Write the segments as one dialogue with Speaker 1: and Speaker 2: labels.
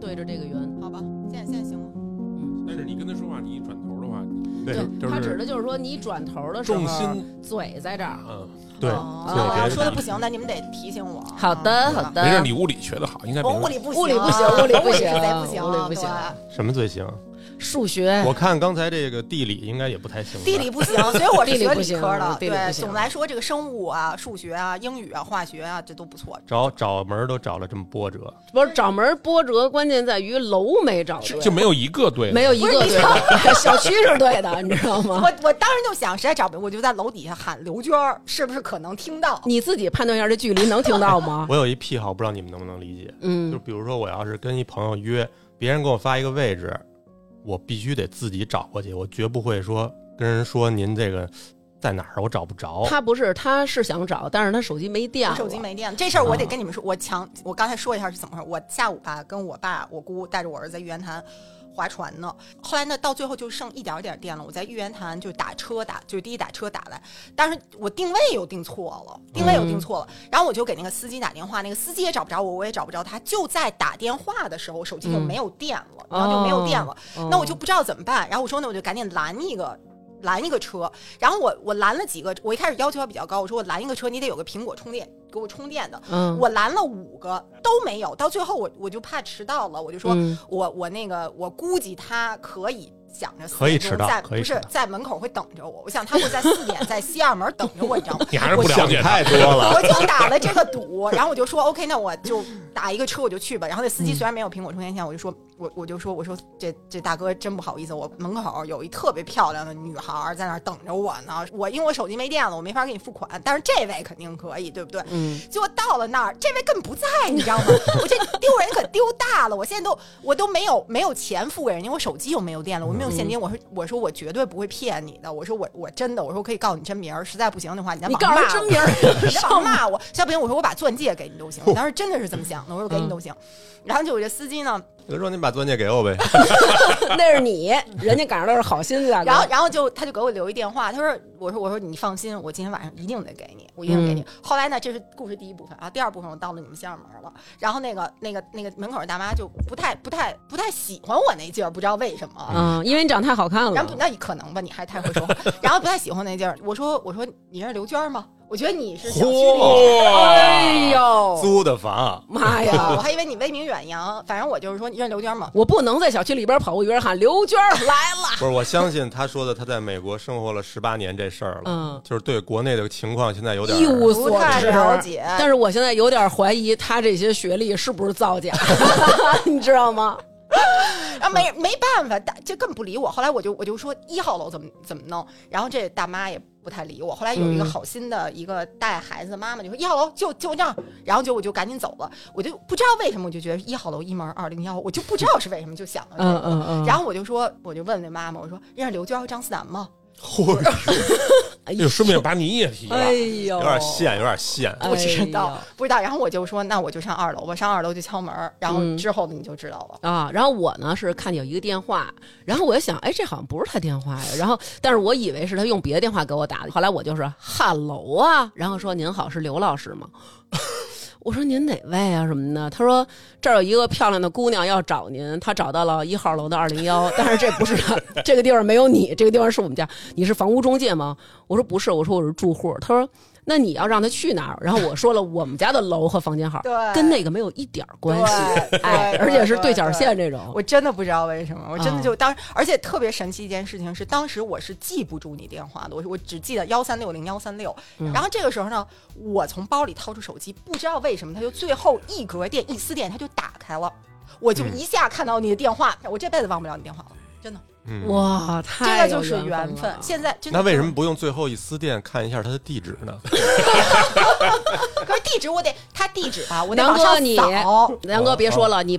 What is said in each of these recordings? Speaker 1: 对着这个圆。
Speaker 2: 好吧，现在现在行了。
Speaker 3: 但是你跟他说话，你一转头的话，
Speaker 4: 对
Speaker 1: 对，
Speaker 4: 就
Speaker 1: 他指
Speaker 4: 是
Speaker 1: 的就是说你转头的时候，
Speaker 3: 重心
Speaker 1: 嘴在这儿。
Speaker 3: 啊，
Speaker 4: 对，
Speaker 2: 哦
Speaker 4: 所以别
Speaker 2: 啊
Speaker 4: 的
Speaker 2: 说的不行，那你们得提醒我。
Speaker 1: 好的，
Speaker 2: 啊
Speaker 1: 好。
Speaker 3: 没事，
Speaker 1: 的。
Speaker 3: 你物理学的好，应该没
Speaker 2: 我物
Speaker 3: 问题。
Speaker 2: 理不行，
Speaker 1: 物嗯理不行，啊物理
Speaker 2: 不
Speaker 1: 不行，
Speaker 2: 实在不行，
Speaker 1: 物理不行，
Speaker 2: 对
Speaker 4: 什么最行？
Speaker 1: 数学
Speaker 4: 我看刚才这个地理应该也不太行吧。
Speaker 2: 地理不行，所以我是
Speaker 1: 嗯地理
Speaker 2: 学
Speaker 1: 不
Speaker 2: 理
Speaker 1: 行
Speaker 2: 科的。
Speaker 1: 地理不
Speaker 2: 对，
Speaker 1: 行
Speaker 2: 总的来说，这个生物啊、数学啊、英语啊、化学啊，这都不错。
Speaker 4: 找找门儿都找了这么波折，
Speaker 1: 不是找门波折，关键在于楼没找
Speaker 3: 就
Speaker 1: 对，
Speaker 3: 就没有一个对的，
Speaker 1: 哦没有一个
Speaker 2: 不是
Speaker 1: 对的， 小区是对的，你知道吗？
Speaker 2: 我我当时就想，实在找不，我就在楼底下喊刘娟儿，是不是可能听到？
Speaker 1: 你自己判断一下这距离能听到吗？
Speaker 4: 我有一癖好，不知道你们能不能理解。就
Speaker 1: 啊嗯，
Speaker 4: 比如说，我要是跟一朋友约，别人给我发一个位置，我必须得自己找过去，我绝不会说跟人说您这个在哪儿，我找不着。
Speaker 1: 他不是，他是想找，但是他手机没电
Speaker 2: 我
Speaker 1: 了，
Speaker 2: 手机没电了，这事儿我得跟你们说。我强，我刚才说一下是怎么回事。我下午吧，跟我爸、我姑带着我儿子在玉渊潭划船呢。后来呢，到最后就剩一点儿点儿电了。我在玉渊潭就打车打，就是第一打车打来，但是我定位又定错了，定位又定错了。然后我就给那个司机打电话，那个司机也找不着我，我也找不着他。就在打电话的时候，手机就
Speaker 1: 嗯
Speaker 2: 没有电了，然后就没有电了。
Speaker 1: 哦
Speaker 2: 那我就不知道怎么办。然后我说呢，我就赶紧拦一个。拦一个车，然后我我拦了几个，我一开始要求还比较高，我说我拦一个车，你得有个苹果充电给我充电的，
Speaker 1: 嗯，
Speaker 2: 我拦了五个都没有，到最后我我就怕迟到了，我就说、
Speaker 1: 嗯
Speaker 2: 我我那个我估计他可以想着四
Speaker 4: 可以
Speaker 2: 点
Speaker 4: 迟
Speaker 2: 钟
Speaker 4: 到
Speaker 2: 在
Speaker 4: 可以
Speaker 2: 不
Speaker 4: 迟
Speaker 2: 是
Speaker 4: 到
Speaker 2: 在门口会等着我，我想他会在四点在西二门等着我，你知道吗？
Speaker 3: 你还是不了
Speaker 4: 想
Speaker 3: 解他。
Speaker 4: 太多了，
Speaker 2: 我就打了这个赌，然后我就说 OK，那我就打一个车我就去吧。然后那司机虽然没有苹果充电线，我就说我我就说我说这这大哥真不好意思，我门口有一特别漂亮的女孩儿在那儿等着我呢。我因为我手机没电了，我没法给你付款，但是这位肯定可以，对不对？
Speaker 1: 嗯，
Speaker 2: 结果到了那儿，这位更不在，你知道吗？ 我这丢人可丢大了，我现在都我都没有没有钱付给人家，我手机又没有电了，我没有现金，我说我说我绝对不会骗你的，我说我我真的，我说我可以告诉你真名儿，实在不行的话你在
Speaker 1: 你
Speaker 2: 网
Speaker 1: 告
Speaker 2: 上骂
Speaker 1: 诉人
Speaker 2: 我
Speaker 1: 真名儿，
Speaker 2: 你在网上骂我，要不行我说我把钻戒给你都行，我当时真的是这么想的，我说给你都行。 然后就我这司机呢，
Speaker 4: 我说您把钻戒给我呗，
Speaker 1: 那是你，人家赶上都是好心的。
Speaker 2: 然后然后就他就给我留一电话，他说我说我说你放心，我今天晚上一定得给你，我一定给你。后来呢，这是故事第一部分啊，第二部分我到了你们家门了，然后那个那个那个门口的大妈就不太不太不太喜欢我那劲儿，不知道为什么。
Speaker 1: 嗯，因为你长太好看
Speaker 2: 然后不
Speaker 1: 了，
Speaker 2: 那你可能吧，你还太会说话， 然后不太喜欢那劲儿。我说我说你是刘娟儿吗？我觉得你是小区里。
Speaker 1: 哎呦，
Speaker 4: 租的房，
Speaker 1: 妈
Speaker 2: 啊！我
Speaker 1: 呀！
Speaker 2: 还以为你为名远扬，反正我就是说，你认刘娟儿吗？
Speaker 1: 我不能在小区里边跑，我一边喊刘娟儿来了。
Speaker 4: 不是，我相信他说的他在美国生活了十八年这事儿了，
Speaker 1: 嗯
Speaker 4: 就是对国内的情况现在有点
Speaker 1: 一无所
Speaker 2: 不太
Speaker 1: 知，
Speaker 2: 了解 啊
Speaker 1: 但是我现在有点怀疑他这些学历是不是造 假，你知道吗？
Speaker 2: 啊，没没办法，大这更不理我。后来我就我就说一号楼怎么怎么弄，然后这大妈也不太理我。后来有一个
Speaker 1: 嗯
Speaker 2: 好心的一个带孩子的妈妈就说一号楼就就这样，然后就我就赶紧走了。我就不知道为什么，我就觉得一号楼一门二零幺，我就不知道是为什么就想了这
Speaker 1: 嗯
Speaker 2: 个。
Speaker 1: 嗯嗯。
Speaker 2: 然后我就说，我就问那妈妈，我说认识刘娟和张思楠吗？
Speaker 4: 嚯
Speaker 1: 哎
Speaker 3: 就顺便把你也提了，
Speaker 1: 哎呦，
Speaker 4: 有点现，有点现。
Speaker 1: 哎呦
Speaker 2: 不知道，不知道。然后我就说，那我就上二楼吧，上二楼就敲门儿，然后
Speaker 1: 嗯
Speaker 2: 之后你就知道了。
Speaker 1: 啊。然后我呢是看见有一个电话，然后我就想，哎，这好像不是他电话呀。然后，但是我以为是他用别的电话给我打的。后来我就是 “hello 啊”，然后说：“您好，是刘老师吗？” 我说您哪位啊什么的？他说这儿有一个漂亮的姑娘要找您，她找到了一号楼的二零幺，但是这不是她，这个地方没有你，这个地方是我们家。你是房屋中介吗？我说不是，我说我是住户。他说那你要让她去哪儿？然后我说了我们家的楼和房间号，
Speaker 2: 对
Speaker 1: 跟那个没有一点儿关系，
Speaker 2: 对
Speaker 1: 哎，
Speaker 2: 对
Speaker 1: 而且是
Speaker 2: 对
Speaker 1: 对角线这种。
Speaker 2: 我真的不知道为什么，我真的
Speaker 1: 嗯
Speaker 2: 就当，而且特别神奇一件事情是，当时我是记不住你电话的，我我只记得幺三六零幺三六。
Speaker 1: 嗯
Speaker 2: 然后这个时候呢，我从包里掏出手机，不知道为什么它就最后一格电一丝电，它就打开了，我就
Speaker 1: 嗯
Speaker 2: 一下看到你的电话，我这辈子忘不了你电话了，真的，
Speaker 4: 嗯，
Speaker 1: 哇，
Speaker 2: 这
Speaker 1: 太
Speaker 2: 个就是
Speaker 1: 有
Speaker 2: 缘
Speaker 1: 分
Speaker 2: 分
Speaker 1: 了。
Speaker 2: 现在真的
Speaker 4: 那为
Speaker 2: 就
Speaker 4: 什么？不用最后一丝店看一下他的地址 呢？
Speaker 2: 可是地址我得他地址吧，我得
Speaker 1: 南
Speaker 2: 往
Speaker 1: 哥
Speaker 2: 上
Speaker 1: 你
Speaker 2: 扫。
Speaker 1: 梁哥别说了，你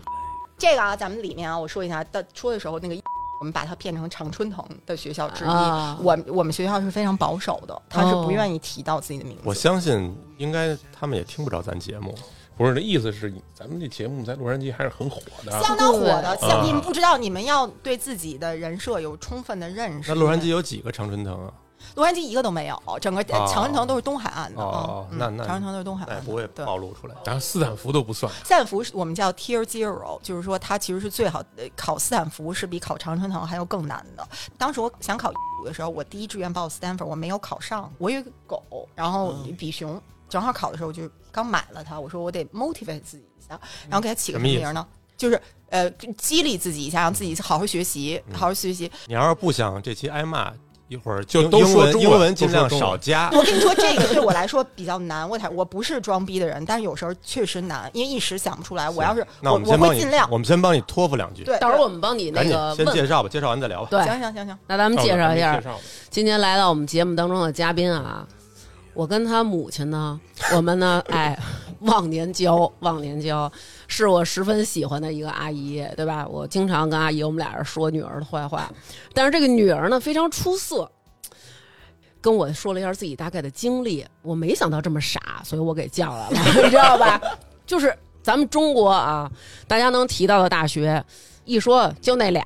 Speaker 2: 这个啊，咱们里面啊，我说一下，到说的时候那个。 我们把它变成常春藤的学校之一。
Speaker 1: 啊
Speaker 2: 我我们学校是非常保守的，他是不愿意提到自己的名字。
Speaker 4: 我相信应该他们也听不着咱节目，
Speaker 3: 不是那意思是咱们这节目在洛杉矶还是很火的，
Speaker 2: 相当火的，
Speaker 4: 对
Speaker 2: 像你们不知道，你们要对自己的人设有充分的认识。
Speaker 4: 那洛杉矶有几个常春藤啊？
Speaker 2: 洛杉矶一个都没有，整个
Speaker 4: 哦
Speaker 2: 长春藤都是东海岸的。
Speaker 4: 哦
Speaker 2: 嗯
Speaker 4: 那
Speaker 2: 嗯
Speaker 4: 那
Speaker 2: 长春藤都是东海
Speaker 4: 那也
Speaker 2: 岸
Speaker 4: 哎不
Speaker 2: 的。
Speaker 4: 会
Speaker 2: 对
Speaker 4: 暴露出来。
Speaker 3: 然后斯坦福都不算，
Speaker 2: 斯坦福是我们叫 Tier Zero，就是说它其实是最好呃考斯坦福是比考常春藤还要更难的。当时我想考五的时候，我第一志愿报斯坦福，我没有考上。我有一个狗，然后
Speaker 4: 嗯
Speaker 2: 比熊，正好考的时候我就刚买了它，我说我得 motivate 自己一下，然后给它起
Speaker 4: 嗯
Speaker 2: 个
Speaker 4: 什么
Speaker 2: 什么
Speaker 4: 意思嗯
Speaker 2: 名儿呢？就是呃激励自己一下，让自己好好学习，好好学习。
Speaker 4: 你要是不想这期挨骂，一会儿
Speaker 3: 就
Speaker 4: 英
Speaker 3: 都
Speaker 4: 英
Speaker 3: 说
Speaker 4: 文
Speaker 3: 中
Speaker 4: 英
Speaker 3: 文
Speaker 4: 文
Speaker 3: 都
Speaker 4: 尽
Speaker 3: 说
Speaker 4: 量
Speaker 3: 中
Speaker 4: 少
Speaker 3: 文
Speaker 4: 加。
Speaker 2: 我跟你说，这个对我来说比较难。我才我不是装逼的人，但是有时候确实难，因为一时想不出来。 我要是
Speaker 4: 那
Speaker 2: 我
Speaker 4: 们先帮
Speaker 2: 会
Speaker 4: 你
Speaker 2: 尽量，
Speaker 4: 我们先帮你托付两句。
Speaker 2: 对，
Speaker 1: 到时候我们帮你那
Speaker 4: 赶紧
Speaker 1: 个
Speaker 4: 先
Speaker 1: 问。
Speaker 4: 介绍吧，哦介绍完再聊吧。
Speaker 1: 对，
Speaker 2: 行行行行，
Speaker 1: 那咱们介绍一下
Speaker 3: 哦介吧
Speaker 1: 今天来到我们节目当中的嘉宾啊，我跟他母亲呢，我们呢，哎，忘年交，忘年交是我十分喜欢的一个阿姨，对吧？我经常跟阿姨我们俩人说女儿的坏话，但是这个女儿呢非常出色。跟我说了一下自己大概的经历，我没想到这么傻，所以我给叫来了，你知道吧？就是咱们中国啊，大家能提到的大学，一说就那俩，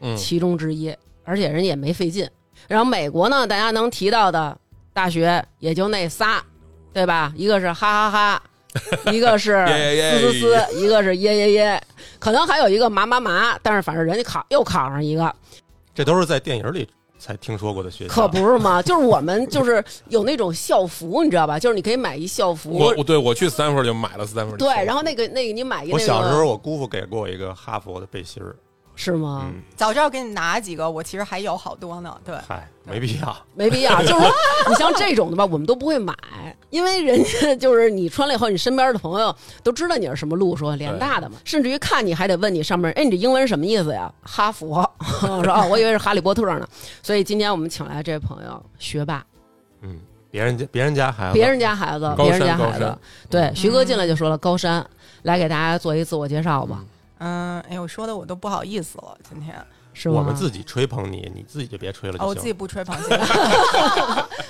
Speaker 3: 嗯，
Speaker 1: 其中之一，而且人也没费劲。然后美国呢，大家能提到的大学也就那仨，对吧？一个是哈哈哈 一个是
Speaker 3: 耶
Speaker 1: 嘶
Speaker 3: 耶耶
Speaker 1: 嘶嘶，一个是耶耶耶，可能还有一个麻麻麻，但是反正人家考又考上一个，
Speaker 4: 这都是在电影里才听说过的学校，
Speaker 1: 可不 是吗？就是我们就是有那种校服，你知道吧？就是你可以买一校服
Speaker 3: 我，我对我去斯坦福就买了斯坦福的
Speaker 1: 对
Speaker 3: 球，
Speaker 1: 然后那个那个你买一
Speaker 4: 我
Speaker 1: 那
Speaker 4: 小时
Speaker 1: 个
Speaker 4: 候，我姑父给过我一个哈佛的背心儿，
Speaker 1: 是吗？
Speaker 4: 嗯，
Speaker 2: 早知道给你拿几个，我其实还有好多呢。对，
Speaker 4: 嗨，没必要。
Speaker 1: 没必要。 就是说，你像这种的吧，我们都不会买，因为人家就是你穿了以后，你身边的朋友都知道你是什么路数，联大的嘛，甚至于看你还得问你上面，哎，你这英文什么意思呀？哈佛， 我说哦，我以为是哈利波特呢。所以今天我们请来这位朋友，学霸，
Speaker 4: 嗯，别人家别人家孩子，
Speaker 1: 别人家孩子，
Speaker 3: 高
Speaker 1: 别人
Speaker 3: 山
Speaker 1: 家
Speaker 3: 高
Speaker 1: 孩子
Speaker 3: 山，
Speaker 1: 对，徐哥进
Speaker 4: 嗯
Speaker 1: 来就说了高山，来给大家做一自我介绍吧，
Speaker 2: 嗯，哎呦，说的我都不好意思了。今天
Speaker 1: 是吗？
Speaker 4: 我们自己吹捧你，你自己就别吹了
Speaker 2: 哦，我
Speaker 4: 就
Speaker 2: 自
Speaker 4: 行。
Speaker 2: 己不吹，放 心，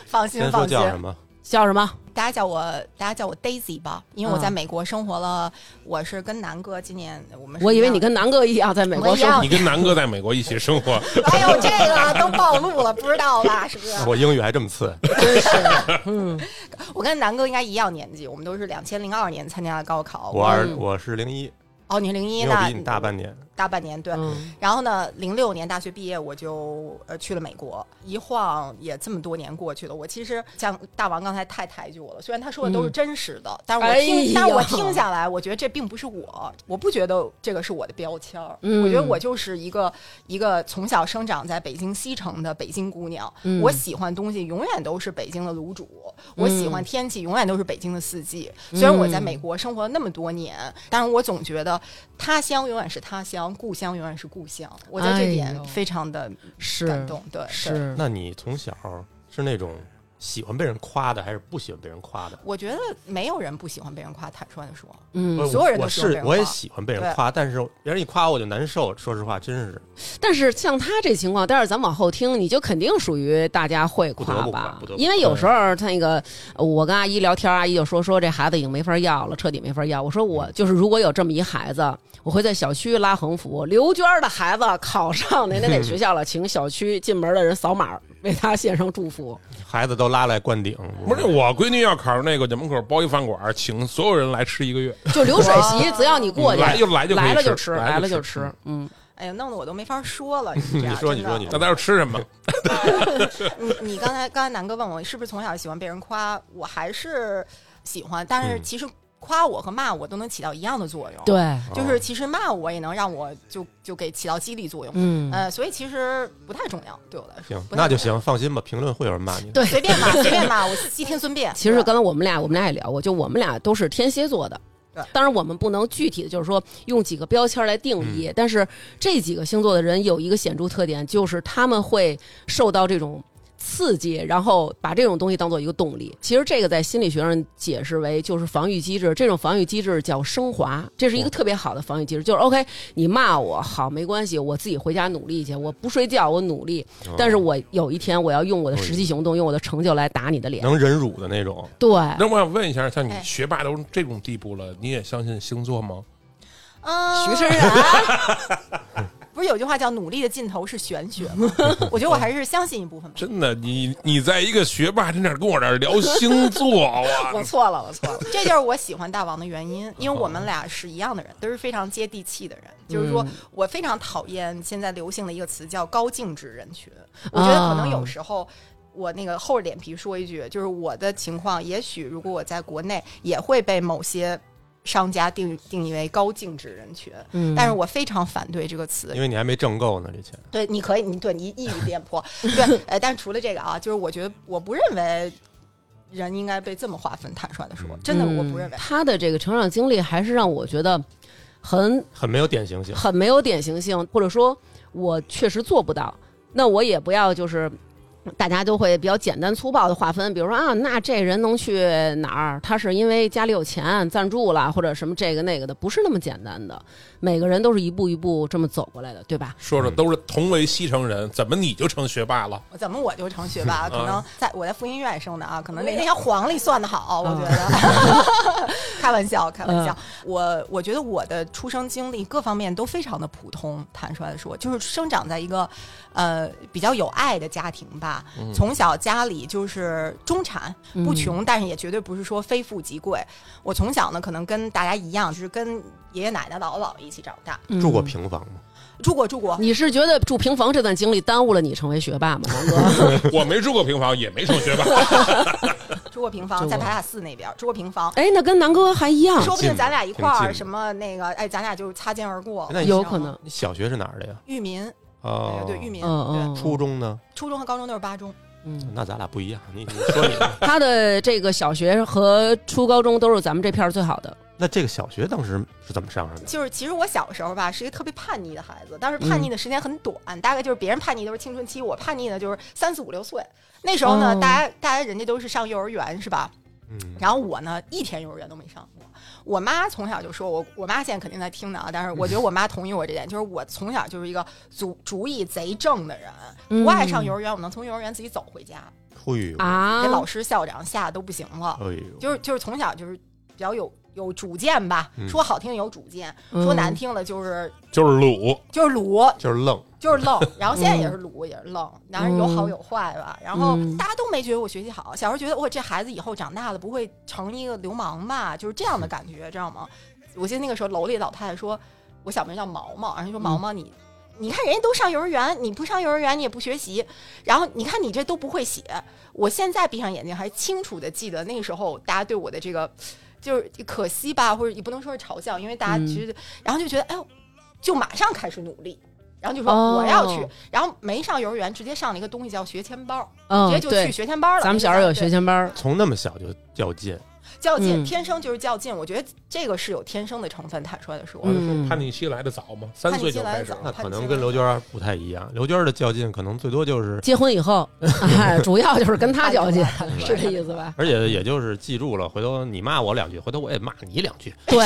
Speaker 2: 放心，
Speaker 4: 先说
Speaker 2: 放心
Speaker 4: 叫。什么？
Speaker 1: 叫什么？
Speaker 2: 大家叫我，大家叫我 Daisy 吧，因为我
Speaker 1: 嗯
Speaker 2: 在美国生活了，我是跟南哥今年我哎们是
Speaker 1: 我以为
Speaker 2: 一样
Speaker 1: 你跟南哥一样在美
Speaker 2: 我
Speaker 1: 国
Speaker 2: 一
Speaker 1: 生
Speaker 2: 样
Speaker 1: 活。
Speaker 3: 你跟南哥在美国一起生 活，
Speaker 2: 哎呦，这个都暴露了，不知道吧， 是不是？
Speaker 4: 我英语还这么 次，
Speaker 2: 真是，我跟南哥应该一样年纪，我们都是两千零二年参加的高考，
Speaker 4: 我二
Speaker 1: 嗯
Speaker 4: 我是零一，
Speaker 2: 哦，你零一
Speaker 4: 因为
Speaker 2: 那
Speaker 4: 我比你大半年。
Speaker 2: 大半年，对，
Speaker 1: 嗯，
Speaker 2: 然后呢，零六年大学毕业，我就呃去了美国，一晃也这么多年过去了。我其实像大王刚才太抬举我了，虽然他说的都是真实的，但是我听，
Speaker 1: 哎呀
Speaker 2: 但是我听下来，我觉得这并不是我，我不觉得这个是我的标签儿。
Speaker 1: 嗯
Speaker 2: 我觉得我就是一个一个从小生长在北京西城的北京姑娘，
Speaker 1: 嗯
Speaker 2: 我喜欢东西永远都是北京的卤煮，我喜
Speaker 1: 嗯
Speaker 2: 欢天气永远都是北京的四季。虽然我在美国生活了那么多年，但是我总觉得他乡永远是他乡，故乡永远是故乡。我在这
Speaker 1: 哎呦
Speaker 2: 点非常的
Speaker 1: 是
Speaker 2: 感动，对，对。
Speaker 1: 是，
Speaker 4: 那你从小是那种喜欢被人夸的，还是不喜欢被人夸的？
Speaker 2: 我觉得没有人不喜欢被人夸，坦率的说，
Speaker 1: 嗯
Speaker 4: 我，
Speaker 2: 所有人都
Speaker 4: 我
Speaker 2: 喜欢
Speaker 4: 是
Speaker 2: 被人
Speaker 4: 我也
Speaker 2: 夸
Speaker 4: 喜欢被人夸，但是别人一夸我就难受。说实话，真是
Speaker 1: 但是像他这情况，但是咱往后听，你就肯定属于大家会夸
Speaker 4: 不得不夸
Speaker 1: 吧
Speaker 4: 不得，不夸
Speaker 1: 因为有时候他那个呃我跟阿姨聊天，阿姨就说说这孩子已经没法要了，彻底没法要。我说
Speaker 4: 嗯
Speaker 1: 我就是如果有这么一孩子，我会在小区拉横幅，刘娟儿的孩子考 上哪哪哪学校了，请小区进门的人扫码为他献上祝福。
Speaker 4: 孩子都拉来灌顶，
Speaker 3: 不是我闺女要考上那个，就门口包一饭馆，请所有人来吃一个月，
Speaker 1: 就流水席，只要你过去，
Speaker 3: 来就来就可以
Speaker 1: 来了就
Speaker 3: 吃来
Speaker 1: 来
Speaker 3: 了
Speaker 1: 了就
Speaker 3: 就
Speaker 1: 吃，嗯，
Speaker 2: 哎呀，弄得我都没法说了。你知道
Speaker 4: 你说
Speaker 2: 真
Speaker 4: 你
Speaker 2: 的
Speaker 4: 说你
Speaker 3: 那咱要吃 什么？
Speaker 2: 你你刚才刚才南哥问我是不是从小喜欢被人夸，我还是喜欢，但是
Speaker 4: 嗯
Speaker 2: 其实夸我和骂我都能起到一样的作用。，
Speaker 1: 对，
Speaker 4: 啊哦
Speaker 2: 就是其实骂我也能让我就就给起到激励作用。
Speaker 1: 嗯，
Speaker 2: 呃，所以其实不太重要，对我来说
Speaker 4: 行，，
Speaker 2: 不太
Speaker 4: 那就
Speaker 2: 重要，
Speaker 4: 行，放心吧，评论会有人骂你的。
Speaker 1: 对
Speaker 2: 随便骂，随便 骂，我悉听尊便。
Speaker 1: 其实
Speaker 2: 对
Speaker 1: 刚才我们俩，我们俩也聊过，就我们俩都是天蝎座的
Speaker 2: 对。
Speaker 1: 当然，我们不能具体的就是说用几个标签来定义，
Speaker 2: 嗯
Speaker 1: 但是这几个星座的人有一个显著特点，就是他们会受到这种刺激，然后把这种东西当做一个动力。其实这个在心理学上解释为就是防御机制，这种防御机制叫升华，这是
Speaker 2: 嗯
Speaker 1: 一个特别好的防御机制，就是 OK，你骂我好没关系，我自己回家努力去，我不睡觉我努力，
Speaker 2: 哦
Speaker 4: 嗯
Speaker 1: 但是我有一天我要用我的实际行动，用我的成就来打你的脸。
Speaker 4: 能忍辱的那种，
Speaker 1: 对，
Speaker 3: 那我想问一下，像你
Speaker 2: 哎
Speaker 3: 学霸都这种地步了，你也相信星座吗？
Speaker 2: 嗯，
Speaker 1: 徐深然，
Speaker 2: 不不是有句话叫“努力的尽头是玄学” 吗？我觉得我还是相信一部分吧。
Speaker 3: 真的，你你在一个学霸这那跟我这儿聊星座，啊
Speaker 1: 我
Speaker 3: 哇，
Speaker 1: 错了，我错了。
Speaker 2: 这就是我喜欢大王的原因，因为我们俩是一样的人，都是非常接地气的人。就是说我非常讨厌现在流行的一个词叫“高净值人群”，我觉得可能有时候。我那个厚着脸皮说一句，就是我的情况，也许如果我在国内，也会被某些商家定定义为高净值人群，
Speaker 1: 嗯
Speaker 2: 但是我非常反对这个词，
Speaker 4: 因为你还没挣够呢，这钱
Speaker 2: 对，你可以，你对你一语点破。对，呃，但除了这个啊，就是我觉得我不认为人应该被这么划分。坦率的说，真的我不认为。
Speaker 1: 嗯他的这个成长经历还是让我觉得很
Speaker 4: 很没有典型性。
Speaker 1: 很没有典型性，或者说我确实做不到，那我也不要就是。大家都会比较简单粗暴的划分，比如说啊，那这人能去哪儿？他是因为家里有钱赞助了，或者什么这个那个的，不是那么简单的。每个人都是一步一步这么走过来的，对吧？
Speaker 3: 说说都是同为西城人，怎么你就成学 霸了？
Speaker 2: 怎么我就成学霸？
Speaker 1: 啊
Speaker 2: 可能在我在福音院生的啊，可能那
Speaker 1: 对
Speaker 2: 那天黄历算的好，
Speaker 1: 啊
Speaker 2: 我觉得。 开玩笑，开玩笑。
Speaker 1: 嗯
Speaker 2: 我我觉得我的出生经历各方面都非常的普通。坦率的说，就是生长在一个呃比较有爱的家庭吧。
Speaker 1: 嗯
Speaker 2: 从小家里就是中产，不穷，但是也绝对不是说非富即贵。我从小呢，可能跟大家一样，就是跟爷爷奶奶、姥姥姥爷一起长大，
Speaker 4: 住过平房吗？
Speaker 2: 住过住过。
Speaker 1: 嗯你是觉得住平房这段经历耽误了你成为学霸吗，南 哥？
Speaker 3: 我没住过平房，也没 成学霸，
Speaker 2: 住过平房，
Speaker 1: 住过
Speaker 2: 在白塔寺那边住过平房，
Speaker 1: 哎，那跟南哥还一样，
Speaker 2: 说不定咱俩一块
Speaker 4: 挺
Speaker 2: 儿
Speaker 4: 近
Speaker 2: 什么那个，哎，咱俩就擦肩而过。
Speaker 4: 那你
Speaker 1: 有可能。
Speaker 4: 你小学是哪儿的呀？
Speaker 2: 裕民，
Speaker 4: 哦
Speaker 2: 哎，嗯对裕民，
Speaker 1: 嗯嗯，
Speaker 2: 对，
Speaker 4: 初中呢？
Speaker 2: 初中和高中都是八中，
Speaker 1: 嗯，
Speaker 4: 那咱俩不一样。你你说你的，
Speaker 1: 他的这个小学和初高中都是咱们这片儿最好的。
Speaker 4: 那这个小学当时是怎么上上的？
Speaker 2: 就是其实我小时候吧，是一个特别叛逆的孩子，但是叛
Speaker 1: 嗯
Speaker 2: 逆的时间很短，大概就是别人叛逆都是青春期，我叛逆的就是三四五六岁。那时候呢，
Speaker 1: 哦
Speaker 2: 大家大家人家都是上幼儿园是吧？
Speaker 4: 嗯，
Speaker 2: 然后我呢，一天幼儿园都没上过。我妈从小就说我，我妈现在肯定在听的啊，但是我觉得我妈同意我这点，就是我从小就是一个主主意贼正的
Speaker 1: 嗯
Speaker 2: 人，不爱上幼儿园，我能从幼儿园自己走回家，
Speaker 4: 忽悠
Speaker 1: 啊，
Speaker 2: 哎给老师、校长吓得都不行了
Speaker 4: 哎。呦，
Speaker 2: 就是就是从小就是比较有有主见吧，
Speaker 4: 嗯
Speaker 2: 说好听有主见，
Speaker 1: 嗯
Speaker 2: 说难听了就是
Speaker 3: 就是鲁，
Speaker 2: 就是鲁，
Speaker 4: 就是愣，
Speaker 2: 就是愣，然后现在也是鲁，也是愣，当然有好有坏吧。然后
Speaker 1: 嗯
Speaker 2: 大家都没觉得我学习好，小时候觉得哇，这孩子以后长大了不会成一个流氓吧？就是这样的感觉，知道吗？我记得那个时候楼里老太太说，我小名叫毛毛，然后
Speaker 1: 嗯
Speaker 2: 说毛毛你。你看人家都上幼儿园，你不上幼儿园，你也不学习，然后你看你这都不会写。我现在闭上眼睛还清楚的记得那个时候大家对我的这个，就是可惜吧，或者也不能说是嘲笑，因为大家
Speaker 1: 嗯
Speaker 2: 其实，然后就觉得哎呦，就马上开始努力，然后就说
Speaker 1: 哦
Speaker 2: 我要去，然后没上幼儿园，直接上了一个东西叫学前班儿，直接
Speaker 1: 嗯，
Speaker 2: 就去
Speaker 1: 对，
Speaker 2: 学前班了。
Speaker 1: 咱们小时候有学
Speaker 2: 对
Speaker 1: 前班儿，
Speaker 4: 从那么小就较劲，
Speaker 2: 较劲，
Speaker 1: 嗯
Speaker 2: 天生就是较劲，我觉得这个是有天生的成分。坦率的说，
Speaker 1: 嗯
Speaker 3: 叛逆期来的早嘛，三岁就
Speaker 2: 叛逆
Speaker 3: 开始
Speaker 2: 期来得
Speaker 3: 了
Speaker 2: 早
Speaker 4: 那可能跟刘娟儿不太一样。刘娟儿的较劲可能最多就是，
Speaker 1: 结婚 以后，哎，主要就是跟他较劲，
Speaker 2: 对
Speaker 1: 是这意思吧？
Speaker 4: 而且也就是记住了，回头你骂我两句，回头我也骂你两句。
Speaker 1: 对，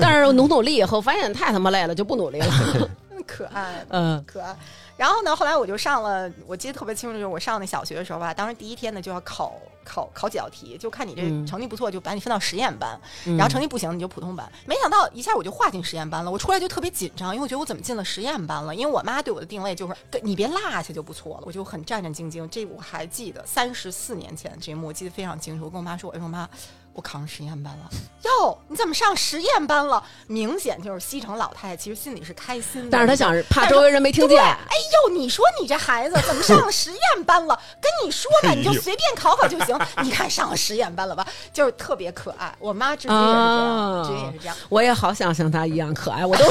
Speaker 1: 但是努努力以后，发现太他妈累了，就不努力了。
Speaker 2: 嗯可爱。
Speaker 1: 嗯
Speaker 2: 可爱，然后呢？后来我就上了，我记得特别清楚，就是我上那小学的时候吧，当时第一天呢就要考考考几道题，就看你这
Speaker 1: 嗯
Speaker 2: 成绩不错，就把你分到实验班，
Speaker 1: 嗯
Speaker 2: 然后成绩不行你就普通班。没想到一下我就划进实验班了，我出来就特别紧张，因为我觉得我怎么进了实验班了？因为我妈对我的定位就是跟你别落下就不错了，我就很战战兢兢。这我还记得，三十四年前这一幕我记得非常清楚。我跟我妈说：“我说妈，我考上实验班了。”哟，你怎么上实验班了？明显就是西城老太太，其实心里是开心的，
Speaker 1: 但是他想是怕周围人没听
Speaker 2: 对，
Speaker 1: 见，
Speaker 2: 哎呦，你说你这孩子怎么上了实验班了？跟你说吧，你就随便考考就行。你看上了实验班了吧，就是特别可爱。我妈至今也是这样，
Speaker 1: 啊
Speaker 2: 至今也是这样。
Speaker 1: 我也好想像他一样可爱，我 都。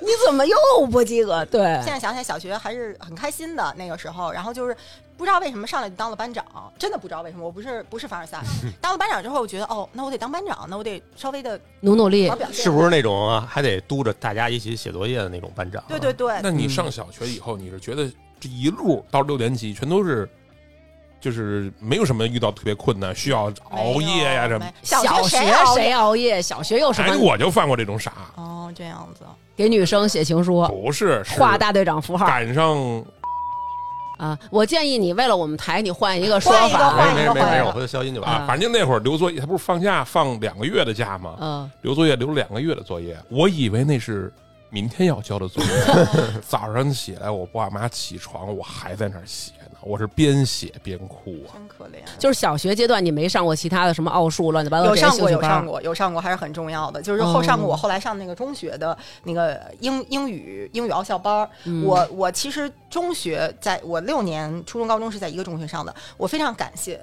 Speaker 1: 你怎么又不及格？对，
Speaker 2: 现在想起来，小学还是很开心的那个时候，然后就是不知道为什么上来就当了班长，真的不知道为什么，我不是不是凡尔赛。当了班长之后，我觉得哦，那我得当班长，那我得稍微的
Speaker 1: 努努力
Speaker 2: 好，表现，
Speaker 4: 是不是那种啊还得督着大家一起写作业的那种班长？啊
Speaker 2: 对对，对，
Speaker 3: 那你上小学以后，你是觉得这一路到六年级全都是，就是没有什么遇到特别困难，需要熬夜呀、什么
Speaker 2: 没？
Speaker 1: 小
Speaker 2: 学
Speaker 1: 学
Speaker 2: 熬夜
Speaker 1: 谁熬夜？小学有什
Speaker 3: 哎，
Speaker 1: 么？
Speaker 3: 我就犯过这种傻，
Speaker 2: 哦，这样子。
Speaker 1: 给女生写情书，
Speaker 3: 不是是
Speaker 1: 画大队长符号
Speaker 3: 赶上
Speaker 1: 啊！我建议你为了我们台，你换一个说
Speaker 2: 换一个
Speaker 1: 法。
Speaker 2: 换
Speaker 4: 没没
Speaker 2: 一个嗯
Speaker 4: 没
Speaker 2: 换一
Speaker 4: 没，
Speaker 2: 个
Speaker 4: 我回头消音就完了。嗯
Speaker 1: 啊
Speaker 3: 啊，反正那会儿留作业，他不是放假放两个月的假吗？
Speaker 1: 嗯
Speaker 3: 留作业留了两个月的作业，我以为那是明天要交的作业。 早上起来，我爸妈起床，我还在那儿写呢，我是边写边哭啊。
Speaker 2: 真可怜。
Speaker 1: 就是小学阶段你没上过其他的什么奥数乱七八糟
Speaker 2: 有
Speaker 1: 这些
Speaker 2: 上
Speaker 1: 兴
Speaker 2: 过，
Speaker 1: 趣
Speaker 2: 有
Speaker 1: 班
Speaker 2: 上
Speaker 1: 儿，哦
Speaker 2: 过，有上过，还是很重要的。就是后上过，我后来上那个中学的那个英英语英语奥校班儿。
Speaker 1: 嗯
Speaker 2: 我我其实中学在我六年初中高中是在一个中学上的，我非常感谢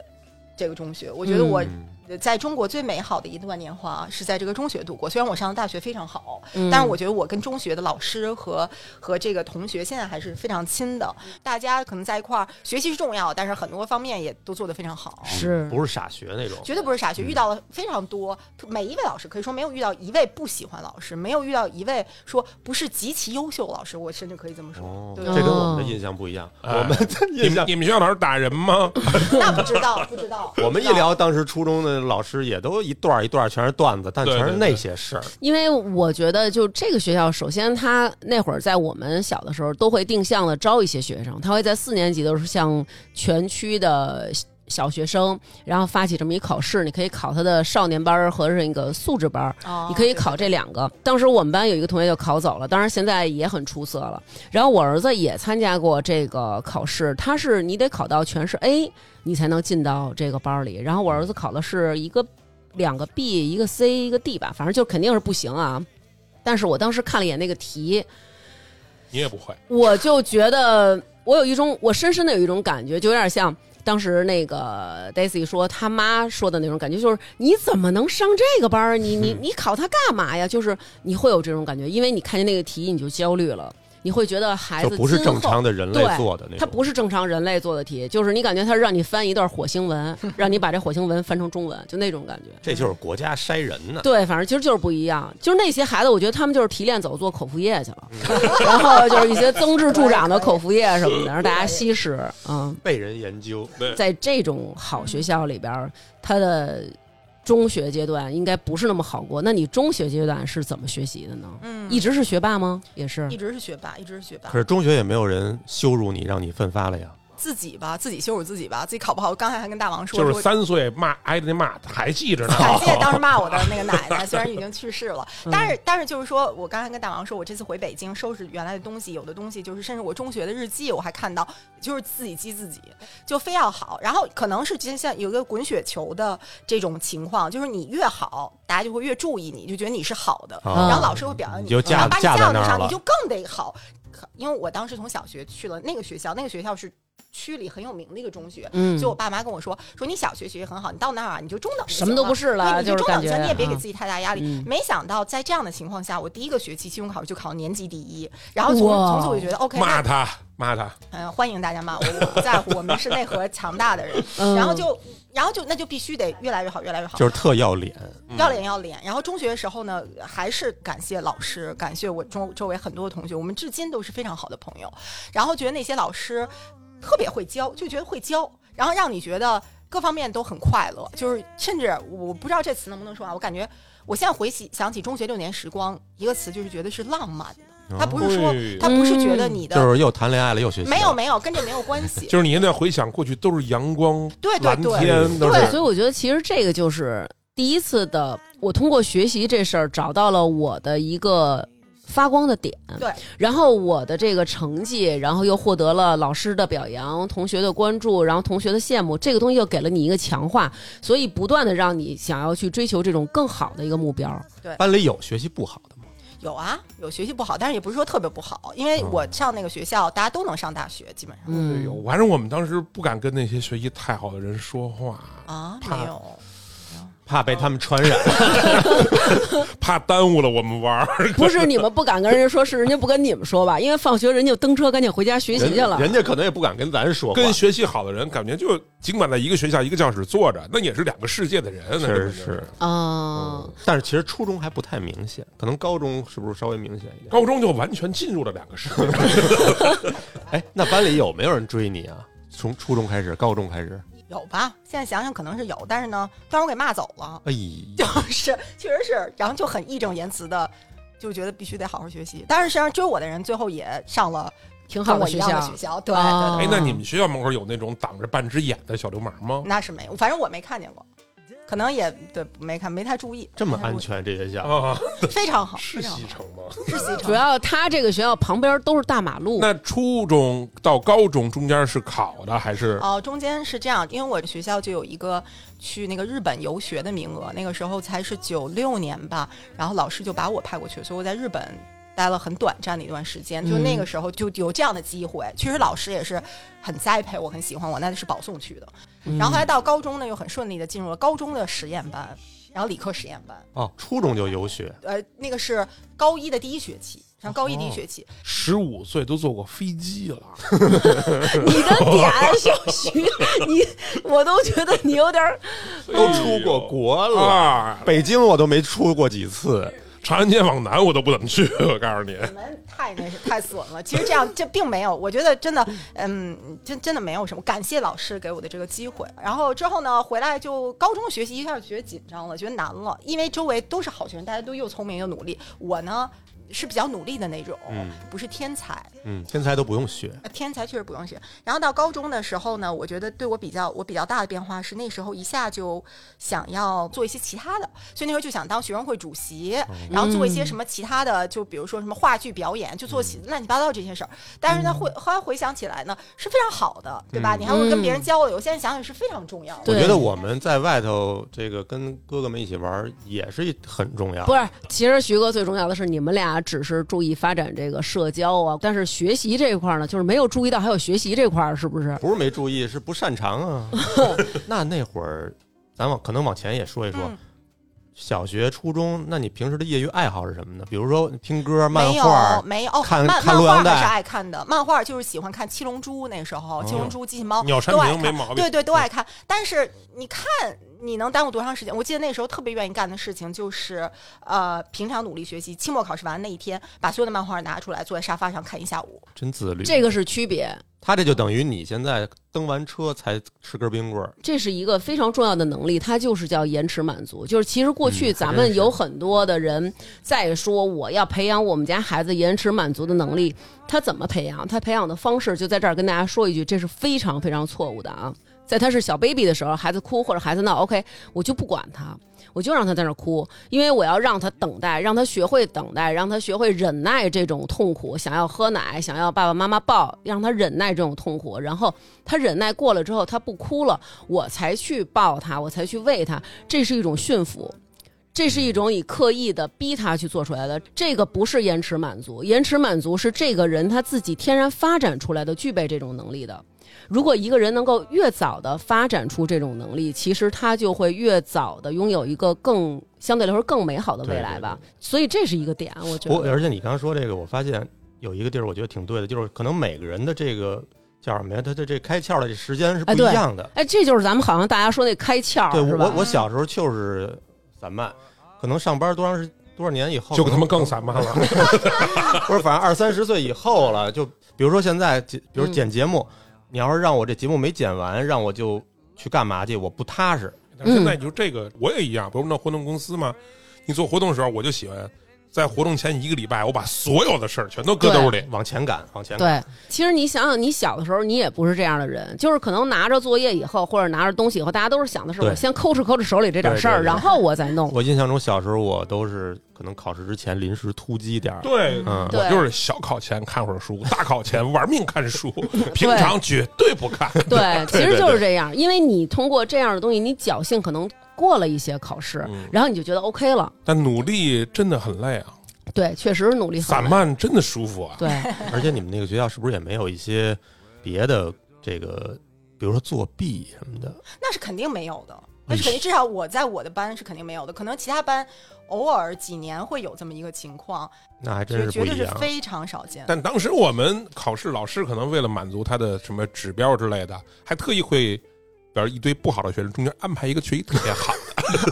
Speaker 2: 这个中学。我觉得我
Speaker 3: 嗯，
Speaker 2: 在中国最美好的一段年华是在这个中学度过。虽然我上的大学非常好，
Speaker 1: 嗯
Speaker 2: 但是我觉得我跟中学的老师和和这个同学现在还是非常亲的。大家可能在一块儿学习是重要，但是很多方面也都做得非常好。
Speaker 1: 是
Speaker 4: 不是傻学那种。
Speaker 2: 绝对不是傻
Speaker 4: 嗯
Speaker 2: 学，遇到了非常多，特每一位老师可以说没有遇到一位不喜欢老师，没有遇到一位说不是极其优秀的老师，我甚至可以这么说。
Speaker 4: 哦，
Speaker 2: 对
Speaker 4: 这跟我们的印象不一样。
Speaker 3: 哎
Speaker 4: 我啊们 的
Speaker 3: 你
Speaker 4: 印
Speaker 3: 们
Speaker 4: 象，
Speaker 3: 你们学校老师打人吗？
Speaker 2: 那不知道，不知道。
Speaker 4: 我们一聊当时初中的老师，也都一段儿一段儿全是段子，但
Speaker 3: 对
Speaker 4: 全是
Speaker 3: 对
Speaker 4: 那
Speaker 3: 对
Speaker 4: 些事儿。
Speaker 1: 因为我觉得，就这个学校，首先他那会儿在我们小的时候，都会定向的招一些学生，他会在四年级的时候向全区的小小学生，然后发起这么一考试，你可以考他的少年班儿和那个素质班儿，
Speaker 2: 哦
Speaker 1: 你可以考这两个。当时我们班有一个同学就考走了，当然现在也很出色了。然后我儿子也参加过这个考试，他是你得考到全是 A，你才能进到这个班儿里。然后我儿子考的是一个两个 B，一个 C，一个 D 吧，反正就肯定是不行啊。但是我当时看了一眼那个题，
Speaker 3: 你也不会，
Speaker 1: 我就觉得我有一种，我深深的有一种感觉，就有点像当时那个 Daisy 说他妈说的那种感觉，就是你怎么能上这个班儿？你
Speaker 4: 嗯
Speaker 1: 你你考它干嘛呀？就是你会有这种感觉，因为你看见那个题你就焦虑了，你会觉得孩
Speaker 4: 就
Speaker 1: 子
Speaker 4: 不是
Speaker 1: 今
Speaker 4: 正
Speaker 1: 后
Speaker 4: 常的人类
Speaker 1: 对
Speaker 4: 做的那种。
Speaker 1: 它不是正常人类做的题，就是你感觉它是让你翻一段火星文，让你把这火星文翻成中文，就那种感觉。
Speaker 4: 这就是国家筛人 呢。
Speaker 1: 对，反正其实就是不一样，就是那些孩子，我觉得他们就是提炼走做口服液去了， 然后就是一些增智助长的口服液什么的，让大家吸食。嗯，
Speaker 4: 被人研究，
Speaker 1: 在这种好学校里边儿，他的中学阶段应该不是那么好过。那你中学阶段是怎么学习的呢？
Speaker 2: 嗯，
Speaker 1: 一直是学霸吗？也是
Speaker 2: 一直是学霸，一直是学霸
Speaker 4: 可。是中学也没有人羞辱你，让你奋发了呀。
Speaker 2: 自己吧，自己羞辱自己吧，自己考不好。刚才还跟大王说，
Speaker 3: 就是
Speaker 2: 说
Speaker 3: 三岁骂挨着那骂，还记着呢。
Speaker 2: 感谢当时骂我的那个 奶奶，虽然已经去世了，
Speaker 4: 嗯
Speaker 2: 但是但是就是说我刚才跟大王说，我这次回北京收拾原来的东西，有的东西就是甚至我中学的日记我还看到，就是自己激自己，就非要好。然后可能是今天像有一个滚雪球的这种情况，就是你越好，大家就会越注意你，就觉得你是好的，
Speaker 4: 啊
Speaker 2: 然
Speaker 1: 嗯
Speaker 2: 后老师会表扬你，
Speaker 4: 你就架
Speaker 2: 然后把你
Speaker 4: 架在
Speaker 2: 架
Speaker 4: 那
Speaker 2: 到
Speaker 4: 儿
Speaker 2: 上，
Speaker 4: 了
Speaker 2: 你就更得好。因为我当时从小学去了那个学校，那个学校是区里很有名的一个中学，
Speaker 1: 嗯
Speaker 2: 所以我爸妈跟我说，说你小学学习很好，你到那儿啊，你就中等就行
Speaker 1: 什么都不是
Speaker 2: 对
Speaker 1: 了
Speaker 2: 你就
Speaker 1: 就是
Speaker 2: 中等
Speaker 1: 感
Speaker 2: 就
Speaker 1: 觉
Speaker 2: 行你也别给自己太大压力。
Speaker 1: 嗯
Speaker 2: 没想到在这样的情况下，我第一个学期期中考试就考年级第一，然后从
Speaker 1: 哇
Speaker 2: 从此我就觉得 OK，
Speaker 3: 骂
Speaker 2: 那
Speaker 3: 他，骂他，
Speaker 2: 嗯、欢迎大家骂我，我不在乎，我们是内核强大的人。
Speaker 1: 嗯
Speaker 2: 然后就，然后就，那就必须得越来越好，越来越好。
Speaker 4: 就是特要脸，
Speaker 1: 嗯
Speaker 2: 要脸要脸。然后中学的时候呢，还是感谢老师，感谢我周周围很多的同学，我们至今都是非常好的朋友。然后觉得那些老师特别会教，就觉得会教，然后让你觉得各方面都很快乐。就是甚至我不知道这词能不能说啊，我感觉我现在回想想起中学六年时光，一个词就是觉得是浪漫的。他不是说
Speaker 3: 对，
Speaker 2: 他不是觉得你的、
Speaker 4: 就是又谈恋爱了又学习了。
Speaker 2: 没有没有跟这没有关 系，
Speaker 3: 就是你现在回想过去都是阳光、
Speaker 2: 对对
Speaker 3: 蓝
Speaker 2: 对
Speaker 3: 天，都
Speaker 1: 对，
Speaker 3: 是
Speaker 1: 所以我觉得其实这个就是第一次的，我通过学习这事儿找到了我的一个发光的点。
Speaker 2: 对，
Speaker 1: 然后我的这个成绩，然后又获得了老师的表扬、同学的关注，然后同学的羡慕，这个东西又给了你一个强化，所以不断的让你想要去追求这种更好的一个目标。
Speaker 4: 班里有学习不好的吗？
Speaker 2: 有啊，有学习不好，但是也不是说特别不好，因为我上那个学校，大家都能上大学，基本上。
Speaker 3: 哎
Speaker 1: 嗯
Speaker 3: 呦，，反正我们当时不敢跟那些学习太好的人说话，
Speaker 2: 啊，
Speaker 3: 怕
Speaker 2: 没有，
Speaker 4: 怕被他们传染。
Speaker 3: 怕耽误了我们玩儿。
Speaker 1: 不是你们不敢跟人家说，是人家不跟你们说吧？因为放学人家就蹬车赶紧回家学习去了。
Speaker 4: 人家可能也不敢跟咱说话。
Speaker 3: 跟学习好的人，感觉就尽管在一个学校、一个教室坐着，那也是两个世界的人。那根
Speaker 4: 是，
Speaker 3: 本就是
Speaker 1: 嗯，
Speaker 4: 但是其实初中还不太明显，可能高中是不是稍微明显一点？
Speaker 3: 高中就完全进入了两个世界。
Speaker 4: 哎，那班里有没有人追你啊？从初中开始，高中开始，
Speaker 2: 有吧？现在想想可能是有，但是呢，当时我给骂走了，
Speaker 4: 哎，
Speaker 2: 就是确实是，然后就很义正言辞的，就觉得必须得好好学习。但是实际上追我的人最后也上了
Speaker 1: 挺好
Speaker 2: 跟
Speaker 1: 的
Speaker 2: 我一
Speaker 1: 学
Speaker 2: 样的
Speaker 1: 校
Speaker 2: 学。校，对
Speaker 1: 哦
Speaker 2: 对
Speaker 3: 哎，那你们学校门口有那种挡着半只眼的小流氓吗
Speaker 1: 哦
Speaker 2: 对，？那是没有，反正我没看见过。可能也对没看没太注意，
Speaker 4: 这么
Speaker 2: 没太
Speaker 4: 安
Speaker 2: 注意，
Speaker 4: 全这些项目，
Speaker 3: 啊，
Speaker 2: 非常好，
Speaker 3: 是
Speaker 2: 非常好
Speaker 3: 西城吗？
Speaker 2: 是啊西
Speaker 1: 主
Speaker 2: 城。
Speaker 1: 要他这个学校旁边都是大马路，
Speaker 3: 那初中到高中中间是考的还是？
Speaker 2: 哦，中间是这样，因为我学校就有一个去那个日本游学的名额，那个时候才是九六年吧，然后老师就把我派过去，所以我在日本待了很短暂的一段时间，就那个时候就有这样的机会。其实老师也是很栽培我，很喜欢我，那是保送去的。然后后来到高中呢，又很顺利的进入了高中的实验班，然后理科实验班，
Speaker 4: 哦，初中就游学，
Speaker 2: 呃，那个是高一的第一学期，上高一第一学期，
Speaker 3: 十五岁都坐过飞机了，
Speaker 1: 你的点小徐，你我都觉得你有点儿
Speaker 4: 都出过国了。
Speaker 3: 啊！
Speaker 4: 北京我都没出过几次，
Speaker 3: 长安街往南我都不怎么去，我告诉你，
Speaker 2: 你们太那是太损了。其实这样这并没有，我觉得真的，嗯，真真的没有什么。感谢老师给我的这个机会。然后之后呢，回来就高中学习一下就觉得紧张了，觉得难了，因为周围都是好学生，大家都又聪明又努力。我呢是比较努力的那种，
Speaker 4: 嗯
Speaker 2: 不是天才。
Speaker 4: 嗯，天才都不用学，
Speaker 2: 呃天才确实不用学。然后到高中的时候呢，我觉得对我比较我比较大的变化是那时候一下就想要做一些其他的，所以那时候就想当学生会主席，
Speaker 4: 哦
Speaker 2: 然后做一些什么其他的，就比如说什么话剧表演，就做起
Speaker 4: 嗯
Speaker 2: 乱七八糟这些事儿。但是呢，回后来回想起来呢，是非常好的，对
Speaker 4: 嗯
Speaker 2: 吧？你还会跟别人交流，现在想想是非常重要的。
Speaker 4: 我
Speaker 1: 对
Speaker 4: 觉得我们在外头这个跟哥哥们一起玩儿也是一很重要。
Speaker 1: 不是。其实徐哥最重要的是，你们俩只是注意发展这个社交啊，但是学习这一块儿呢，就是没有注意到还有学习这块儿，是不是？
Speaker 4: 不是没注意，是不擅长 啊。那那会儿，咱往可能往前也说一说，
Speaker 2: 嗯
Speaker 4: 小学、初中，那你平时的业余爱好是什么呢？比如说听歌、漫
Speaker 2: 没
Speaker 4: 画
Speaker 2: 有，没有，哦
Speaker 4: 看
Speaker 2: 漫
Speaker 4: 看
Speaker 2: 漫
Speaker 4: 录
Speaker 2: 画
Speaker 4: 像带
Speaker 2: 还是爱看的，漫画就是喜欢看《七龙珠》，那时候《七
Speaker 4: 哦
Speaker 2: 龙珠》《机器猫》
Speaker 3: 鸟山
Speaker 2: 都爱
Speaker 3: 明
Speaker 2: 看
Speaker 3: 没毛病。
Speaker 2: 哦对对，都爱看。但是你看，你能耽误多长时间？我记得那时候特别愿意干的事情就是，呃，平常努力学习，期末考试完那一天，把所有的漫画拿出来，坐在沙发上看一下午。
Speaker 4: 真自律。
Speaker 1: 这个是区别，
Speaker 4: 他这就等于你现在蹬完车才吃根冰棍儿，
Speaker 1: 这是一个非常重要的能力，它就是叫延迟满足。就是其实过去
Speaker 4: 嗯
Speaker 1: 咱
Speaker 4: 还真
Speaker 1: 们
Speaker 4: 是
Speaker 1: 有很多的人在说我要培养我们家孩子延迟满足的能力，他怎么培养？他培养的方式就在这儿跟大家说一句，这是非常非常错误的啊！在他是小 baby 的时候，孩子哭或者孩子闹，OK，我就不管他，我就让他在那儿哭，因为我要让他等待，让他学会等待，让他学会忍耐这种痛苦。想要喝奶，想要爸爸妈妈抱，让他忍耐这种痛苦。然后他忍耐过了之后，他不哭了，我才去抱他，我才去喂他，这是一种驯服。这是一种以刻意的逼他去做出来的，这个不是延迟满足，延迟满足是这个人他自己天然发展出来的，具备这种能力的。如果一个人能够越早的发展出这种能力，其实他就会越早的拥有一个更相对来说更美好的未来吧。所以这是一个点，我觉
Speaker 4: 我
Speaker 1: 得。
Speaker 4: 而且你刚刚说这个，我发现有一个地儿，我觉得挺对的，就是可能每个人的这个叫什么呀？他的这开窍的这时间是不
Speaker 1: 哎
Speaker 4: 一
Speaker 1: 对
Speaker 4: 样的。
Speaker 1: 哎，这就是咱们好像大家说那开窍
Speaker 4: 对，
Speaker 1: 是
Speaker 4: 我
Speaker 1: 吧？
Speaker 4: 我小时候就是散漫，可能上班多长时多少年以后，
Speaker 3: 就他妈更散漫了，
Speaker 4: 不是，反正二三十岁以后了，就比如说现在，比如
Speaker 1: 嗯
Speaker 4: 剪节目，你要是让我这节目没剪完，让我就去干嘛去，我不踏实。
Speaker 3: 但是现在就这个，我也一样，不是那活动公司吗？你做活动的时候，我就喜欢在活动前一个礼拜，我把所有的事儿全都搁兜里。
Speaker 4: 往前赶，往前赶。
Speaker 1: 对，其实你想想，你小的时候你也不是这样的人，就是可能拿着作业以后，或者拿着东西以后，大家都是想的是
Speaker 4: 对
Speaker 1: 我先抠哧抠哧手里这点事儿，
Speaker 4: 对对对
Speaker 1: 然后我再弄。
Speaker 4: 我印象中小时候我都是可能考试之前临时突击点儿，
Speaker 3: 对，
Speaker 4: 嗯
Speaker 1: 对
Speaker 3: 我就是小考前看会儿书，大考前玩命看书，平常绝对不看。
Speaker 1: 对，其
Speaker 4: 对
Speaker 1: 实
Speaker 4: 对
Speaker 1: 就是这样，因为你通过这样的东西，你侥幸可能过了一些考试，然后你就觉得 OK 了。
Speaker 3: 但努力真的很累啊，
Speaker 1: 对，确实是努力很
Speaker 3: 散
Speaker 1: 累。
Speaker 3: 漫真的舒服啊。
Speaker 1: 对，
Speaker 4: 而且你们那个学校是不是也没有一些别的这个，比如说作弊什么的？
Speaker 2: 那是肯定没有的，那是肯定，至少我在我的班是肯定没有的。可能其他班偶尔几年会有这么一个情况，
Speaker 4: 那还真
Speaker 2: 就是绝
Speaker 4: 不
Speaker 2: 对
Speaker 4: 一
Speaker 2: 是
Speaker 4: 样。
Speaker 2: 非常少见。
Speaker 3: 但当时我们考试，老师可能为了满足他的什么指标之类的，还特意会，比如一堆不好的学生中间安排一个学习特别好。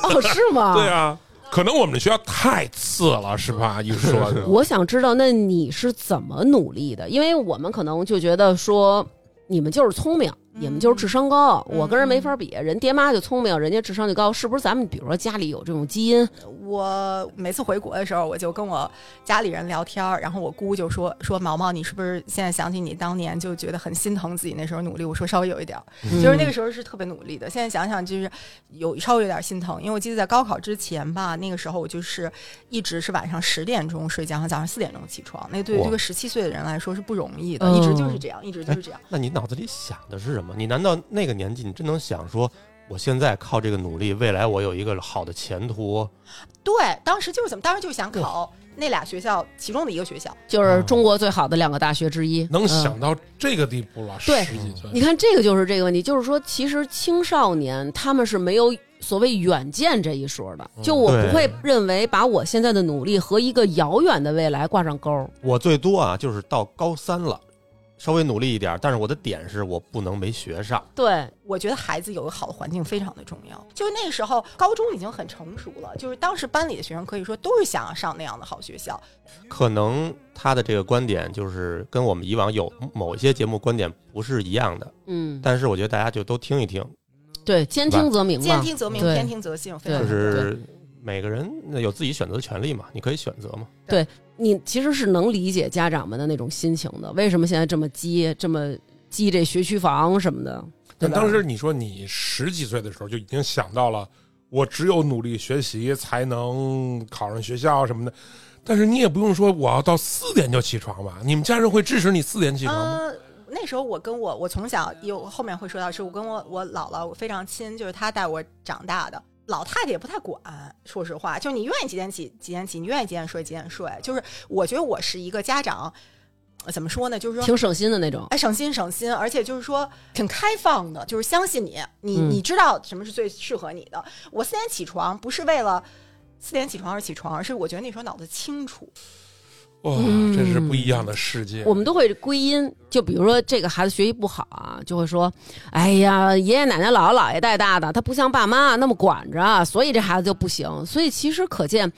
Speaker 1: 哦，是吗？
Speaker 3: 对啊，可能我们的学校太次了，是吧？一说
Speaker 4: 是是
Speaker 1: 我想知道，那你是怎么努力的？因为我们可能就觉得说，你们就是聪明，你们就是智商高，
Speaker 2: 嗯
Speaker 1: 我跟人没法比。人爹妈就聪明，人家智商就高，是不是？咱们比如说家里有这种基因，
Speaker 2: 我每次回国的时候，我就跟我家里人聊天儿，然后我姑就说说毛毛，你是不是现在想起你当年就觉得很心疼自己那时候努力？我说稍微有一点儿，
Speaker 1: 嗯
Speaker 2: 就是那个时候是特别努力的。现在想想就是有稍微有点心疼，因为我记得在高考之前吧，那个时候我就是一直是晚上十点钟睡觉，然后早上四点钟起床。那对于
Speaker 4: 哇
Speaker 2: 这个十七岁的人来说是不容易的，
Speaker 1: 嗯
Speaker 2: 一直就是这样，一直就是这样。
Speaker 4: 那你脑子里想的是什么？你难道那个年纪你真能想说，我现在靠这个努力，未来我有一个好的前途？
Speaker 2: 对，当时就是怎么，当时就想考那俩学校其中的一个学校。
Speaker 1: 就是中国最好的两个大学之一，
Speaker 3: 能
Speaker 1: 嗯
Speaker 3: 想到这个地步了，
Speaker 1: 对
Speaker 3: 十几岁，
Speaker 1: 你看，这个就是这个问题，就是说，其实青少年他们是没有所谓远见这一说的。
Speaker 3: 嗯
Speaker 1: 就我
Speaker 4: 对
Speaker 1: 不会认为把我现在的努力和一个遥远的未来挂上钩儿。
Speaker 4: 我最多啊，就是到高三了，稍微努力一点，但是我的点是我不能没学上。
Speaker 1: 对，
Speaker 2: 我觉得孩子有一个好的环境非常的重要。就是那时候高中已经很成熟了，就是当时班里的学生可以说都是想要上那样的好学校。
Speaker 4: 可能他的这个观点就是跟我们以往有某一些节目观点不是一样的，
Speaker 1: 嗯，
Speaker 4: 但是我觉得大家就都听一听，
Speaker 1: 对，兼听则明
Speaker 2: 兼
Speaker 1: 嘛。
Speaker 2: 听则明，
Speaker 1: 对
Speaker 2: 偏听则信，非常
Speaker 1: 对
Speaker 4: 就是每个人有自己选择的权利嘛，你可以选择嘛。
Speaker 1: 你其实是能理解家长们的那种心情的。为什么现在这么激，这么激这学区房什么的？
Speaker 3: 那
Speaker 1: 对吧
Speaker 3: 当时你说你十几岁的时候就已经想到了，我只有努力学习才能考上学校什么的，但是你也不用说我要到四点就起床吧？你们家人会支持你四点起床吗？
Speaker 2: 嗯，那时候我跟我我从小有后面会说到，是我跟我我姥姥我非常亲，就是她带我长大的。老太太也不太管，说实话，就是你愿意几点起几点起，你愿意几点睡几点睡。就是我觉得我是一个家长，呃怎么说呢？就是说，
Speaker 1: 挺省心的那种。
Speaker 2: 哎，省心省心，而且就是说挺开放的，就是相信你，你
Speaker 1: 嗯
Speaker 2: 你知道什么是最适合你的。我四点起床不是为了四点起床而起床，而是我觉得那时候脑子清楚，
Speaker 3: 哇、
Speaker 1: 嗯
Speaker 3: 这是不一样的世界。
Speaker 1: 我们都会归因，就比如说这个孩子学习不好啊，就会说，哎呀，爷爷奶奶、姥姥姥爷带大的，他不像爸妈那么管着，啊所以这孩子就不行。所以其实可见，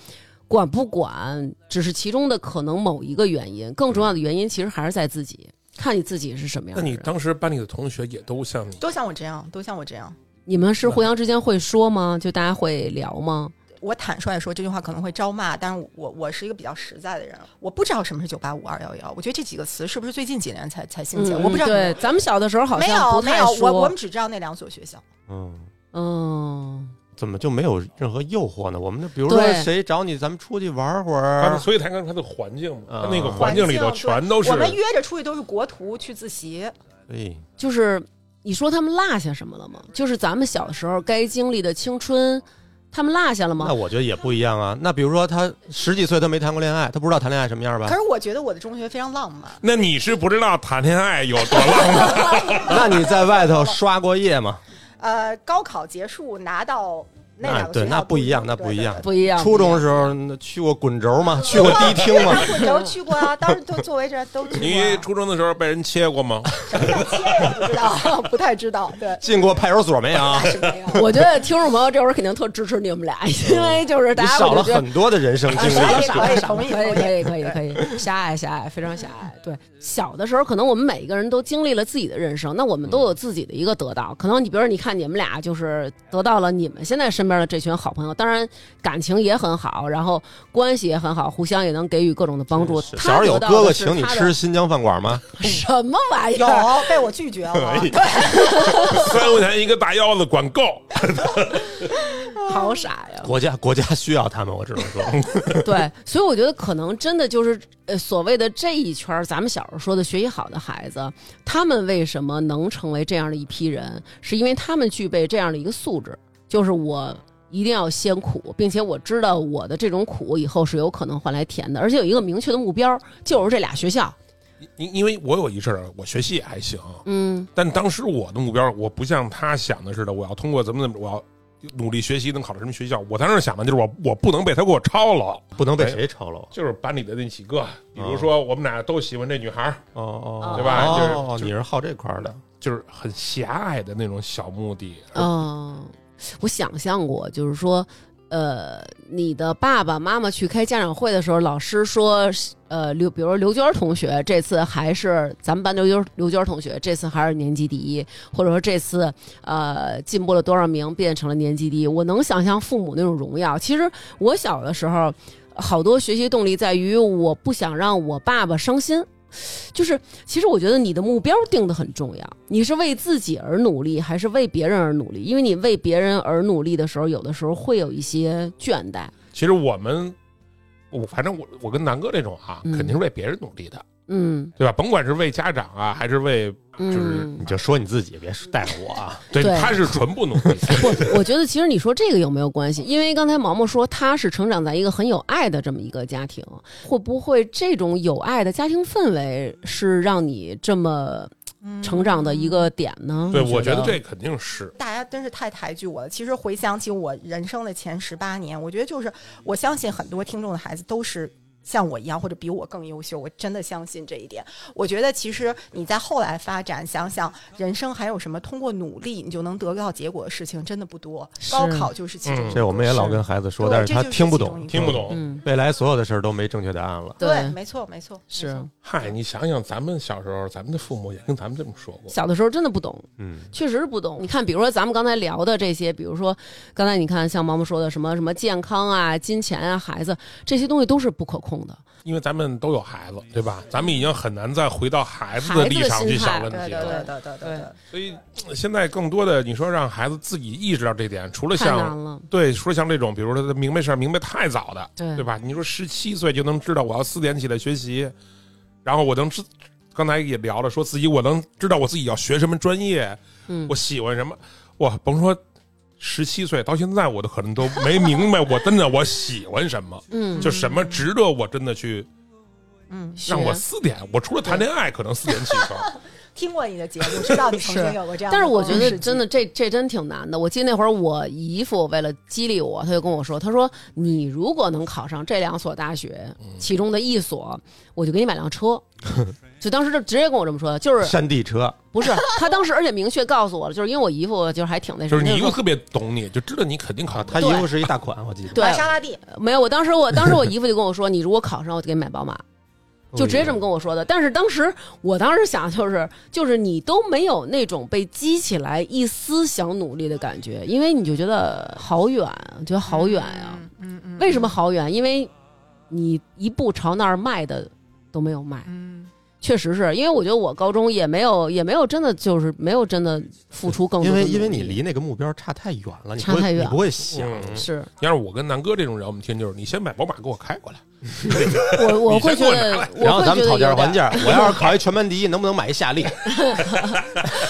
Speaker 1: 管不管只是其中的可能某一个原因，更重要的原因其实还是在自己，看你自己是什么样
Speaker 3: 那
Speaker 1: 的人。
Speaker 3: 你当时班里的同学也都像你，
Speaker 2: 都像我这样，都像我这样。
Speaker 1: 你们是互相之间会说吗？就大家会聊吗？
Speaker 2: 我坦率地说这句话可能会招骂，但是我我是一个比较实在的人，我不知道什么是九八五二幺幺，我觉得这几个词是不是最近几年才才兴起来，我不知道
Speaker 1: 嗯对，
Speaker 2: 有
Speaker 1: 咱们小的时候好
Speaker 2: 没
Speaker 1: 像
Speaker 2: 有
Speaker 1: 不
Speaker 2: 没
Speaker 1: 太
Speaker 2: 有，
Speaker 1: 说。
Speaker 2: 我我们只知道那两所学校，
Speaker 4: 嗯，
Speaker 1: 嗯，
Speaker 4: 怎么就没有任何诱惑呢？我们那比如说
Speaker 1: 对
Speaker 4: 谁找你，咱们出去玩会
Speaker 3: 他的
Speaker 4: 儿。
Speaker 3: 所以他刚才的环境嘛，
Speaker 4: 啊
Speaker 3: 他那个环境里头
Speaker 2: 环境
Speaker 3: 全都是
Speaker 2: 我们约着出去都是国图去自习，
Speaker 4: 哎，
Speaker 1: 就是你说他们落下什么了吗？就是咱们小时候该经历的青春，他们落下了
Speaker 4: 那
Speaker 1: 吗？
Speaker 4: 我觉得也不一样啊。那比如说他十几岁他没谈过恋爱，他不知道谈恋爱什么样吧
Speaker 2: 可？是我觉得我的中学非常浪漫，
Speaker 3: 那你是不知道谈恋爱有 多浪漫，
Speaker 4: 那你在外头刷过夜吗？
Speaker 2: 呃，高考结束拿到那两
Speaker 4: 那
Speaker 2: 个
Speaker 4: 啊对
Speaker 2: 学校
Speaker 4: 那不一样
Speaker 2: 对
Speaker 4: 那不一样
Speaker 2: 对对对
Speaker 1: 不一样。
Speaker 4: 初中时候那去过滚轴吗？ 去过迪厅 吗？
Speaker 2: 我都去过啊，当时都作为这都 去过
Speaker 3: 你
Speaker 2: 啊，
Speaker 3: 初中的时候被人切 过吗？
Speaker 2: 什么叫切也不知道，不太知道，对，
Speaker 4: 进过派出所没有？
Speaker 2: 那 是没有。
Speaker 1: 我觉得听众朋友这会儿肯定特支持你们俩，因为就是
Speaker 4: 嗯
Speaker 1: 大
Speaker 4: 你
Speaker 1: 家
Speaker 4: 少
Speaker 1: 我
Speaker 4: 了
Speaker 1: 就觉得。哎
Speaker 4: 很多的人生经
Speaker 2: 啊
Speaker 4: 历
Speaker 2: 少。
Speaker 1: 少了少了，
Speaker 2: 同意
Speaker 1: 可以
Speaker 2: 同意
Speaker 1: 可以可以可以，狭隘狭隘，非常狭隘。 对，小的时候可能我们每一个人都经历了自己的人生，那我们都
Speaker 4: 嗯
Speaker 1: 有自己的一个得到。可能你比如说，你看你们俩就是得到了你们现在身边的这群好朋友，当然感情也很好，然后关系也很好，互相也能给予各种的帮助。
Speaker 4: 小时候有
Speaker 1: 他得到
Speaker 4: 哥
Speaker 1: 的
Speaker 4: 哥
Speaker 1: 是
Speaker 4: 请你
Speaker 1: 他的
Speaker 4: 吃啊新疆饭馆吗？
Speaker 1: 什么玩 意
Speaker 2: 有
Speaker 1: 儿？
Speaker 2: 被我拒绝
Speaker 4: 哎
Speaker 2: 了，
Speaker 3: 三块钱一个大腰子，管够。
Speaker 1: 好傻呀！
Speaker 4: 国家国家需要他们，我只能 说。
Speaker 1: 对，所以我觉得可能真的就是呃，所谓的这一圈儿，咱们小时候说的学习好的孩子，他们为什么能成为这样的一批人，是因为他们具备这样的一个素质，就是我。一定要先苦，并且我知道我的这种苦以后是有可能换来甜的，而且有一个明确的目标，就是这俩学校。
Speaker 3: 因因为我有一阵儿，我学习也还行，
Speaker 1: 嗯，
Speaker 3: 但当时我的目标，我不像他想的似的，我要通过怎么怎么，我要努力学习，能考上什么学校。我当时想的就是我，我不能被他给我抄了，
Speaker 4: 不能被谁抄了？
Speaker 3: 就是班里的那几个，比如说我们俩都喜欢这女孩儿，
Speaker 4: 哦哦
Speaker 1: 对吧
Speaker 3: 就是
Speaker 4: 哦，
Speaker 3: 就是
Speaker 4: 你是好这块儿的，
Speaker 3: 就是很狭隘的那种小目的。
Speaker 1: 嗯，我想象过，就是说，呃，你的爸爸妈妈去开家长会的时候，老师说，呃，刘，比如说刘娟同学这次还是咱们班刘娟刘娟同学这次还是年级第一，或者说这次呃进步了多少名，变成了年级第一。我能想象父母那种荣耀。其实我小的时候，好多学习动力在于我不想让我爸爸伤心。就是，其实我觉得你的目标定的很重要。你是为自己而努力，还是为别人而努力？因为你为别人而努力的时候，有的时候会有一些倦怠。
Speaker 3: 其实我们，我反正我我跟南哥这种啊，
Speaker 1: 嗯
Speaker 3: 肯定是为别人努力的，
Speaker 1: 嗯，
Speaker 3: 对吧？甭管是为家长啊，还是为就是
Speaker 1: 嗯
Speaker 4: 你就说你自己，别带着我啊。
Speaker 3: 对，
Speaker 1: 对
Speaker 3: 他是纯不努力。
Speaker 1: 不，我觉得其实你说这个有没有关系？因为刚才毛毛说他是成长在一个很有爱的这么一个家庭，会不会这种有爱的家庭氛围是让你这么成长的一个点呢？
Speaker 3: 嗯对，
Speaker 1: 你
Speaker 3: 我觉
Speaker 1: 觉
Speaker 3: 得嗯这肯定是
Speaker 2: 大家真是太抬举我了。其实回想起我人生的前十八年，我觉得就是我相信很多听众的孩子都是。像我一样，或者比我更优秀，我真的相信这一点。我觉得，其实你在后来发展，想想人生还有什么通过努力你就能得到结果的事情，真的不多。
Speaker 1: 是
Speaker 2: 高考就是其中一
Speaker 3: 嗯
Speaker 2: 个，
Speaker 4: 这我们也老跟孩子说，但是他听不懂，
Speaker 3: 听不。懂。
Speaker 1: 嗯，
Speaker 4: 未来所有的事儿都没正确答案了。
Speaker 2: 对，没错，没错，没
Speaker 1: 是
Speaker 2: 错
Speaker 3: 嗨，你想想，咱们小时候，咱们的父母也跟咱们这么说过。
Speaker 1: 小的时候真的不懂，
Speaker 4: 嗯，
Speaker 1: 确实是不懂。你看，比如说咱们刚才聊的这些，比如说刚才你看像毛毛说的什么什么健康啊、金钱啊、孩子这些东西都是不可控的。
Speaker 3: 因为咱们都有孩子，对吧？咱们已经很难再回到孩子的立场去想问
Speaker 2: 对
Speaker 3: 题
Speaker 2: 对
Speaker 3: 了。
Speaker 2: 对对对对对。
Speaker 3: 所以呃现在更多的，你说让孩子自己意识到这点，除了
Speaker 1: 太难
Speaker 3: 像
Speaker 1: 了，
Speaker 3: 对，除了像这种，比如说他明白事儿明白太早的，
Speaker 1: 对
Speaker 3: 对吧？你说十七岁就能知道我要四点起来学习，然后我能知，刚才也聊了，说自己我能知道我自己要学什么专业，
Speaker 1: 嗯
Speaker 3: 我，喜欢什么，哇，甭说十七岁到现在，我都可能都没明白，我真的我喜欢什么，
Speaker 1: 嗯，
Speaker 3: 就什么值得我真的去
Speaker 2: 嗯，
Speaker 3: 让我
Speaker 1: 学
Speaker 3: 四点，我除了谈恋爱，可能四点起床，
Speaker 2: 听过你的节目，知道你曾经有过这样的
Speaker 1: 但是我觉
Speaker 2: 故
Speaker 1: 得
Speaker 2: 事
Speaker 1: 真的这这真挺难的。我记得那会儿我姨父为了激励我，他就跟我说：“他说你如果能考上这两所大学，
Speaker 3: 嗯
Speaker 1: 其中的一所，我就给你买辆 车。”就当时就直接跟我这么说的，就是
Speaker 4: 山地车，
Speaker 1: 不是他当时，而且明确告诉我了，就是因为我姨父就是还挺那什
Speaker 3: 就
Speaker 1: 么，
Speaker 3: 是你
Speaker 1: 他
Speaker 3: 一
Speaker 1: 就说
Speaker 3: 个特别懂你，就知道你肯定考
Speaker 4: 他
Speaker 3: 他
Speaker 4: 一共是一大款，我记得。
Speaker 1: 对
Speaker 2: 玛莎拉蒂，
Speaker 1: 没有，我当时我当时我姨父就跟我说：“你如果考上，我就给你买宝 马。”就直接这么跟我
Speaker 2: 哦
Speaker 1: 说的。但是当时我当时想就是 就是你都没有那种被激起来一丝想努力的感觉，因为你就觉得好远，觉得好远呀、
Speaker 2: 嗯嗯嗯，
Speaker 1: 为什么好远？因为你一步朝那儿迈的都没有迈。
Speaker 2: 嗯？
Speaker 1: 确实是因为我觉得我高中也没有也没有真的就是没有真的付出更多
Speaker 4: 因
Speaker 1: 的努
Speaker 4: 为
Speaker 1: 力，
Speaker 4: 因为你离那个目标差太远了，你不
Speaker 1: 差太
Speaker 4: 会
Speaker 1: 远
Speaker 4: 你不会想，
Speaker 3: 嗯
Speaker 1: 是
Speaker 3: 要是我跟南哥这种人，我们听就是你先买宝马给我开过来，
Speaker 1: 我我会
Speaker 3: 你先给
Speaker 1: 觉得我
Speaker 3: 我拿来，
Speaker 4: 然后
Speaker 1: 会
Speaker 4: 咱
Speaker 1: 觉
Speaker 4: 们
Speaker 1: 得
Speaker 4: 讨价
Speaker 1: 有
Speaker 4: 还
Speaker 1: 点
Speaker 4: 价。我要是考一全班第一，能不能买一夏利？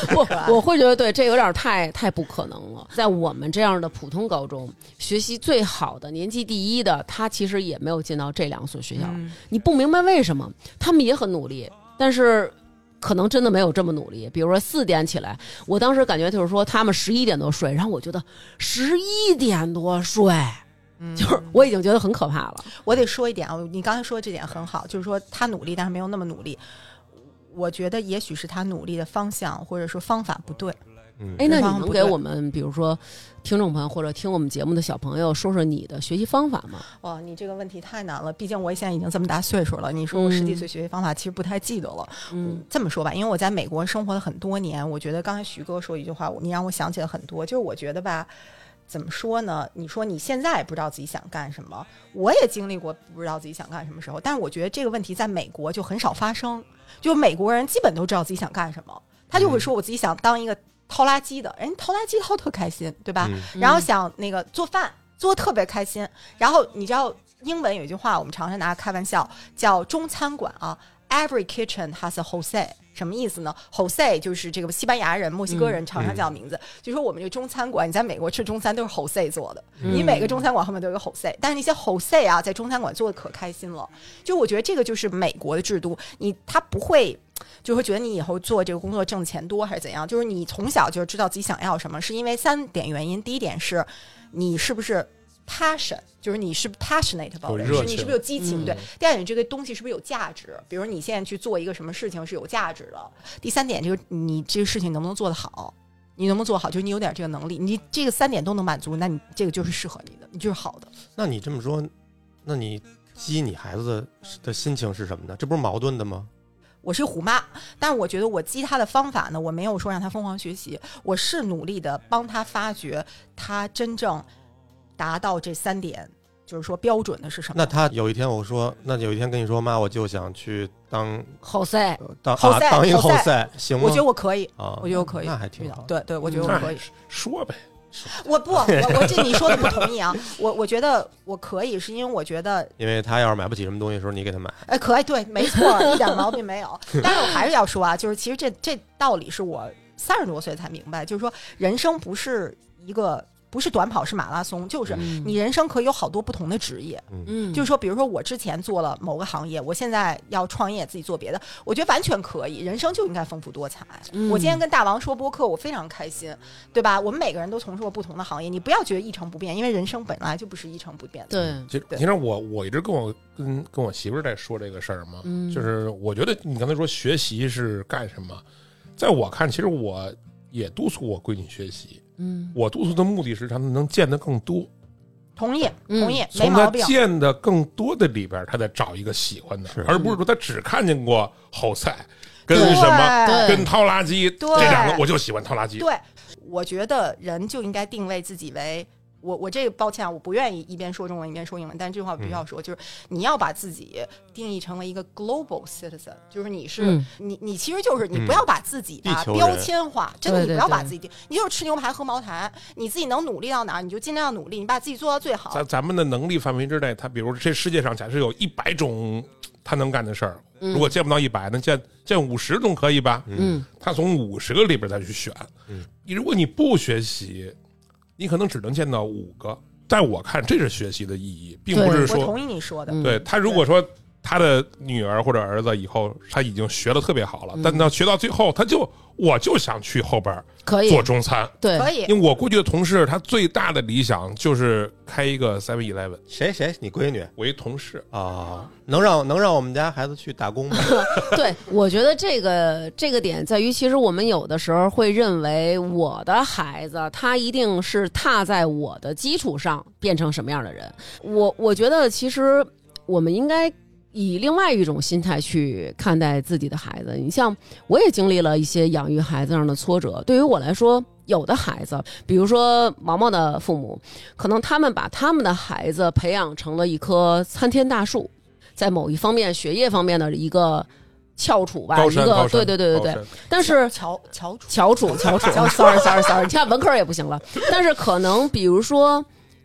Speaker 1: 不，我会觉得对这有点太太不可能了。在我们这样的普通高中，学习最好的、年级第一的，他其实也没有进到这两所学校。
Speaker 2: 嗯
Speaker 1: 你不明白为什么，他们也很努力，但是。可能真的没有这么努力。比如说四点起来，我当时感觉就是说他们十一点多睡，然后我觉得十一点多睡，
Speaker 2: 嗯
Speaker 1: 就是我已经觉得很可怕了。
Speaker 2: 我得说一点啊，你刚才说这点很好，就是说他努力，但是没有那么努力。我觉得也许是他努力的方向或者说方法不对。
Speaker 4: 嗯
Speaker 1: 哎，
Speaker 2: 方
Speaker 1: 那你
Speaker 2: 向
Speaker 1: 能
Speaker 2: 不
Speaker 1: 给
Speaker 2: 对
Speaker 1: 我们，比如说听众朋友或者听我们节目的小朋友，说说你的学习方法吗？
Speaker 2: 哇，哦你这个问题太难了，毕竟我现在已经这么大岁数了。你说我十几
Speaker 1: 嗯
Speaker 2: 岁学习方法，其实不太记得了。
Speaker 1: 嗯，
Speaker 2: 这么说吧，因为我在美国生活了很多年，我觉得刚才徐哥说一句话，我你让我想起了很多。就是我觉得吧，怎么说呢？你说你现在也不知道自己想干什么，我也经历过不知道自己想干什么时候，但是我觉得这个问题在美国就很少发生，就美国人基本都知道自己想干什么，他
Speaker 1: 嗯
Speaker 2: 就会说我自己想当一个掏垃圾的，人家掏垃圾掏特开心，对吧？
Speaker 4: 嗯
Speaker 2: 然后想那个做饭做特别开心，然后你知道英文有一句话我们常常拿它开玩笑，叫中餐馆啊，Every kitchen has a Jose。什么意思呢？Jose 就是这个西班牙人、墨西哥人常常叫的名字，就说我们这中餐馆，你在美国吃中餐都是 Jose 做的，你每个中餐馆后面都有一个 Jose，但是那些 Jose 啊，在中餐馆做的可开心了。就我觉得这个就是美国的制度，你他不会就会觉得你以后做这个工作挣钱多还是怎样？就是你从小就知道自己想要什么，是因为三点原因。第一点是你是不是 passion，就是你是不是 passionate about
Speaker 3: 有
Speaker 2: it，
Speaker 3: 热
Speaker 2: 是你
Speaker 3: 情嗯
Speaker 2: 是不是有激情？对。第二点，这个东西是不是有价值？比如你现在去做一个什么事情是有价值的。第三点，这个你这个事情能不能做得好？你能不能做好？就是你有点这个能力，你这个三点都能满足，那你这个就是适合你的，你就是好的。
Speaker 4: 那你这么说，那你激你孩子的的心情是什么呢？这不是矛盾的吗？
Speaker 2: 我是虎妈，但是我觉得我激他的方法呢，我没有说让他疯狂学习，我是努力的帮他发掘他真正达到这三点，就是说标准的是什么。
Speaker 4: 那他有一天我说，那有一天跟你说，妈，我就想去当
Speaker 1: 好塞，
Speaker 4: 呃当
Speaker 2: 后
Speaker 4: 啊
Speaker 2: 赛
Speaker 4: 当一个
Speaker 2: 后
Speaker 4: 后
Speaker 2: 赛
Speaker 4: 赛，行吗？
Speaker 2: 我觉得我可以，
Speaker 4: 啊，
Speaker 2: 我觉得我可以
Speaker 4: 那还
Speaker 2: 遇
Speaker 4: 挺
Speaker 2: 到
Speaker 4: 好。嗯
Speaker 2: 对对，我觉得
Speaker 3: 那
Speaker 2: 我可以。
Speaker 3: 哎说呗，
Speaker 2: 我不，我我这你说的不 同意啊。我我觉得我可以，是因为我觉得，
Speaker 4: 因为他要是买不起什么东西的时候，你给他买。
Speaker 2: 哎，可以，对，没错，一点毛病 没有。但是我还是要说啊，就是其实这这道理是我三十多岁才明白，就是说人生不是一个不是短跑，是马拉松，就是
Speaker 1: 嗯
Speaker 2: 你人生可以有好多不同的职业。
Speaker 1: 嗯，
Speaker 2: 就是说，比如说我之前做了某个行业，我现在要创业自己做别的，我觉得完全可以。人生就应该丰富多彩。
Speaker 1: 嗯
Speaker 2: 我今天跟大王说播客，我非常开心，对吧？我们每个人都从事过不同的行业，你不要觉得一成不变，因为人生本来就不是一成不变的。
Speaker 1: 对，
Speaker 3: 其实
Speaker 2: 对
Speaker 3: 你知道我我一直跟我跟跟我媳妇儿在说这个事儿嘛，
Speaker 1: 嗯
Speaker 3: 就是我觉得你刚才说学习是干什么，在我看，其实我也督促我闺女学习，
Speaker 1: 嗯
Speaker 3: 我督促的目的是让她能见得更多，
Speaker 2: 同意，
Speaker 1: 嗯
Speaker 2: 同意，没
Speaker 3: 从她
Speaker 2: 毛病。
Speaker 3: 见的更多的里边儿，她再找一个喜欢的
Speaker 4: 是，
Speaker 3: 而不是说她只看见过后菜跟
Speaker 1: 对
Speaker 3: 什么
Speaker 1: 对
Speaker 3: 跟掏垃圾
Speaker 2: 对
Speaker 3: 这两个，我就喜欢掏垃圾。
Speaker 2: 对，我觉得人就应该定位自己为我，我这个抱歉啊，我不愿意一边说中文一边说英文，但这句话我
Speaker 3: 嗯
Speaker 2: 必须要说，就是你要把自己定义成为一个 global citizen，就是你是、
Speaker 1: 嗯
Speaker 2: 你，你其实就是
Speaker 3: 嗯
Speaker 2: 你不要把自己吧、
Speaker 4: 地球人
Speaker 2: 标签化，真的
Speaker 1: 对
Speaker 2: 你
Speaker 1: 对
Speaker 2: 不要把自
Speaker 1: 对
Speaker 2: 己定，你就是吃牛排喝茅台，你自己能努力到哪儿你就尽量努力，你把自己做到最好
Speaker 3: 咱。咱们的能力范围之内，他比如这世界上假设有一百种他能干的事儿，
Speaker 1: 嗯
Speaker 3: 如果见不到一百，能见见五十总可以吧？
Speaker 1: 嗯
Speaker 3: 他从五十个里边再去选。
Speaker 4: 嗯
Speaker 3: 你如果你不学习，你可能只能见到五个。在我看，这是学习的意义，并不是
Speaker 2: 我
Speaker 3: 说
Speaker 2: 同意你说的，
Speaker 1: 嗯
Speaker 3: 对他如果说他的女儿或者儿子以后他已经学的特别好了，
Speaker 1: 嗯
Speaker 3: 但到学到最后，他就我就想去后边
Speaker 1: 可以
Speaker 3: 做中餐，
Speaker 1: 对
Speaker 2: 可以。
Speaker 3: 因为我过去的同事他最大的理想就是开一个 Seven Eleven。
Speaker 4: 谁谁？你闺女
Speaker 3: 我一同事，
Speaker 4: 啊？能让能让我们家孩子去打工吗？
Speaker 1: 对，我觉得这个这个点在于，其实我们有的时候会认为我的孩子他一定是踏在我的基础上变成什么样的人。我我觉得其实我们应该以另外一种心态去看待自己的孩子。你像我也经历了一些养育孩子上的挫折，对于我来说。有的孩子，比如说毛毛的父母，可能他们把他们的孩子培养成了一棵参天大树，在某一方面学业方面的一个翘楚吧，
Speaker 3: 高
Speaker 1: 一
Speaker 3: 山，
Speaker 1: 个
Speaker 3: 高
Speaker 1: 对对
Speaker 3: 山，
Speaker 1: 对对
Speaker 3: 高
Speaker 1: 对
Speaker 3: 山。。
Speaker 1: 但是
Speaker 2: 乔乔楚，
Speaker 1: 翘 楚翘楚，sorry sorry sorry，你看文科也不行了。但是可能比如说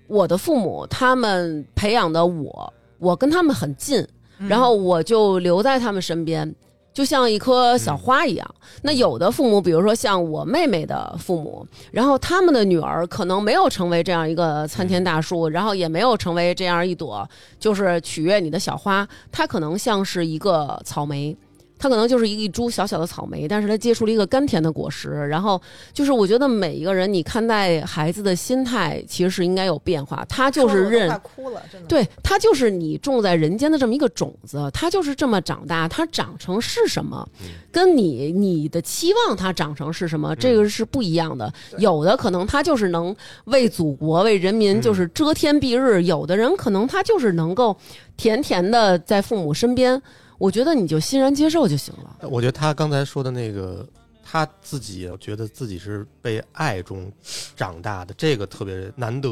Speaker 1: 我的父母他们培养的我，我跟他们很近，然后我就留在他们身边。就像一棵小花一样，那有的父母，比如说像我妹妹的父母，然后他们的女儿可能没有成为这样一个参天大树，然后也没有成为这样一朵就是取悦你的小花，她可能像是一个草莓，它可能就是一株小小的草莓，但是它结出了一个甘甜的果实。然后就是，我觉得每一个人你看待孩子的心态其实是应该有变化，他就
Speaker 2: 说得我都
Speaker 1: 是
Speaker 2: 快
Speaker 1: 认。
Speaker 2: 哭了，真的。
Speaker 1: 对，它就是你种在人间的这么一个种子，它就是这么长大，它长成是什么，
Speaker 4: 嗯
Speaker 1: 跟你你的期望它长成是什么，这个是不一样的。有的可能它就是能为祖国、为人民就是遮天蔽日，有的人可能他就是能够甜甜的在父母身边，我觉得你就欣然接受就行 了。
Speaker 4: 我觉得他刚才说的那个，他自己觉得自己是被爱中长大的，这个特别难得，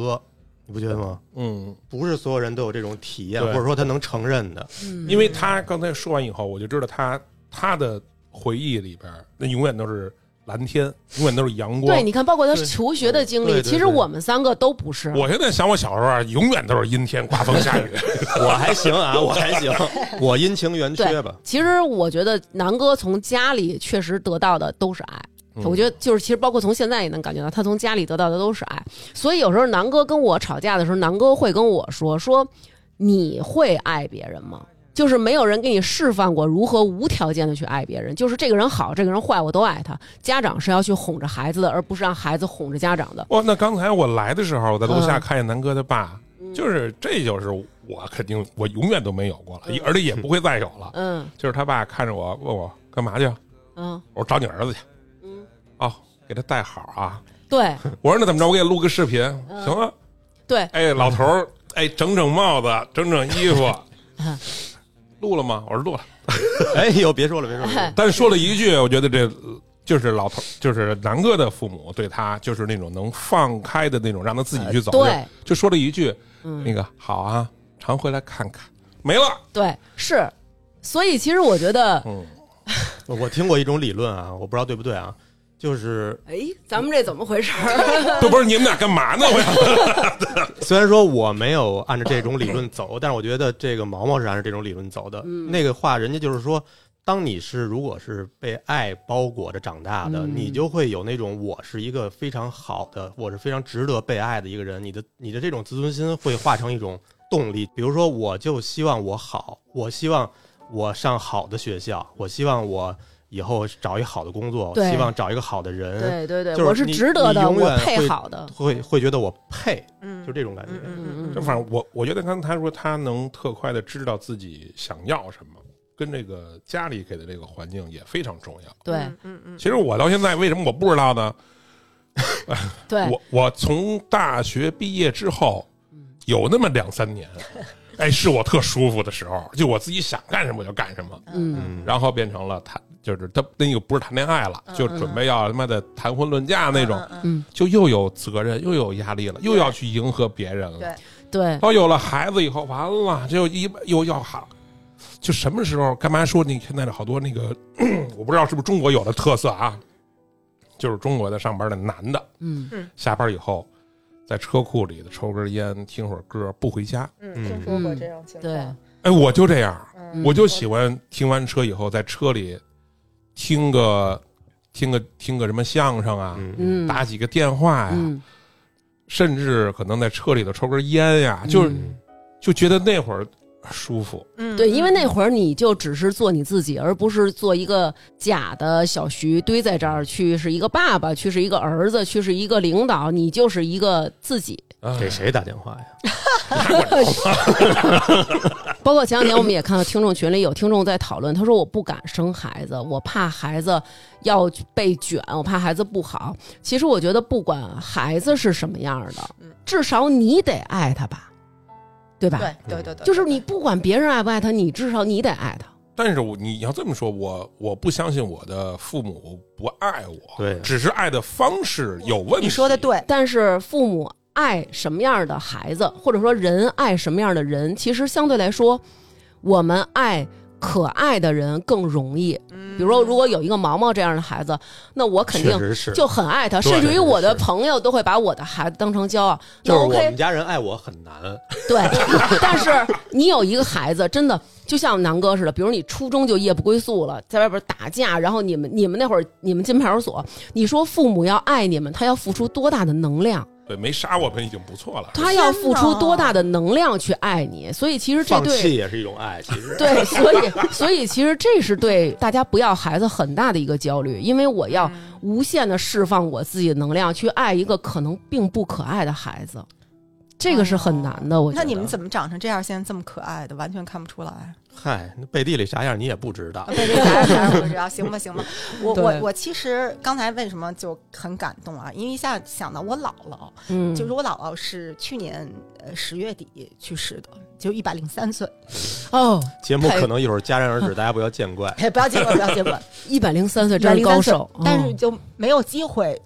Speaker 4: 你不觉得吗？
Speaker 3: 嗯，
Speaker 4: 不是所有人都有这种体验，
Speaker 3: 对
Speaker 4: 或者说他能承认的。
Speaker 1: 嗯
Speaker 3: 因为他刚才说完以后，我就知道他他的回忆里边，那永远都是蓝天，永远都是阳光
Speaker 1: 对，。你看，包括他
Speaker 4: 对
Speaker 1: 求学的经
Speaker 4: 对
Speaker 1: 历，
Speaker 4: 对
Speaker 1: 其实
Speaker 4: 对
Speaker 1: 我们三个都不是。
Speaker 3: 我现在想我小时候啊，永远都是阴天、刮 风、下雨。
Speaker 4: 我还行啊，我还 行，我阴晴圆缺吧。
Speaker 1: 其实我觉得南哥从家里确实得到的都是爱。我觉得就是，其实包括从现在也能感觉到，他从家里得到的都是爱。所以有时候南哥跟我吵架的时候，南哥会跟我说：“说你会爱别人吗？就是没有人给你示范过如何无条件的去爱别人，就是这个人好，这个人坏，我都爱他。家长是要去哄着孩子的，而不是让孩子哄着家长的。
Speaker 3: 哦，那刚才我来的时候，我在楼下
Speaker 1: 嗯
Speaker 3: 看见南哥他爸，就是这就是我肯定我永远都没有过了，而且也不会再有了。
Speaker 1: 嗯
Speaker 3: 就是他爸看着我问我干嘛去啊，
Speaker 1: 嗯
Speaker 3: 我说找你儿子去。
Speaker 1: 嗯，
Speaker 3: 哦，给他带好啊。
Speaker 1: 对
Speaker 3: 我说那怎么着？我给你录个视频，
Speaker 1: 嗯
Speaker 3: 行啊。
Speaker 1: 对，
Speaker 3: 哎，老头儿，哎，整整帽子，整整衣服
Speaker 1: 嗯，
Speaker 3: 录了吗？我说录了，
Speaker 4: 哎呦，别说了，别说了别说了，
Speaker 3: 但是说了一句，我觉得这呃就是老头，就是南哥的父母对他就是那种能放开的那种，让他自己去走。
Speaker 1: 呃对
Speaker 3: 就，就说了一句，那
Speaker 1: 嗯，
Speaker 3: 个好啊，常回来看看。没了，
Speaker 1: 对，是。所以其实我觉得，
Speaker 3: 嗯，
Speaker 4: 我听过一种理论啊，我不知道对不对啊，就是
Speaker 1: 哎，咱们这怎么回事儿？
Speaker 3: 这不是你们俩干嘛呢？我想
Speaker 4: 虽然说我没有按照这种理论走，但是我觉得这个毛毛是按照这种理论走的。
Speaker 2: 嗯
Speaker 4: 那个话，人家就是说，当你是如果是被爱包裹着长大的，
Speaker 1: 嗯
Speaker 4: 你就会有那种我是一个非常好的，我是非常值得被爱的一个人。你的你的这种自尊心会化成一种动力，比如说，我就希望我好，我希望我上好的学校，我希望我以后找一好的工作，
Speaker 1: 对
Speaker 4: 希望找一个好的人，
Speaker 1: 对对对，
Speaker 4: 就是
Speaker 1: 我是
Speaker 4: 你
Speaker 1: 值得
Speaker 4: 你
Speaker 1: 的，
Speaker 4: 永
Speaker 1: 我
Speaker 4: 远
Speaker 1: 配
Speaker 4: 会
Speaker 1: 好的。
Speaker 4: 会会觉得我配，
Speaker 2: 嗯，
Speaker 4: 就这种感觉。
Speaker 2: 嗯嗯
Speaker 1: 嗯
Speaker 2: 嗯
Speaker 3: 就
Speaker 1: 嗯
Speaker 3: 反正我，我觉得刚才他说他能特快的知道自己想要什么，跟这个家里给的这个环境也非常重要。
Speaker 1: 对，
Speaker 2: 嗯嗯
Speaker 3: 其实我到现在为什么我不知道呢？
Speaker 1: 对，
Speaker 3: 我我从大学毕业之后，
Speaker 2: 嗯
Speaker 3: 有那么两三 年，哎，是我特舒服的时候，就我自己想干什么我就干什么，
Speaker 1: 嗯，
Speaker 4: 嗯，
Speaker 3: 然后变成了谈，就是他那个不是谈恋爱了，就准备要他妈的谈婚论嫁那种，
Speaker 2: 嗯
Speaker 1: 嗯，
Speaker 3: 就又有责任又有压力了，又要去迎合别人了。
Speaker 2: 嗯对，
Speaker 1: 对，
Speaker 3: 到有了孩子以后，完了就一又要喊，就什么时候干嘛说你现在的好多那个， 我不知道是不是中国有的特色啊，就是中国的上班的男的
Speaker 1: 嗯，
Speaker 3: 下班以后，在车库里头抽根烟，听会儿歌，不回家。
Speaker 2: 嗯，
Speaker 4: 嗯
Speaker 2: 听说过这种情
Speaker 1: 对
Speaker 2: 况，，
Speaker 3: 哎，我就这样，
Speaker 2: 嗯
Speaker 3: 我就喜欢听完车以后，在车里听个听个听个什么相声啊，
Speaker 1: 嗯，
Speaker 3: 打几个电话呀、
Speaker 1: 嗯，
Speaker 3: 甚至可能在车里头抽根烟呀、
Speaker 1: 嗯
Speaker 3: 就是就觉得那会儿舒服。
Speaker 2: 嗯
Speaker 1: 对，因为那
Speaker 2: 儿
Speaker 1: 会儿你就只是做你自己，而不是做一个假的小徐堆在这儿去是一个爸爸，去是一个儿子，去是一个领导，你就是一个自己。
Speaker 3: 啊
Speaker 4: 给谁打电话呀？
Speaker 1: 包括前两天我们也看到听众群里有听众在讨论，他说我不敢生孩子，我怕孩子要被卷，我怕孩子不好。其实我觉得不管孩子是什么样的
Speaker 2: 嗯，
Speaker 1: 至少你得爱他吧，对吧？
Speaker 2: 对对对对，
Speaker 1: 就是你不管别人爱不爱他，你至少你得爱他。
Speaker 3: 但是我你要这么说，我我不相信我的父母不爱我，
Speaker 4: 对啊
Speaker 3: 只是爱的方式有问题。
Speaker 2: 你说的，对，
Speaker 1: 但是父母爱什么样的孩子，或者说人爱什么样的人，其实相对来说，我们爱可爱的人更容易。比如说，如果有一个毛毛这样的孩子，那我肯
Speaker 4: 确
Speaker 1: 定
Speaker 4: 实是，
Speaker 1: 就很爱他，
Speaker 4: 对
Speaker 1: 甚至于我的
Speaker 4: 是
Speaker 1: 朋友都会把我的孩子当成骄傲。那
Speaker 4: 就是我
Speaker 1: OK，
Speaker 4: 们家人爱我很难，
Speaker 1: 对， 但是你有一个孩子，真的就像南哥似的，比如你初中就夜不归宿了，在外边打架，然后你们你们那会儿你们进派出所，你说父母要爱你们，他要付出多大的能量？
Speaker 3: 对，没杀我们已经不错了。
Speaker 1: 他要付出多大的能量去爱你？所以其实这
Speaker 4: 放
Speaker 1: 对
Speaker 4: 弃也是一种爱，其实。
Speaker 1: 对，所以所以其实这是对大家不要孩子很大的一个焦虑，因为我要
Speaker 2: 嗯
Speaker 1: 无限的释放我自己的能量去爱一个可能并不可爱的孩子，这个是很难的。我觉
Speaker 2: 那
Speaker 1: 得啊
Speaker 2: 你们怎么长成这样，现在这么可爱的，完全看不出来。
Speaker 4: 嗨，那背地里啥样你也不知道
Speaker 1: 呃
Speaker 2: 啊。对对对，我知道，行吧行吧。 我
Speaker 1: 对
Speaker 2: 我我其实刚才为什么就很感动啊？因为一下想到我姥姥，
Speaker 1: 嗯
Speaker 2: 就是我姥姥是去年呃十月底去世的，就一百零三岁。
Speaker 1: 哦，
Speaker 4: 节目可能一会儿戛然
Speaker 1: 嗯
Speaker 4: 而止，大家不要见怪。
Speaker 2: 哎，不要结婚，不要结婚，
Speaker 1: 一百零三岁
Speaker 2: 103
Speaker 1: 真是高
Speaker 2: 岁
Speaker 1: 手，
Speaker 2: 但是
Speaker 1: 嗯
Speaker 2: 就没有机会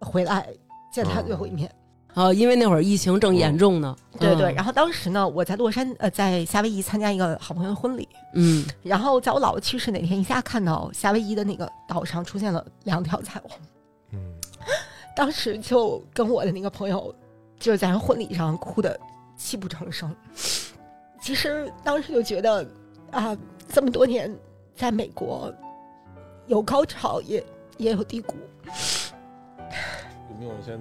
Speaker 2: 回来见他最后一面。
Speaker 1: 啊，因为那会儿疫情正严重呢。
Speaker 2: 对对，
Speaker 1: 嗯嗯
Speaker 2: 然后当时呢，我在洛杉呃，在夏威夷参加一个好朋友婚礼，
Speaker 1: 嗯，
Speaker 2: 然后在我姥姥去世那天，一下看到夏威夷的那个岛上出现了两条彩虹，
Speaker 4: 嗯，
Speaker 2: 当时就跟我的那个朋友，就是在人婚礼上哭的泣不成声。其实当时就觉得啊，这么多年在美国，有高潮也也有低谷，
Speaker 3: 有没有先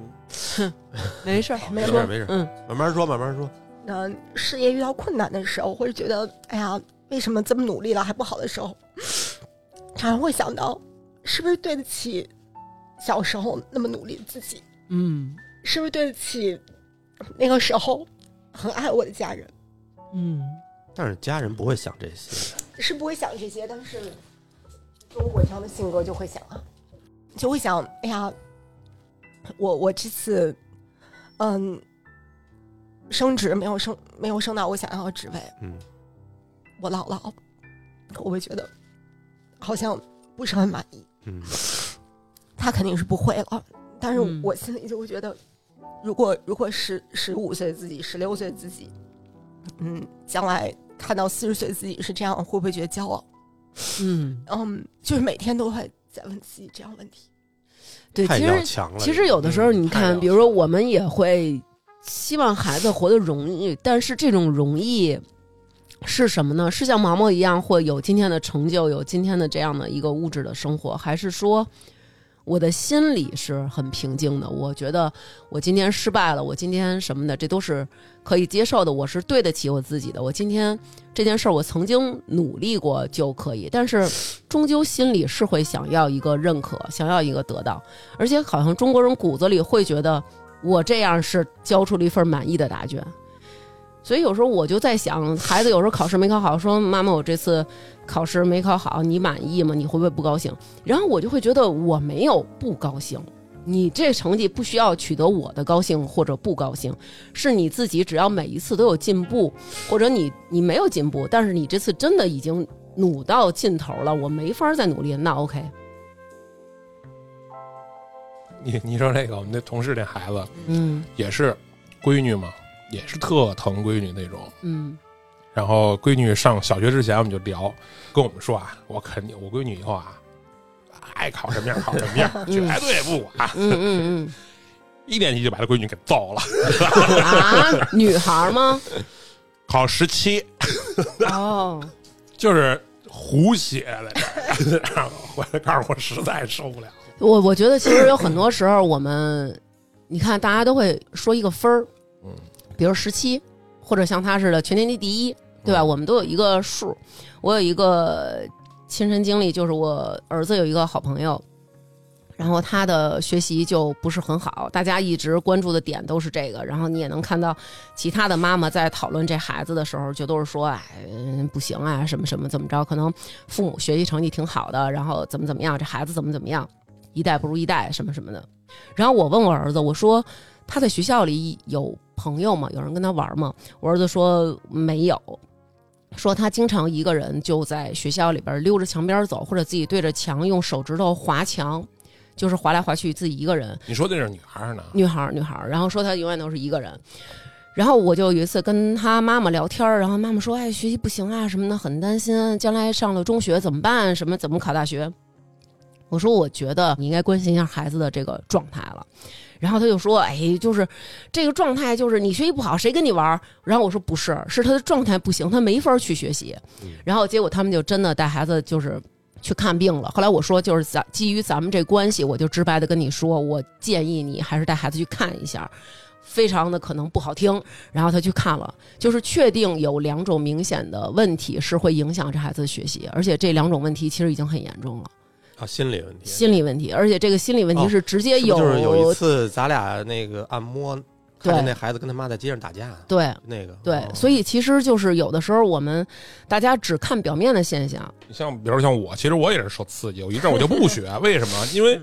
Speaker 1: 没事，
Speaker 4: 没事儿没事儿，
Speaker 1: 嗯
Speaker 4: 慢慢说慢慢说。
Speaker 2: 那事业遇到困难的时候，或者觉得哎呀，为什么这么努力了还不好的时候，常常会想到，是不是对得起小时候那么努力的自己？
Speaker 1: 嗯
Speaker 2: 是不是对得起那个时候很爱我的家人？
Speaker 1: 嗯，
Speaker 4: 但是家人不会想这些，
Speaker 2: 是不会想这些，但是作为我这样的性格就会想啊，就会想，哎呀，我我这次，嗯，升职没有升没有升到我想要的职位，
Speaker 4: 嗯，
Speaker 2: 我姥姥，我会觉得好像不是很满意，
Speaker 4: 嗯
Speaker 2: 她肯定是不会了。但是
Speaker 1: 嗯
Speaker 2: 我心里就会觉得，如果如果十十五岁自己、十六岁自己，嗯，将来看到四十岁自己是这样，会不会觉得骄傲？
Speaker 1: 嗯，
Speaker 2: 嗯，就是每天都会在问自己这样问题。
Speaker 1: 对，
Speaker 4: 太
Speaker 1: 其
Speaker 4: 要
Speaker 1: 实
Speaker 4: 强了。嗯
Speaker 1: 其实有的时候，你
Speaker 4: 太了
Speaker 1: 看，
Speaker 4: 解
Speaker 1: 比如说我们也会希望孩子活得容易，但是这种容易是什么呢？是像毛毛一样，会有今天的成就，有今天的这样的一个物质的生活，还是说？我的心里是很平静的，我觉得我今天失败了，我今天什么的，这都是可以接受的，我是对得起我自己的。我今天这件事儿，我曾经努力过就可以，但是终究心里是会想要一个认可，想要一个得到。而且好像中国人骨子里会觉得我这样是交出了一份满意的答卷。所以有时候我就在想，孩子有时候考试没考好，说妈妈我这次考试没考好，你满意吗？你会不会不高兴？然后我就会觉得我没有不高兴，你这成绩不需要取得我的高兴或者不高兴，是你自己只要每一次都有进步，或者你你没有进步，但是你这次真的已经努到尽头了，我没法再努力，那 OK，
Speaker 3: 你你说这个，我们那同事那孩子
Speaker 1: 嗯
Speaker 3: 也是闺女嘛，也是特疼闺女那种。
Speaker 1: 嗯
Speaker 3: 然后闺女上小学之前，我们就聊，跟我们说啊，我肯定我闺女以后啊，爱考什么样考什么样，绝对不管。
Speaker 1: 嗯嗯嗯。
Speaker 3: 一年级就把她闺女给揍了，
Speaker 1: 啊，女孩吗？
Speaker 3: 考十七
Speaker 1: 哦，
Speaker 3: 就是胡写在这儿， 然后回来告诉我实在受不了。
Speaker 1: 我我觉得其实有很多时候我们，你看大家都会说一个分儿，
Speaker 3: 嗯，
Speaker 1: 比如十七，或者像他似的全年级第一，对吧？我们都有一个数。我有一个亲身经历，就是我儿子有一个好朋友，然后他的学习就不是很好，大家一直关注的点都是这个。然后你也能看到其他的妈妈在讨论这孩子的时候，就都是说，哎，嗯不行啊，什么什么怎么着？可能父母学习成绩挺好的，然后怎么怎么样，这孩子怎么怎么样，一代不如一代，什么什么的。然后我问我儿子，我说他在学校里有朋友吗？有人跟他玩吗？我儿子说没有，说他经常一个人就在学校里边溜着墙边走，或者自己对着墙用手指头划墙，就是划来划去自己一个人。
Speaker 3: 你说那是女孩儿呢？
Speaker 1: 女孩儿，女孩儿，然后说她永远都是一个人。然后我就有一次跟她妈妈聊天儿，然后妈妈说：“哎，学习不行啊什么的，很担心啊将来上了中学怎么办？什么怎么考大学？”我说：“我觉得你应该关心一下孩子的这个状态了。”然后她就说：“哎，就是这个状态，就是你学习不好，谁跟你玩儿？”然后我说：“不是，是他的状态不行，他没法儿去学习。”然后结果他们就真的带孩子就是去看病了。后来我说，就是咱基于咱们这关系，我就直白的跟你说，我建议你还是带孩子去看一下，非常的可能不好听。然后他去看了，就是确定有两种明显的问题是会影响这孩子的学习，而且这两种问题其实已经很严重了，
Speaker 4: 啊，心理问题。
Speaker 1: 心理问题，而且这个心理问题
Speaker 4: 哦
Speaker 1: 是直接
Speaker 4: 是不
Speaker 1: 有、
Speaker 4: 是就是有一次咱俩那个按摩，看
Speaker 1: 对
Speaker 4: 见那孩子跟他妈在街上打架，
Speaker 1: 对。
Speaker 4: 那个哦
Speaker 1: 对，所以其实就是有的时候我们大家只看表面的现象，
Speaker 3: 你像比如像我，其实我也是受刺激，我一阵儿我就不学，为什么？因为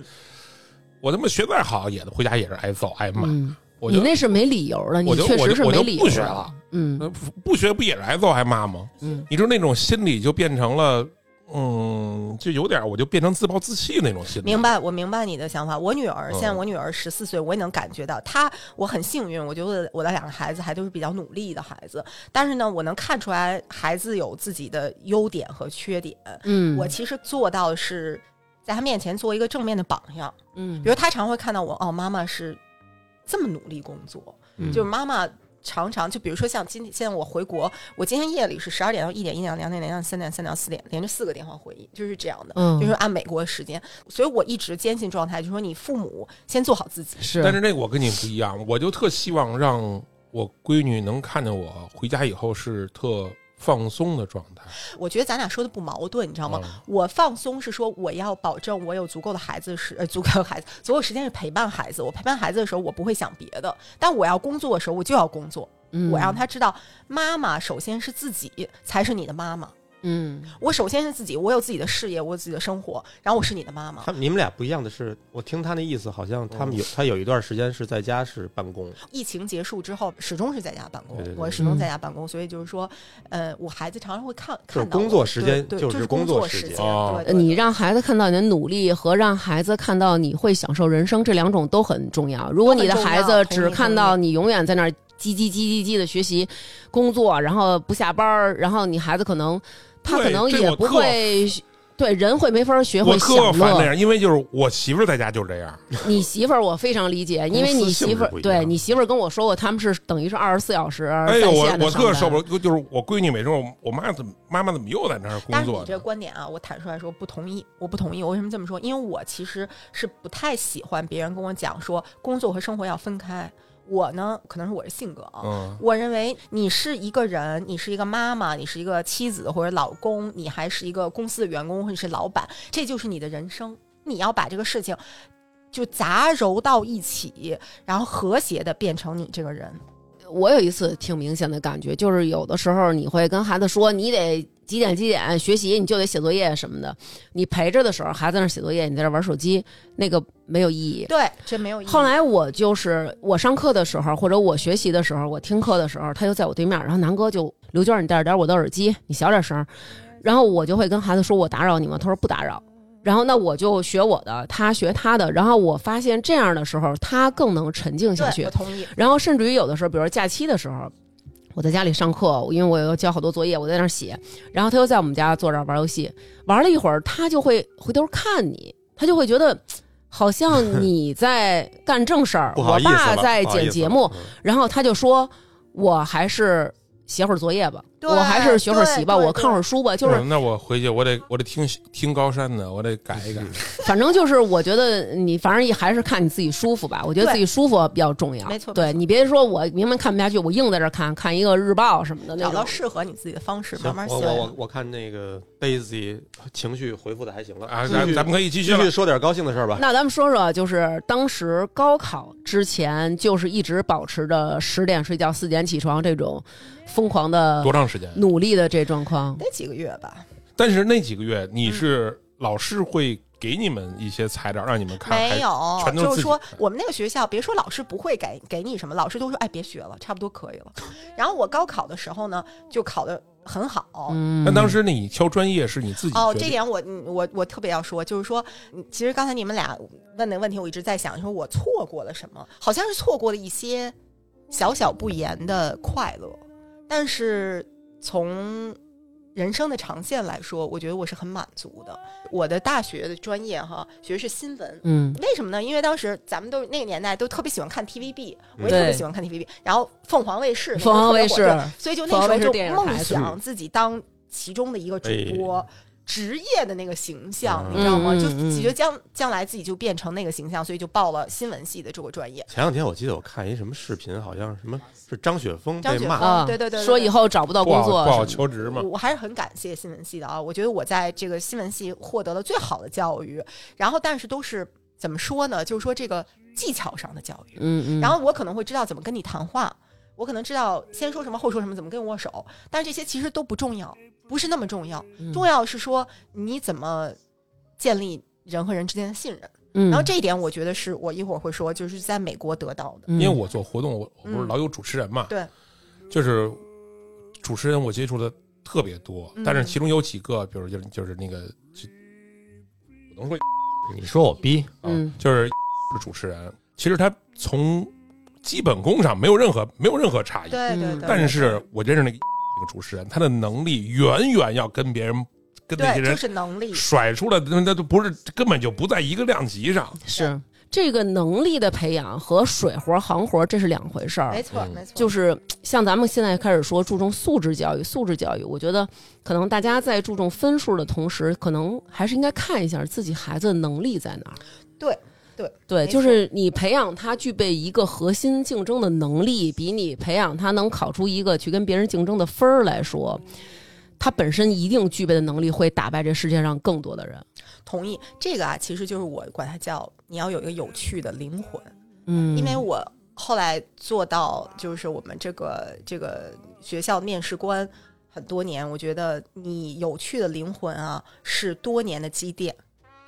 Speaker 3: 我他妈学再好，也回家也是挨揍挨骂。
Speaker 1: 嗯，
Speaker 3: 我
Speaker 1: 你
Speaker 3: 就
Speaker 1: 那是没理由的，你
Speaker 3: 我就
Speaker 1: 确
Speaker 3: 我
Speaker 1: 实
Speaker 3: 就是我
Speaker 1: 没
Speaker 3: 就
Speaker 1: 理由
Speaker 3: 不
Speaker 1: 的
Speaker 3: 学了，
Speaker 1: 嗯
Speaker 3: 那呃不不学不也是挨揍挨骂吗？
Speaker 1: 嗯，
Speaker 3: 你知道那种心理就变成了，嗯，就有点儿我就变成自暴自弃那种心理。
Speaker 2: 明？白，我明白你的想法。我女儿
Speaker 3: 嗯
Speaker 2: 现在，我女儿十四岁，我也能感觉到她，我很幸运。我觉得我的两个孩子还都是比较努力的孩子，但是呢，我能看出来孩子有自己的优点和缺点。
Speaker 1: 嗯，
Speaker 2: 我其实做到的是在他面前做一个正面的榜样，
Speaker 1: 嗯，
Speaker 2: 比如他常会看到我，哦，妈妈是这么努力工作，
Speaker 4: 嗯
Speaker 2: 就是妈妈常常就比如说像今天现在我回国，我今天夜里是十二点到一点、一点到两点、两点到三点、三点到四点，连着四个电话会议，就是这样的，
Speaker 1: 嗯
Speaker 2: 就是按美国的时间。所以我一直坚信状态，就是说你父母先做好自己。
Speaker 1: 是，
Speaker 3: 但是那个我跟你不一样，我就特希望让我闺女能看见我回家以后是特放松的状态。
Speaker 2: 我觉得咱俩说的不矛盾，你知道吗？
Speaker 3: 嗯
Speaker 2: 我放松是说我要保证我有足够的孩子时，呃，足够的孩子，足够时间是陪伴孩子。我陪伴孩子的时候，我不会想别的，但我要工作的时候，我就要工作。
Speaker 1: 嗯
Speaker 2: 我让他知道，妈妈首先是自己，才是你的妈妈。
Speaker 1: 嗯，
Speaker 2: 我首先是自己，我有自己的事业，我有自己的生活，然后我是你的妈妈。
Speaker 4: 他们你们俩不一样的是，我听他那意思，好像
Speaker 1: 嗯
Speaker 4: 他们有他有一段时间是在家是办公，
Speaker 2: 疫情结束之后，始终是在家办公，
Speaker 4: 对对对
Speaker 2: 我始终在
Speaker 1: 嗯
Speaker 2: 家办公，所以就是说，呃，我孩子常常会看
Speaker 4: 就是
Speaker 2: 看到我
Speaker 4: 工作时间
Speaker 2: 对对
Speaker 4: 就
Speaker 2: 就是是
Speaker 4: 工作
Speaker 2: 作
Speaker 4: 时
Speaker 2: 间
Speaker 4: 间
Speaker 3: 哦
Speaker 2: 对
Speaker 1: 呃
Speaker 2: 对
Speaker 1: 你让孩子看到你的努力和让孩子看到你会享受人生，这两种都很重要。如果你的孩
Speaker 2: 都
Speaker 1: 子
Speaker 2: 很重要
Speaker 1: 只看到你永远在那儿叽叽叽叽叽的学习、工作，然后不下班儿，然后你孩子可能他
Speaker 3: 对
Speaker 1: 可能
Speaker 3: 这
Speaker 1: 也
Speaker 3: 我
Speaker 1: 不
Speaker 3: 特
Speaker 1: 会。对人会没法学
Speaker 3: 我
Speaker 1: 会享
Speaker 3: 特烦那
Speaker 1: 乐。
Speaker 3: 样，因为就是我媳妇儿在家就这样，
Speaker 1: 你媳妇儿我非常理解，因为你
Speaker 4: 公司性质
Speaker 1: 媳妇
Speaker 4: 不
Speaker 1: 儿
Speaker 4: 一样
Speaker 1: 对你媳妇儿跟我说过，他们是等于是二十四小时在
Speaker 3: 哎
Speaker 1: 线
Speaker 3: 呦，
Speaker 1: 的
Speaker 3: 我
Speaker 1: 上
Speaker 3: 我特
Speaker 1: 班
Speaker 3: 受不了，就就是我闺女每次说，我妈怎么妈妈怎么又在那儿
Speaker 2: 但
Speaker 3: 工
Speaker 2: 是你
Speaker 3: 作
Speaker 2: 这个
Speaker 3: 呢？
Speaker 2: 观点啊，我坦率说不同意，我不同意。我为什么这么说？因为我其实是不太喜欢别人跟我讲说工作和生活要分开。我呢，可能是我是性格啊，
Speaker 3: 嗯，
Speaker 2: 我认为你是一个人，你是一个妈妈，你是一个妻子或者老公，你还是一个公司的员工或者是老板，这就是你的人生。你要把这个事情就杂糅到一起，然后和谐的变成你这个人。
Speaker 1: 我有一次挺明显的感觉，就是有的时候你会跟孩子说，你得几点几点学习，你就得写作业什么的。你陪着的时候，孩子在那儿写作业，你在这儿玩手机，那个没有意义。
Speaker 2: 对，这没有意义。
Speaker 1: 后来我就是我上课的时候，或者我学习的时候，我听课的时候，他就在我对面，然后南哥就刘娟，你戴着点我的耳机，你小点声儿，然后我就会跟孩子说我打扰你吗？他说不打扰。然后那我就学我的，他学他的，然后我发现这样的时候，他更能沉静下去
Speaker 2: 对，我。同意。
Speaker 1: 然后甚至于有的时候，比如说假期的时候，我在家里上课，因为我要交好多作业，我在那儿写，然后他又在我们家坐这儿玩游戏，玩了一会儿，他就会回头看你，他就会觉得。好像你在干正事儿，
Speaker 4: 不好
Speaker 1: 我
Speaker 4: 意思
Speaker 1: 爸
Speaker 4: 了，
Speaker 1: 在
Speaker 4: 不好意思
Speaker 1: 剪
Speaker 4: 了
Speaker 1: 节目，
Speaker 4: 嗯
Speaker 1: 然后他就说：“我还是写会儿作业吧，
Speaker 2: 对
Speaker 1: 我还是学会儿习吧，
Speaker 2: 对对
Speaker 1: 我看会儿书吧。”就是
Speaker 3: 嗯那我回去我得我得听听高山的，我得改一改。
Speaker 1: 反正就是，我觉得你反正也还是看你自己舒服吧。我觉得
Speaker 2: 对
Speaker 1: 自己舒服比较重要。
Speaker 2: 没错没
Speaker 1: 对
Speaker 2: 错
Speaker 1: 你别说我明明看不下去，我硬在这儿看看一个日报什么的那
Speaker 2: 找
Speaker 1: 种
Speaker 2: 到。适合你自己的方式，慢
Speaker 4: 行，
Speaker 2: 慢
Speaker 4: 我
Speaker 2: 修。
Speaker 4: 我我我看那个 Daisy 情绪回复的还行了
Speaker 3: 啊，
Speaker 4: 继
Speaker 3: 咱
Speaker 4: 续
Speaker 3: 咱们可以继续
Speaker 4: 继
Speaker 3: 了
Speaker 4: 续。说点高兴的事儿吧。
Speaker 1: 那咱们说说，就是当时高考之前，就是一直保持着十点睡觉、四点起床这种疯狂的
Speaker 3: 多长时间？
Speaker 1: 努力的这状况。
Speaker 2: 得几个月吧？
Speaker 3: 但是那几个月你
Speaker 2: 嗯
Speaker 3: 是老师会给你们一些材料让你们看，还
Speaker 2: 没
Speaker 3: 是
Speaker 2: 有
Speaker 3: 全，都是
Speaker 2: 就
Speaker 3: 自
Speaker 2: 是
Speaker 3: 己
Speaker 2: 说
Speaker 3: 看
Speaker 2: 我们那个学校，别说老师不会给给你什么，老师都说哎别学了，差不多可以了。然后我高考的时候呢，就考的很好，
Speaker 1: 嗯，
Speaker 3: 那当时你挑专业是你自己
Speaker 2: 哦，这
Speaker 3: 决定
Speaker 2: 点我嗯我我特别要说，就是说，嗯其实刚才你们俩问的问题，我一直在想，说我错过了什么？好像是错过了一些小小不言的快乐，但是从人生的长线来说，我觉得我是很满足的。我的大学的专业哈，学的是新闻。
Speaker 1: 嗯，
Speaker 2: 为什么呢？因为当时咱们都那个年代都特别喜欢看 TVB，我也
Speaker 1: 对
Speaker 2: 特别喜欢看 TVB，然后凤凰卫视，那时候
Speaker 1: 凤凰
Speaker 2: 特别
Speaker 1: 卫
Speaker 2: 火
Speaker 1: 视
Speaker 2: 对所以就那
Speaker 1: 凤凰
Speaker 2: 时候
Speaker 1: 卫视
Speaker 2: 就
Speaker 1: 电影台
Speaker 2: 梦想自己当其中的一个主播，职业的那个形象，
Speaker 4: 嗯
Speaker 2: 你知道吗？
Speaker 1: 嗯
Speaker 2: 就
Speaker 1: 嗯
Speaker 2: 觉得将将来自己就变成那个形象，所以就报了新闻系的这个专业。
Speaker 4: 前两天我记得我看一什么视频，好像什么是张雪峰
Speaker 2: 张
Speaker 4: 被
Speaker 2: 雪
Speaker 4: 骂，
Speaker 1: 啊，
Speaker 2: 对对对对对
Speaker 1: 说以后找不到
Speaker 3: 不
Speaker 1: 工
Speaker 3: 好
Speaker 1: 作
Speaker 3: 不
Speaker 1: 什
Speaker 3: 好
Speaker 1: 么的，
Speaker 3: 求职嘛
Speaker 2: 我。我还是很感谢新闻系的啊，我觉得我在这个新闻系获得了最好的教育，然后但是都是怎么说呢？就是说这个技巧上的教育，
Speaker 1: 嗯嗯，
Speaker 2: 然后我可能会知道怎么跟你谈话，我可能知道先说什么后说什么，怎么跟你握手，但是这些其实都不重要，不是那么重要。
Speaker 1: 嗯
Speaker 2: 重要是说你怎么建立人和人之间的信任。
Speaker 1: 嗯，
Speaker 2: 然后这一点，我觉得是我一会儿会说，就是在美国得到的。
Speaker 1: 嗯
Speaker 3: 因为我做活动，我我不是
Speaker 2: 嗯
Speaker 3: 老有主持人嘛，
Speaker 2: 对，
Speaker 3: 就是主持人我接触的特别多，
Speaker 2: 嗯
Speaker 3: 但是其中有几个，比如就是就是那个，就我能说
Speaker 4: 你说我逼，
Speaker 3: 啊
Speaker 1: 嗯，
Speaker 3: 就是主持人，其实他从基本功上没有任何没有任何差异，
Speaker 2: 对对
Speaker 1: 嗯
Speaker 2: 对。
Speaker 3: 但是我认识那个那个主持人，他的能力远远要跟别人跟那些
Speaker 2: 对，就
Speaker 3: 人
Speaker 2: 是能力。
Speaker 3: 甩出来的，那那都不是根本就不在一个量级上。
Speaker 1: 是这个能力的培养和水活行活这是两回事儿
Speaker 2: 没。错，
Speaker 3: 嗯
Speaker 2: 没错，
Speaker 1: 就是是像咱们现在开始说注重素质教育，素质教育，我觉得可能大家在注重分数的同时，可能还是应该看一下自己孩子的能力在哪儿。
Speaker 2: 对对没
Speaker 1: 对，
Speaker 2: 错
Speaker 1: 就是你培养他具备一个核心竞争的能力，比你培养他能考出一个去跟别人竞争的分儿来说，他本身一定具备的能力会打败这世界上更多的人。
Speaker 2: 同意这个啊，其实就是我管它叫你要有一个有趣的灵魂，
Speaker 1: 嗯，
Speaker 2: 因为我后来做到就是我们这个这个学校面试官。很多年，我觉得你有趣的灵魂啊，是多年的积淀。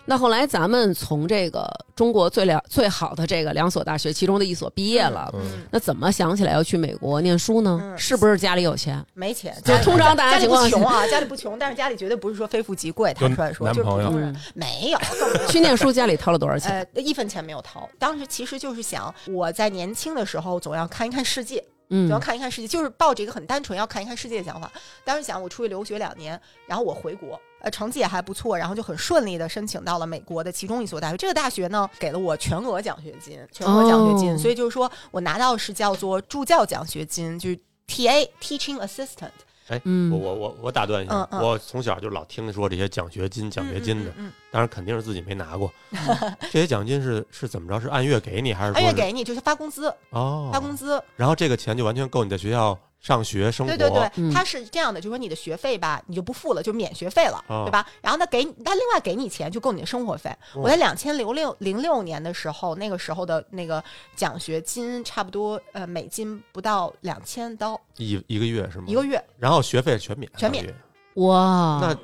Speaker 1: 那后来咱们从这个中国最了最好的这个两所大学其中的一所毕业了，
Speaker 3: 嗯，
Speaker 1: 那怎么想起来要去美国念书呢？
Speaker 2: 嗯
Speaker 1: 是不是家里有钱？
Speaker 2: 没钱，
Speaker 1: 就
Speaker 2: 家里
Speaker 1: 通常大家
Speaker 2: 家里
Speaker 1: 情况
Speaker 2: 不
Speaker 1: 下
Speaker 2: 穷啊，家里不穷，但是家里绝对不是说非富即贵。坦率说，
Speaker 3: 有
Speaker 2: 就是
Speaker 3: 男
Speaker 2: 普
Speaker 3: 朋友
Speaker 2: 通人
Speaker 1: 嗯
Speaker 2: 没有，更没有
Speaker 1: 去念书家里掏了多少钱？
Speaker 2: 呃，一分钱没有掏。当时其实就是想，我在年轻的时候总要看一看世界，
Speaker 1: 嗯
Speaker 2: 总要看一看世界，就是抱着一个很单纯要看一看世界的想法。当时想，我出去留学两年，然后我回国，呃，成绩也还不错，然后就很顺利的申请到了美国的其中一所大学。这个大学呢，给了我全额奖学金，全额奖学金，
Speaker 1: 哦
Speaker 2: 所以就是说我拿到的是叫做助教奖学金，就是 TA Teaching Assistant。
Speaker 4: 哎，
Speaker 1: 嗯
Speaker 4: 我我我我打断一下，
Speaker 2: 嗯嗯
Speaker 4: 我从小就老听他说这些奖学金、奖学金的，
Speaker 2: 嗯，嗯嗯
Speaker 4: 当然肯定是自己没拿过。 这些奖金是是怎么着？是按月给你还是
Speaker 2: 嗯
Speaker 4: 说
Speaker 2: 按
Speaker 4: 是？
Speaker 2: 月给你就是发工资，
Speaker 4: 哦，
Speaker 2: 发工资。
Speaker 4: 然后这个钱就完全够你在学校上学生活。
Speaker 2: 对对对，
Speaker 1: 嗯
Speaker 2: 他是这样的，就是说你的学费吧，你就不付了，就免学费了，
Speaker 4: 哦
Speaker 2: 对吧？然后他给你，他另外给你钱，就够你的生活费。
Speaker 4: 哦
Speaker 2: 我在两千零六零六年的时候，那个时候的那个奖学金差不多呃美金不到两千刀
Speaker 4: 一一个月是吗？
Speaker 2: 一个月，
Speaker 4: 然后学费全免，
Speaker 2: 全免
Speaker 4: 相当于。
Speaker 1: 哇
Speaker 2: 啊
Speaker 4: 那，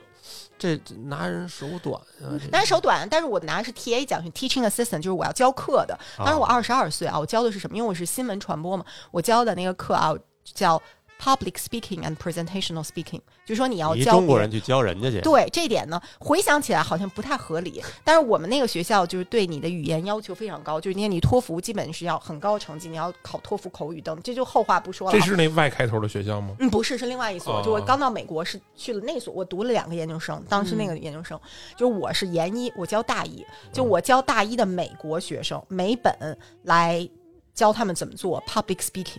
Speaker 4: 这这拿人手短啊！这
Speaker 2: 但是手短，但是我拿的是 TA 奖学 teaching assistant，就是我要教课的。当时我
Speaker 4: 啊
Speaker 2: 二十二岁啊，我教的是什么？因为我是新闻传播嘛，我教的那个课啊叫 public speaking and presentational speaking，就是说你要
Speaker 4: 你一
Speaker 2: 教
Speaker 4: 中
Speaker 2: 别
Speaker 4: 国人去教人家去，
Speaker 2: 对这一点呢，回想起来好像不太合理。但是我们那个学校就是对你的语言要求非常高，就是你你托福基本是要很高成绩，你要考托福口语等，这就后话不说了
Speaker 3: 这
Speaker 2: 啊。
Speaker 3: 是那 Y 开头的学校吗？
Speaker 2: 嗯，不是，是另外一所。
Speaker 3: 哦
Speaker 2: 就我刚到美国是去了那所，我读了两个研究生，当时
Speaker 3: 嗯
Speaker 2: 那个研究生、就是我是研一，我教大一，就我教大一的美国学生美本来教他们怎么做 public speaking，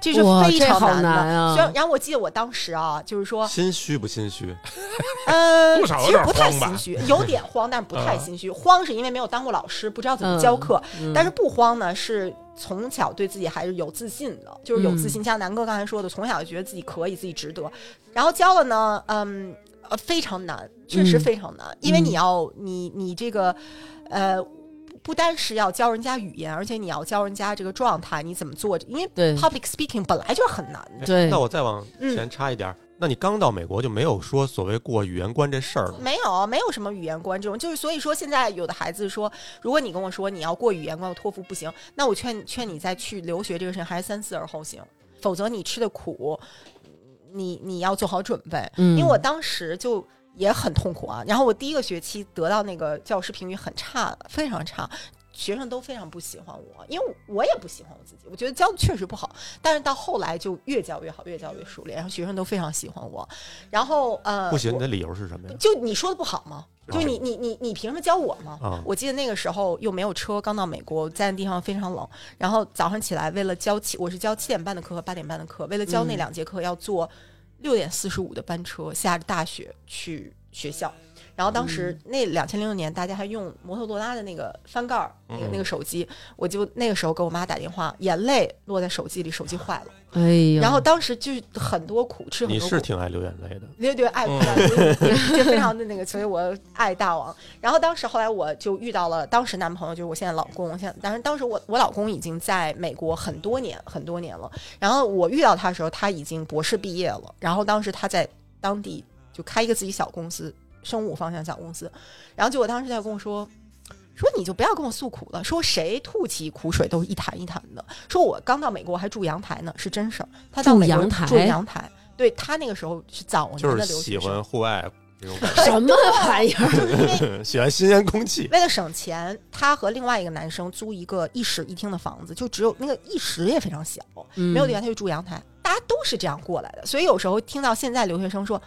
Speaker 2: 这是
Speaker 1: 哇
Speaker 2: 非
Speaker 1: 这
Speaker 2: 常
Speaker 1: 好
Speaker 2: 的。
Speaker 1: 难啊
Speaker 2: 虽然，然后我记得我当时啊，就是说
Speaker 4: 心虚不心虚？
Speaker 2: 呃，
Speaker 3: 多少有
Speaker 2: 其实
Speaker 3: 点
Speaker 2: 不太
Speaker 3: 慌吧嗯
Speaker 2: 心虚，有点慌，但不太心虚。慌是因为没有当过老师，不知道怎
Speaker 1: 嗯
Speaker 2: 么教课；但是不慌呢，是从小对自己还是有自信的，就是有自
Speaker 1: 嗯
Speaker 2: 信。像南哥刚才说的，从小就觉得自己可以，自己值得。然后教了呢，嗯，呃，非常难，确实
Speaker 1: 嗯
Speaker 2: 非常难，因为你要你你这个，呃。不单是要教人家语言，而且你要教人家这个状态，你怎么做？因为
Speaker 1: 对
Speaker 2: public speaking 本来就是很难的，
Speaker 1: 对
Speaker 4: 那我再往
Speaker 2: 嗯
Speaker 4: 前插一点儿，那你刚到美国就没有说所谓过语言关这事儿吗？
Speaker 2: 没有，没有什么语言关这种，就是所以说现在有的孩子说，如果你跟我说你要过语言关，我托福不行，那我劝劝你再去留学这个事情还是三思而后行，否则你吃的苦，你你要做好准备。
Speaker 1: 嗯
Speaker 2: 因为我当时就也很痛苦啊，然后我第一个学期得到那个教师评语很差，非常差。学生都非常不喜欢我，因为我也不喜欢我自己，我觉得教的确实不好。但是到后来就越教越好，越教越熟练，然后学生都非常喜欢我。然后呃，
Speaker 4: 不行，你
Speaker 2: 我
Speaker 4: 的理由是什么呀？
Speaker 2: 就你说的不好吗？
Speaker 4: 啊
Speaker 2: 就你你你你凭什么教我吗？
Speaker 4: 啊
Speaker 2: 我记得那个时候又没有车，刚到美国，在那地方非常冷。然后早上起来为了教七，我是教七点半的课和八点半的课，为了教那两节课要
Speaker 4: 嗯
Speaker 2: 坐六点四十五的班车，下着大雪去学校。然后当时
Speaker 4: 嗯
Speaker 2: 那两千零六年，大家还用摩托罗拉的那个翻盖儿，
Speaker 4: 嗯
Speaker 2: 那个那个手机，我就那个时候给我妈打电话，眼泪落在手机里，手机坏了。
Speaker 1: 哎呀，
Speaker 2: 然后当时就是很多苦，吃
Speaker 4: 嗯
Speaker 2: 很
Speaker 4: 你
Speaker 2: 多
Speaker 4: 是
Speaker 2: 苦。
Speaker 4: 挺爱流眼泪的，
Speaker 2: 对对，爱不
Speaker 1: 嗯
Speaker 2: 爱就是就非常的那个，所以我爱大王。然后当时后来我就遇到了当时男朋友，就是我现在老公。现在当然当时我我老公已经在美国很多年很多年了。然后我遇到他的时候，他已经博士毕业了。然后当时他在当地就开一个自己小公司，生物方向小公司。然后结果当时他就跟我说。说你就不要跟我诉苦了，说谁吐其苦水都是一潭一潭的。说我刚到美国还住阳台呢，是真事儿。他到
Speaker 1: 住
Speaker 2: 美国
Speaker 1: 阳台
Speaker 2: 住阳台，对他那个时候是早年
Speaker 4: 就
Speaker 2: 的
Speaker 4: 是
Speaker 2: 留学
Speaker 4: 喜
Speaker 2: 生。
Speaker 4: 欢户外这种感
Speaker 1: 什么玩意 儿？
Speaker 2: 就是因 为
Speaker 4: 觉，喜欢新鲜空气。
Speaker 2: 为了省钱，他和另外一个男生租一个一室一厅的房子，就只有那个一室也非常小，
Speaker 1: 没
Speaker 2: 没有地方，他就住阳台。大家都是这样过来的，所以有时候听到现在留学生说。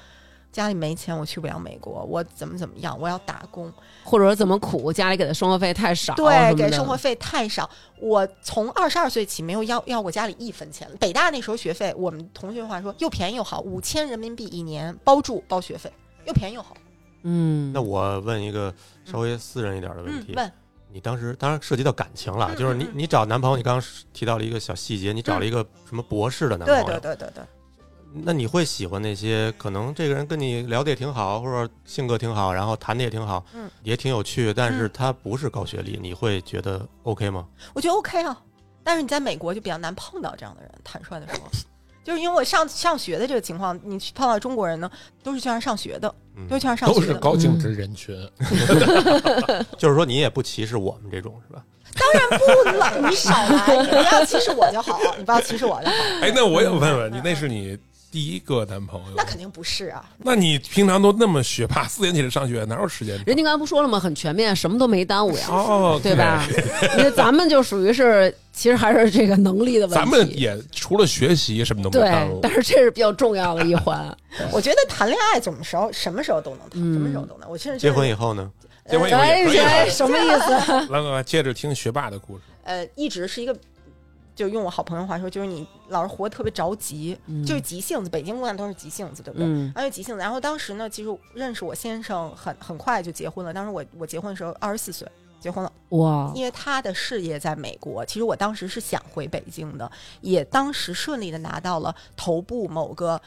Speaker 2: 家里没钱，我去不了美国，我怎么怎么样，我要打工，
Speaker 1: 或者说怎么苦，家里给的生活费太少，什
Speaker 2: 对，
Speaker 1: 么的
Speaker 2: 给生活费太少。我从二十二岁起没有要要过家里一分钱了。北大那时候学费，我们同学话说又便宜又好，五千人民币一年，包住包学费，又便宜又好。
Speaker 1: 嗯，
Speaker 4: 那我问一个稍微私人一点的问
Speaker 2: 嗯，
Speaker 4: 题，
Speaker 2: 问
Speaker 4: 你当时当然涉及到感情了，
Speaker 2: 嗯
Speaker 4: 就是你
Speaker 2: 嗯嗯嗯
Speaker 4: 你找男朋友，你刚刚提到了一个小细节，你找了一个什么博士的男朋
Speaker 2: 对
Speaker 4: 友，
Speaker 2: 对对对对，
Speaker 4: 那你会喜欢那些可能这个人跟你聊的也挺好，或者性格挺好，然后谈的也挺好，
Speaker 2: 嗯，
Speaker 4: 也挺有趣，但是
Speaker 2: 嗯
Speaker 4: 他不是高学历，你会觉得 OK 吗？
Speaker 2: 我觉得 OK 啊。但是你在美国就比较难碰到这样的人，坦率的说，就是因为我上上学的这个情况，你去碰到中国人呢，都是去那儿上学的，
Speaker 4: 嗯
Speaker 2: 都是去那儿上
Speaker 3: 都
Speaker 2: 学
Speaker 3: 是
Speaker 2: 的。
Speaker 3: 高净值人群，
Speaker 4: 就是说你也不歧视我们这种是吧？
Speaker 2: 当然不了，你少来，你不要歧视我就好，你不要歧视我就 好。
Speaker 3: 哎，那我也问问你，那是你第一个男朋友？
Speaker 2: 那肯定不是啊，
Speaker 3: 那你平常都那么学霸，四点起来上学，哪有时间？
Speaker 1: 人家刚才不说了吗？很全面，什么都没耽 误呀，
Speaker 3: 哦，
Speaker 1: 对吧？因为咱们就属于是，其实还是这个能力的问题。
Speaker 3: 咱们也除了学习什么都没
Speaker 1: 对
Speaker 3: 耽误，
Speaker 1: 但。是这是比较重要的一 环。
Speaker 2: 我觉得谈恋爱总时候什么时候都能谈，
Speaker 3: 嗯
Speaker 2: 什么时候都能。我甚至
Speaker 4: 结婚以后呢？
Speaker 2: 呃
Speaker 3: 结婚以后
Speaker 1: 哎
Speaker 3: 也可以啊
Speaker 1: 哎，
Speaker 3: 了。
Speaker 1: 什么意思？
Speaker 3: 来来来，接着听学霸的故事。
Speaker 2: 呃，一直是一个，就用我好朋友话说，就是你老是活得特别着急，
Speaker 3: 嗯
Speaker 2: 就是急性子。北京姑娘都是急性子，对不对？
Speaker 1: 嗯
Speaker 2: 还有急性子。然后当时呢，其实认识我先生很很快就结婚了。当时我我结婚的时候二十四岁结婚了，
Speaker 1: 哇，
Speaker 2: 因为他的事业在美国。其实我当时是想回北京的，也当时顺利的拿到了头部某个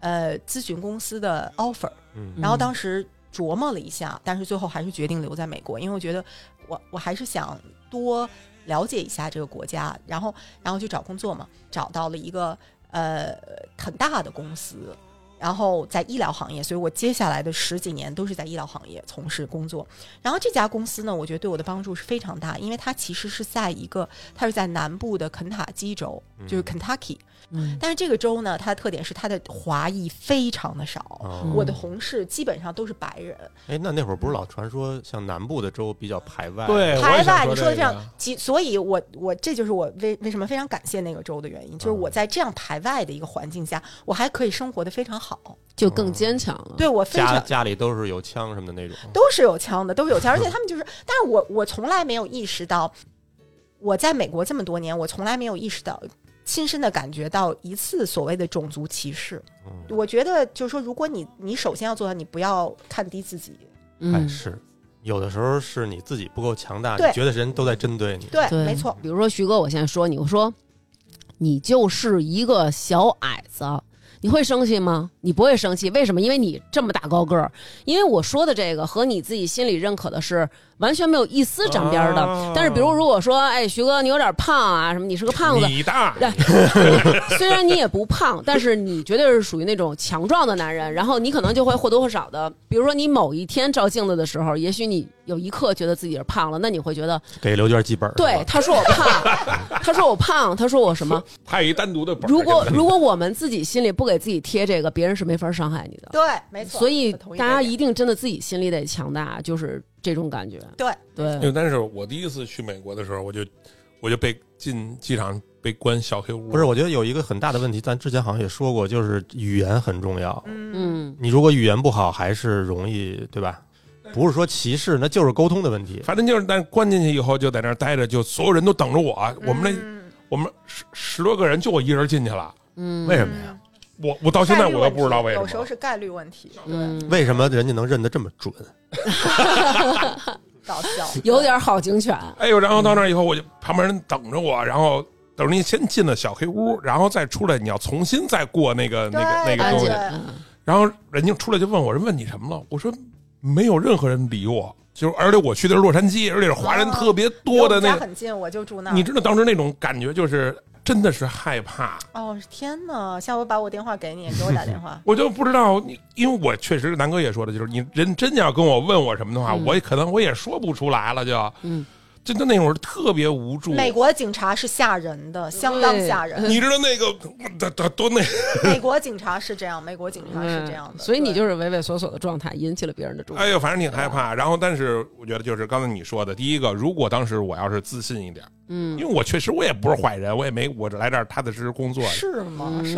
Speaker 2: 呃咨询公司的 offer。
Speaker 4: 嗯
Speaker 2: 然后当时琢磨了一下，但是最后还是决定留在美国，因为我觉得我我还是想多了解一下这个国家，然后然后就找工作嘛，找到了一个呃很大的公司。然后在医疗行业，所以我接下来的十几年都是在医疗行业从事工作。然后这家公司呢，我觉得对我的帮助是非常大，因为它其实是在一个，它是在南部的肯塔基州，就是 Kentucky。
Speaker 1: 嗯
Speaker 2: 但是这个州呢，它的特点是它的华裔非常的少，
Speaker 4: 哦，
Speaker 2: 我的同事基本上都是白人，
Speaker 4: 哎，那那会儿不是老传说像南部的州比较排
Speaker 3: 哎
Speaker 4: 外？，
Speaker 2: 排外。你
Speaker 3: 你
Speaker 2: 说的这样，即所以我，我这就是我为为什么非常感谢那个州的原因，就是我在这样排外的一个环境下，我还可以生活的非常好。
Speaker 1: 就更坚强了。
Speaker 2: 对我非
Speaker 4: 家
Speaker 2: 常
Speaker 4: 家里都是有枪什么的那种。
Speaker 2: 都是有枪的，都是有枪，而且他们就是，但是我我从来没有意识到，我在美国这么多年，我从来没有意识到。亲身的感觉到一次所谓的种族歧视，
Speaker 4: 嗯
Speaker 2: 我觉得就是说，如果你你首先要做到，你不要看低自己，
Speaker 4: 哎，
Speaker 1: 嗯，
Speaker 4: 是，有的时候是你自己不够强大，你
Speaker 2: 对
Speaker 4: 觉得人都在针对你。
Speaker 2: 对，
Speaker 1: 对，嗯
Speaker 2: 没错，
Speaker 1: 比如说徐哥，我现在说你，我说你就是一个小矮子，你会生气吗？你不会生气，为什么？因为你这么大高个儿，因为我说的这个和你自己心里认可的是完全没有一丝沾边儿的。
Speaker 3: 啊
Speaker 1: 但是，比如如果说，哎，徐哥你有点胖啊，什么你是个胖子，
Speaker 3: 你大
Speaker 1: 然 虽然你也不胖，但是你绝对是属于那种强壮的男人。然后你可能就会或多或少的，比如说你某一天照镜子的时候，也许你有一刻觉得自己是胖了，那你会觉得，
Speaker 4: 给刘娟记本儿。是
Speaker 1: 对
Speaker 4: 吧，
Speaker 1: 他说我胖，他说我胖，他说我什么？
Speaker 3: 派一单独的本儿。
Speaker 1: 如果如果我们自己心里不给自己贴这个，别人是没法伤害你的。
Speaker 2: 对，没错。
Speaker 1: 所以
Speaker 2: 我同意
Speaker 1: 大
Speaker 2: 这
Speaker 1: 家
Speaker 2: 点
Speaker 1: 一定真的自己心里得强大，就是这种感觉。
Speaker 2: 对，
Speaker 1: 对，
Speaker 3: 因为但是我第一次去美国的时候，我就我就被进机场被关小黑屋，
Speaker 4: 不是，我觉得有一个很大的问题，咱之前好像也说过，就是语言很重要。
Speaker 1: 嗯，
Speaker 4: 你如果语言不好，还是容易对吧？不是说歧视，那就是沟通的问题。
Speaker 3: 反正就是，但关进去以后就在那儿待着，就所有人都等着我。我们
Speaker 2: 嗯
Speaker 3: 那我们十十多个人，就我一人进去了。
Speaker 2: 嗯
Speaker 4: 为什么呀？
Speaker 3: 我我到现在
Speaker 2: 概率
Speaker 3: 我都
Speaker 2: 问题
Speaker 3: 不知道为
Speaker 2: 有时
Speaker 3: 什
Speaker 2: 候
Speaker 3: 么。
Speaker 2: 是概率问题，对，
Speaker 1: 嗯
Speaker 4: 为什么人家能认得这么准？
Speaker 2: 搞笑，
Speaker 1: 有点好警犬。
Speaker 3: 哎呦，然后到那儿
Speaker 2: 嗯
Speaker 3: 以后，我就旁边人等着我，然后等着你先进了小黑屋，然后再出来，你要重新再过那个那个那
Speaker 2: 对
Speaker 3: 个
Speaker 1: 安
Speaker 3: 东
Speaker 1: 检
Speaker 3: 西
Speaker 2: 对。
Speaker 3: 然后人家出来就问我，人问你什么了？我说没有任何人理我，就是而且我去的是洛杉矶，而且是华人特别多的
Speaker 2: 啊离我们
Speaker 3: 那
Speaker 2: 家
Speaker 3: 个，
Speaker 2: 很近，我就住那儿。
Speaker 3: 你知道当时那种感觉就是真的是害怕。
Speaker 2: 哦，天哪！下回把我电话给你，给我打电话
Speaker 3: 。我就不知道你，因为我确实南哥也说的，就是你人真要跟我问我什么的话，我也可能我也说不出来了就，
Speaker 1: 嗯
Speaker 3: 真的那会儿特别无助。
Speaker 2: 美国警察是吓人的，相当吓人。
Speaker 3: 你知道那个， 他他多那，
Speaker 2: 美国警察是这样，美国警察是这样的。
Speaker 1: 嗯所以你
Speaker 2: 对
Speaker 1: 就是畏畏缩缩的状态引起了别人的注意。
Speaker 3: 哎呦，反正挺害怕。然后，但是我觉得就是刚才你说的，第一个，如果当时我要是自信一点，嗯，因为我确实我也不是坏人，我也没我来这儿踏踏实实工作。
Speaker 2: 是
Speaker 1: 嗯
Speaker 2: 吗？是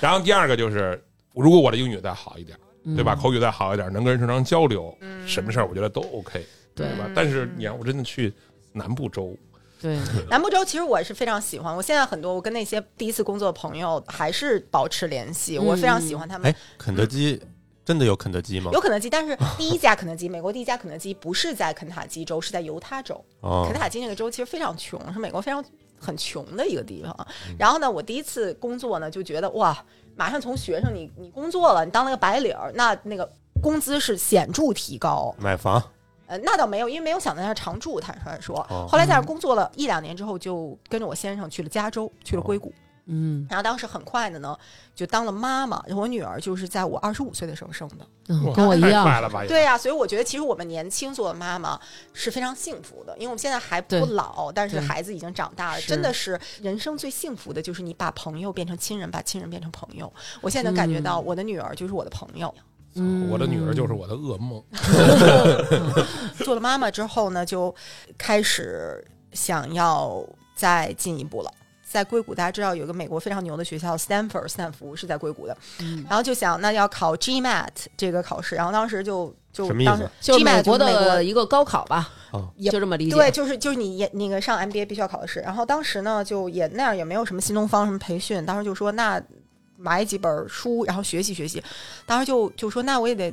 Speaker 3: 然后第二个就是，如果我的英语再好一点，
Speaker 1: 嗯
Speaker 3: 对吧？口语再好一点，能跟人正常交流，什么事儿我觉得都 OK，
Speaker 1: 对嗯
Speaker 3: 对吧？但是你让我真的去南部州，
Speaker 1: 对，
Speaker 2: 南部州其实我是非常喜欢，我现在很多我跟那些第一次工作的朋友还是保持联系，我非常喜
Speaker 1: 嗯
Speaker 2: 欢他们
Speaker 4: 哎。，肯德基真的有肯德基吗
Speaker 2: 嗯有？肯德基，但是第一家肯德基，美国第一家肯德基不是在肯塔基州，是在犹他州。
Speaker 4: 哦
Speaker 2: 肯，塔基那个州其实非常穷，是美国非常很穷的一个地方。然后呢，我第一次工作呢，就觉得哇，马上从学生你你工作了，你当了个白领儿，那那个工资是显著提高。
Speaker 4: 买房
Speaker 2: 呃，那倒没有，因为没有想在那儿常住，坦率说
Speaker 4: 哦。
Speaker 2: 后来在那儿工作了一两年之后，就跟着我先生去了加州，去了硅谷。
Speaker 1: 嗯
Speaker 2: 然后当时很快的呢，就当了妈妈。我女儿就是在我二十五岁的时候生的。
Speaker 1: 嗯，
Speaker 3: 哇
Speaker 1: 跟我一
Speaker 3: 太快
Speaker 1: 样，啊
Speaker 3: 了吧？也
Speaker 2: 对啊呀、所以我觉得其实我们年轻做妈妈是非常幸福的，因为我们现在还不
Speaker 1: 对
Speaker 2: 老，但是
Speaker 1: 对
Speaker 2: 孩子已经长大了，
Speaker 1: 是
Speaker 2: 真的是人生最幸福的就是你把朋友变成亲人，把亲人变成朋友。我现在能感觉到我的女儿就是我的朋友。
Speaker 1: 嗯
Speaker 3: 我的女儿就是我的噩梦。
Speaker 2: 做了妈妈之后呢，就开始想要再进一步了。在硅谷，大家知道有一个美国非常牛的学校 Stanford，斯坦福是在硅谷的，
Speaker 1: 嗯
Speaker 2: 然后就想那要考 GMAT 这个考试，然后当时就就
Speaker 4: 什么意思
Speaker 2: 当时
Speaker 1: 就是美
Speaker 2: GMAT
Speaker 1: 国
Speaker 2: 就是美国
Speaker 1: 的一个高考吧，
Speaker 3: 嗯
Speaker 4: 啊
Speaker 2: 也
Speaker 1: 就这么理解。
Speaker 2: 对，就是就是你也那个上 MBA 必须要考的试。然后当时呢，就也那样也没有什么新东方什么培训，当时就说那买几本书，然后学习学习。当时就就说那我也得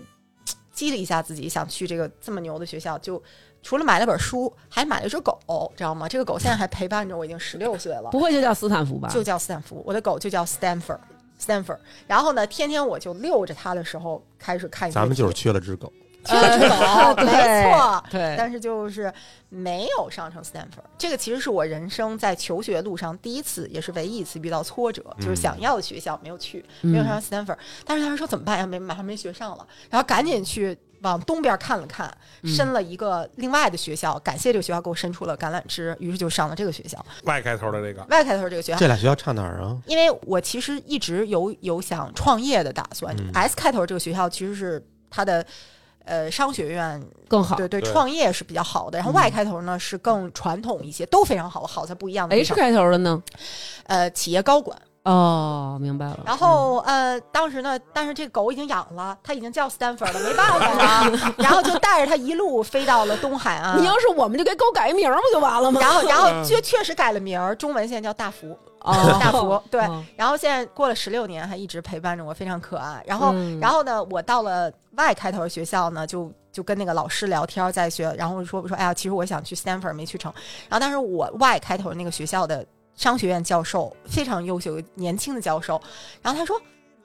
Speaker 2: 激励一下自己，想去这个这么牛的学校。就除了买了本书，还买了只狗，知道吗？这个狗现在还陪伴着我，已经十六岁了
Speaker 1: 不。会就叫斯坦福吧？
Speaker 2: 就叫斯坦福，我的狗就叫 Stanford。Stanford，然后呢，天天我就遛着它的时候开始看一些
Speaker 4: 咱们就是
Speaker 2: 帖
Speaker 4: 缺了只狗，
Speaker 2: 子 缺只狗，没错，
Speaker 1: 对，
Speaker 2: 但是就是没有上成斯坦福。这个其实是我人生在求学路上第一次，也是唯一一次遇到挫折，就是想要的学校没有去，没有上斯坦福。但是当时说怎么办呀？没马上没学上了，然后赶紧去往东边看了看，申了一个另外的学校，感谢这个学校给我伸出了橄榄枝，于是就上了这个学校，
Speaker 3: Y 开头的这个，
Speaker 2: 外开头这个学校。
Speaker 4: 这俩学校差哪儿 啊？
Speaker 2: 因为我其实一直有有想创业的打算、
Speaker 4: 嗯
Speaker 2: s 开头这个学校其实是它的呃商学院
Speaker 1: 更好。嗯
Speaker 2: 对对，
Speaker 3: 对
Speaker 2: 创业是比较好的。然后 Y 开头呢是更传统一些，都非常好，好在不一样的地
Speaker 1: H
Speaker 2: 方。
Speaker 1: 开头的呢？
Speaker 2: 呃，企业高管。
Speaker 1: 哦，明白了。
Speaker 2: 然后呃，当时呢，但是这狗已经养了，它已经叫 Stanford 了，没办法 了。然后就带着它一路飞到了东海岸
Speaker 1: 你。要是我们就给狗改一名儿不就完了吗？
Speaker 2: 然后，然后就确实改了名儿，中文现在叫大福。
Speaker 1: 哦
Speaker 2: 大福对
Speaker 1: 哦
Speaker 2: 然后现在过了十六年，还一直陪伴着我，非常可爱。然后，
Speaker 1: 嗯
Speaker 2: 然后呢，我到了 Y 开头的学校呢，就就跟那个老师聊天，在学，然后我说我说哎呀，其实我想去 Stanford 没去成。然后，但是我 Y 开头那个学校的商学院教授非常优秀，年轻的教授。然后他说。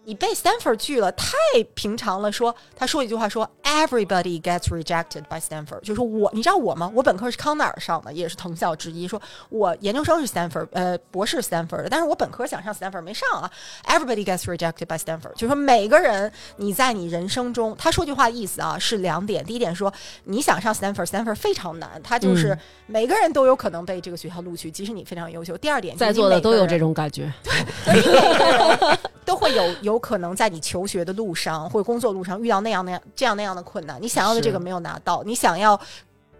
Speaker 2: 你被 Stanford 拒了，太平常了。说，他说一句话说，Everybody gets rejected by Stanford，就是我，你知道我吗？我本科是康奈尔上的，也是藤校之一。说我研究生是 Stanford，呃，博士是 Stanford 的，但是我本科想上 Stanford 没上啊。Everybody gets rejected by Stanford，就是说每个人你在你人生中，他说句话意思啊是两点，第一点说你想上 Stanford，Stanford 非常难，他
Speaker 1: 嗯
Speaker 2: 就是每个人都有可能被这个学校录取，即使你非常优秀。第二点，
Speaker 1: 在座的都有这
Speaker 2: 种。
Speaker 1: 种感觉。
Speaker 2: 都会有有可能在你求学的路上或者工作路上遇到那样那样这样那样的困难，你想要的这个没有拿到，你想要。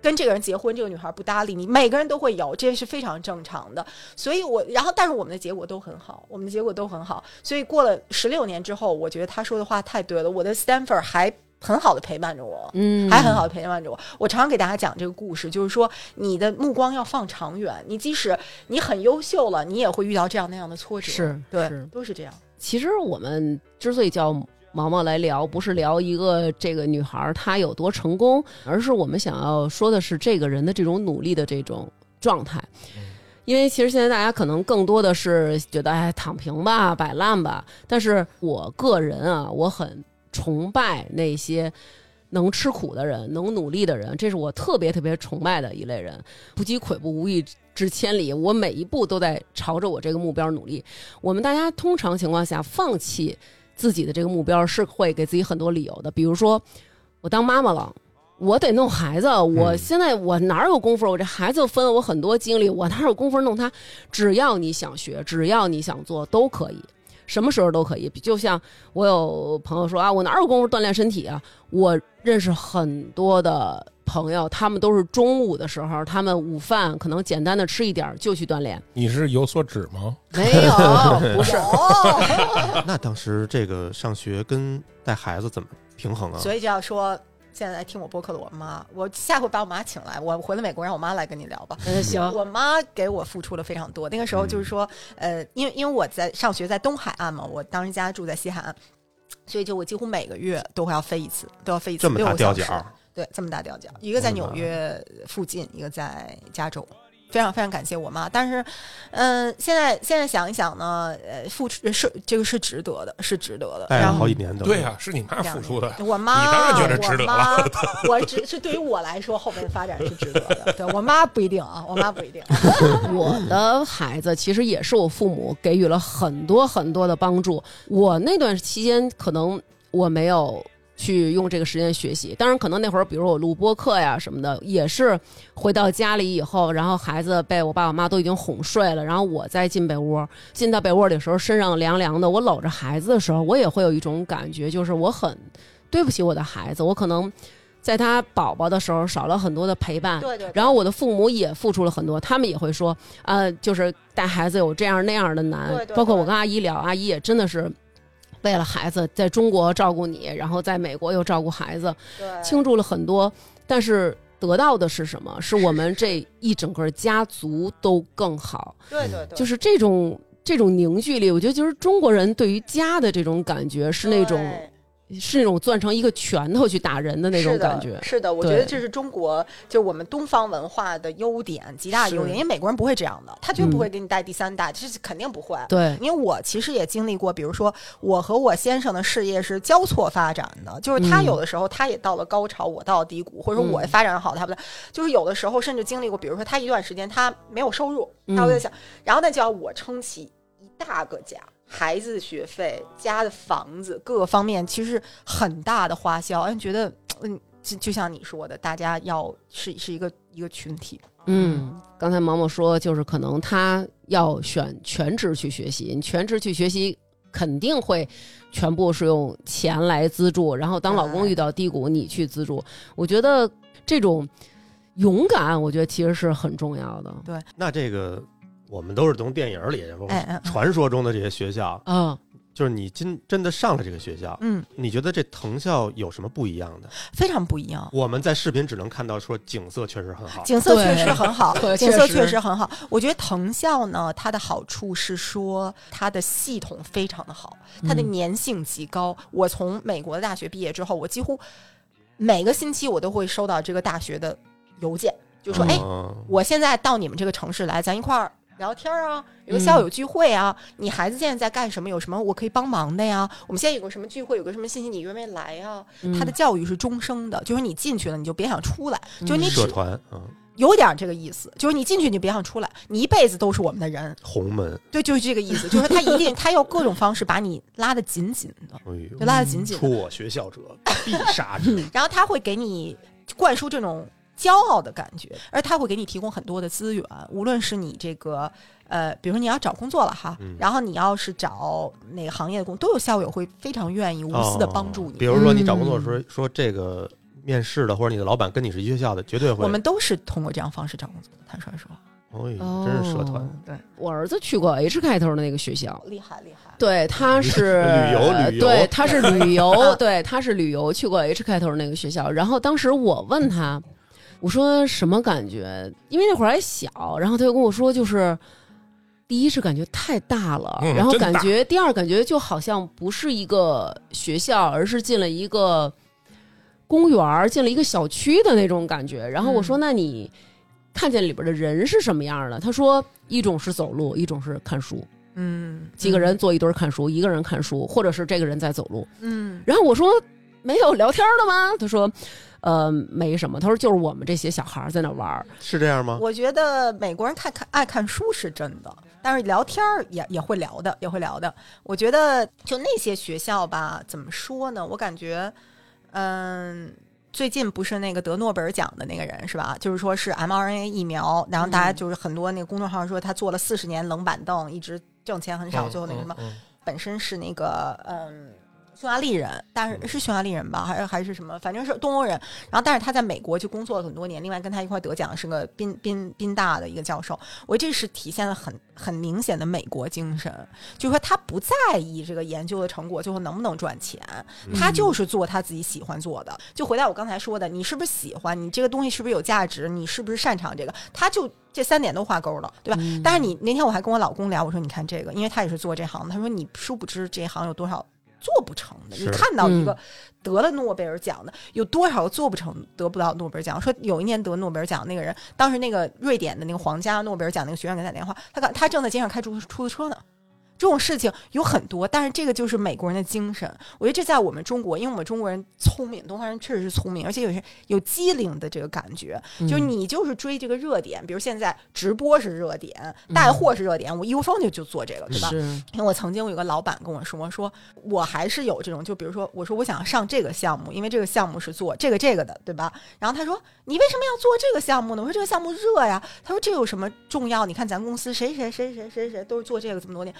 Speaker 2: 跟这个人结婚，这个女孩不搭理你，每个人都会有，这是非常正常的。所以我，然后，但是我们的结果都很好，我们的结果都很好。所以过了十六年之后，我觉得他说的话太对了，我的 Stanford 还很好的陪伴着我。
Speaker 1: 嗯，
Speaker 2: 还很好地陪伴着我。我常常给大家讲这个故事，就是说你的目光要放长远，你即使你很优秀了，你也会遇到这样那样的挫折。
Speaker 1: 是
Speaker 2: 对，
Speaker 1: 是
Speaker 2: 都是这样。
Speaker 1: 其实我们之所以叫毛毛来聊，不是聊一个这个女孩儿她有多成功，而是我们想要说的是这个人的这种努力的这种状态。因为其实现在大家可能更多的是觉得哎躺平吧、摆烂吧，但是我个人啊，我很崇拜那些能吃苦的人、能努力的人，这是我特别特别崇拜的一类人。不积跬步，无以至千里。我每一步都在朝着我这个目标努力。我们大家通常情况下放弃自己的这个目标，是会给自己很多理由的，比如说我当妈妈了。我得弄孩子，我
Speaker 4: 嗯
Speaker 1: 现在我哪有功夫？我这孩子分了我很多精力，我哪有功夫弄他？只要你想学，只要你想做，都可以，什么时候都可以。就像我有朋友说啊，我哪有功夫锻炼身体啊？我认识很多的朋友，他们都是中午的时候，他们午饭可能简单的吃一点儿就去锻炼，
Speaker 3: 你是有所指吗？
Speaker 1: 没 有，不是。
Speaker 4: 那当时这个上学跟带孩子怎么平衡啊？
Speaker 2: 所以就要说，现在来听我播客的我妈，我下回把我妈请来，我回了美国让我妈来跟你聊吧。
Speaker 1: 嗯，行，
Speaker 2: 我妈给我付出了非常多，那个时候就是说，呃，因为因为我在上学在东海岸嘛，我当时家住在西海岸，所以就我几乎每个月都会要飞一次，都要飞一次
Speaker 4: 这么
Speaker 2: 六
Speaker 4: 大
Speaker 2: 个
Speaker 4: 掉
Speaker 2: 小时
Speaker 4: 脚。儿，
Speaker 3: 嗯
Speaker 2: 对，这么大吊脚，一个在
Speaker 4: 我的妈
Speaker 2: 纽约附近，一个在加州。非常非常感谢我妈。但是，嗯、现在现在想一想呢，呃，付出是这个是值得的，是值得的。
Speaker 4: 带
Speaker 3: 哎
Speaker 4: 了
Speaker 2: 然后
Speaker 4: 好几年的，
Speaker 3: 对啊呀，是你妈付出的，
Speaker 2: 我妈，
Speaker 3: 你当然觉得值得了
Speaker 2: 我妈，我只是对于我来说，后面的发展是值得的。对我妈不一定啊，我妈不一定。
Speaker 1: 我的孩子其实也是我父母给予了很多很多的帮助。我那段期间可能我没有去用这个时间学习，当然可能那会儿，比如我录播课呀什么的，也是回到家里以后，然后孩子被我爸我妈都已经哄睡了，然后我再进被窝，进到被窝里的时候，身上凉凉的，我搂着孩子的时候，我也会有一种感觉，就是我很对不起我的孩子，我可能。在他宝宝的时候少了很多的陪伴，
Speaker 2: 对对对
Speaker 1: 然后我的父母也付出了很多，他们也会说，呃，就是带孩子有这样那样的难，
Speaker 2: 对对对
Speaker 1: 包括我跟阿姨聊，啊阿姨也真的是为了孩子在中国照顾你，然后在美国又照顾孩子，
Speaker 2: 对
Speaker 1: 倾注了很多，但是得到的是什么？是我们这一整个家族都更好，
Speaker 2: 对对对，
Speaker 1: 就是是这种。这种凝聚力，我觉得就是中国人对于家的这种感觉，是那种是那种攥成一个拳头去打人的那种感觉
Speaker 2: 是的，。是的我觉
Speaker 1: 对
Speaker 2: 得这是中国，就是我们东方文化的优点，极大的优点。
Speaker 1: 是
Speaker 2: 因为美国人不会这样的，他绝
Speaker 1: 嗯
Speaker 2: 不会给你带第三代，这是肯定不会。
Speaker 1: 对，
Speaker 2: 因为我其实也经历过，比如说我和我先生的事业是交错发展的，就是他
Speaker 1: 嗯
Speaker 2: 有的时候他也到了高潮，我到了低谷，或者说我
Speaker 1: 嗯
Speaker 2: 发展好，他不在，就是有的时候甚至经历过，比如说他一段时间他没有收入，
Speaker 1: 嗯
Speaker 2: 他会在想，然后那就要我撑起一大个家。孩子学费、家的房子各个方面，其实很大的花销。哎，觉得，嗯，就就像你说的，大家要是是一个一个群体，
Speaker 1: 嗯，刚才毛毛说，就是可能他要选全职去学习，你全职去学习肯定会全部是用钱来资助，然后当老公
Speaker 2: 对
Speaker 1: 遇到低谷，你去资助。我觉得这种勇敢，我觉得其实是很重要的。
Speaker 4: 那这个我们都是从电影里，
Speaker 1: 哦
Speaker 2: 哎哎哎
Speaker 4: 传说中的这些学校，
Speaker 2: 哦
Speaker 1: 嗯，
Speaker 4: 就是你今真的上了这个学校，
Speaker 2: 嗯，
Speaker 4: 你觉得这藤校有什么不一样的？
Speaker 2: 非常不一样。
Speaker 4: 我们在视频只能看到说景色确实很好，
Speaker 2: 景色
Speaker 1: 对
Speaker 2: 确实很好
Speaker 1: 对，
Speaker 2: 景色
Speaker 1: 确实
Speaker 2: 确实很好。我觉得藤校呢，它的好处是说它的系统非常的好，它的
Speaker 1: 嗯
Speaker 2: 粘性极高。我从美国的大学毕业之后，我几乎每个星期我都会收到这个大学的邮件，就说：“哎，
Speaker 4: 嗯
Speaker 2: 我现在到你们这个城市来，咱一块儿聊天儿啊，有个校
Speaker 1: 嗯
Speaker 2: 友聚会啊，你孩子现在在干什么？有什么我可以帮忙的呀？我们现在有个什么聚会，有个什么信息，你愿不愿意来呀？”
Speaker 1: 嗯
Speaker 2: 它的教育是终生的，就是你进去了你就别想出来，就是你
Speaker 4: 社
Speaker 2: 只
Speaker 4: 团，嗯，
Speaker 2: 有点这个意思，就是你进去你就别想出来，你一辈子都是我们的人，
Speaker 4: 红门，
Speaker 2: 对，就是这个意 思，就是他一定他要各种方式把你拉得紧紧的，
Speaker 4: 哎呦
Speaker 2: 就拉得紧紧的，
Speaker 4: 出我学校者，必杀之。
Speaker 2: 然后他会给你灌输这种骄傲的感觉，而他会给你提供很多的资源，无论是你这个。呃，比如说你要找工作了哈，
Speaker 4: 嗯
Speaker 2: 然后你要是找哪个行业的工，都有校友会非常愿 意无私的帮助
Speaker 4: 哦
Speaker 2: 你。嗯
Speaker 4: 比如说你找工作的时候，说这个面试的或者你的老板跟你是一学校的，绝对会。
Speaker 2: 我们都是通过这样方式找工作的，坦率说，
Speaker 4: 哎
Speaker 1: 哦
Speaker 4: 呦，真是社团，
Speaker 2: 对，
Speaker 1: 我儿子去过 H 开头的那个学校。
Speaker 2: 厉害厉害。
Speaker 1: 对，他是
Speaker 4: 旅游旅游
Speaker 1: 对，他是旅 游，对，他是旅游去过 H 开头那个学校。然后当时我问他，我说什么感觉？因为那会儿还小，然后他就跟我说，就是第一是感觉太大了，
Speaker 3: 嗯
Speaker 1: 然后
Speaker 3: 真
Speaker 1: 感
Speaker 3: 大
Speaker 1: 觉第二感觉就好像不是一个学校，而是进了一个公园儿，进了一个小区的那种感觉。然后我
Speaker 4: 嗯
Speaker 1: 说，那你看见里边的人是什么样的？他说，一种是走路，一种是看书。
Speaker 2: 嗯，
Speaker 1: 几个人坐一堆儿看书，一个人看书，或者是这个人在走路。
Speaker 2: 嗯，
Speaker 1: 然后我说没有聊天的吗？他说，呃，没什么。他说就是我们这些小孩儿在那玩儿。
Speaker 4: 是这样吗？
Speaker 2: 我觉得美国人看看爱看书是真的，但是聊天儿也也会聊的，也会聊的。我觉得就那些学校吧，怎么说呢？我感觉，嗯。最近不是那个得诺贝尔奖的那个人是吧？就是说是 mRNA 疫苗，然后大家
Speaker 3: 嗯
Speaker 2: 就是很多那个公众号说他做了四十年冷板凳，一直挣钱很少，最后那个什么，
Speaker 3: 嗯嗯
Speaker 2: 本身是那个嗯匈牙利人，但是是匈牙利人吧，还是还是什么，反正是东欧人。然后，但是他在美国就工作了很多年，另外跟他一块得奖是个宾宾宾大的一个教授。我这是体现了很很明显的美国精神，就是说他不在意这个研究的成果最后能不能赚钱，他就是做他自己喜欢做的。就回到我刚才说的，你是不是喜欢？你这个东西是不是有价值？你是不是擅长这个？他就这三点都挂钩了，对吧？
Speaker 1: 嗯
Speaker 2: 但是你那天我还跟我老公聊，我说你看这个，因为他也是做这行的，他说你殊不知这行有多少。做不成的。你
Speaker 4: 是
Speaker 2: 看到一个得了诺贝尔奖的，有多少个做不成、得不到诺贝尔奖？说有一年得诺贝尔奖那个人，当时那个瑞典的那个皇家诺贝尔奖那个学院给他打电话，他刚他正在街上开出出租车呢。这种事情有很多，但是这个就是美国人的精神。我觉得这在我们中国，因为我们中国人聪明，东方人确实是聪明，而且有些有机灵的这个感觉。就是
Speaker 1: 嗯
Speaker 2: 你就是追这个热点，比如现在直播是热点，带货是热点，我一窝蜂就就做这个，对吧？
Speaker 1: 是
Speaker 2: 因为我曾经我有个老板跟我说，说我还是有这种，就比如说我说我想上这个项目，因为这个项目是做这个这个的，对吧？然后他说你为什么要做这个项目呢？我说这个项目热呀。他说这有什么重要？你看咱公司谁谁谁谁谁谁都是做这个这么多年，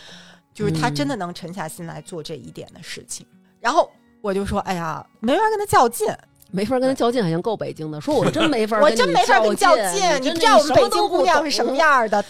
Speaker 2: 就是他真的能沉下心来做这一点的事情。然后我就说，哎呀，没法跟他较劲，
Speaker 1: 没法跟他较劲，好像够北京的。说我真没法，
Speaker 2: 我真没法跟
Speaker 1: 你
Speaker 2: 较
Speaker 1: 劲，
Speaker 2: 劲，
Speaker 1: 你
Speaker 2: 不
Speaker 1: 真
Speaker 2: 知道
Speaker 1: 的
Speaker 2: 我们北京姑娘是
Speaker 1: 什
Speaker 2: 什
Speaker 1: 么
Speaker 2: 么
Speaker 1: 都不懂
Speaker 2: 样儿的，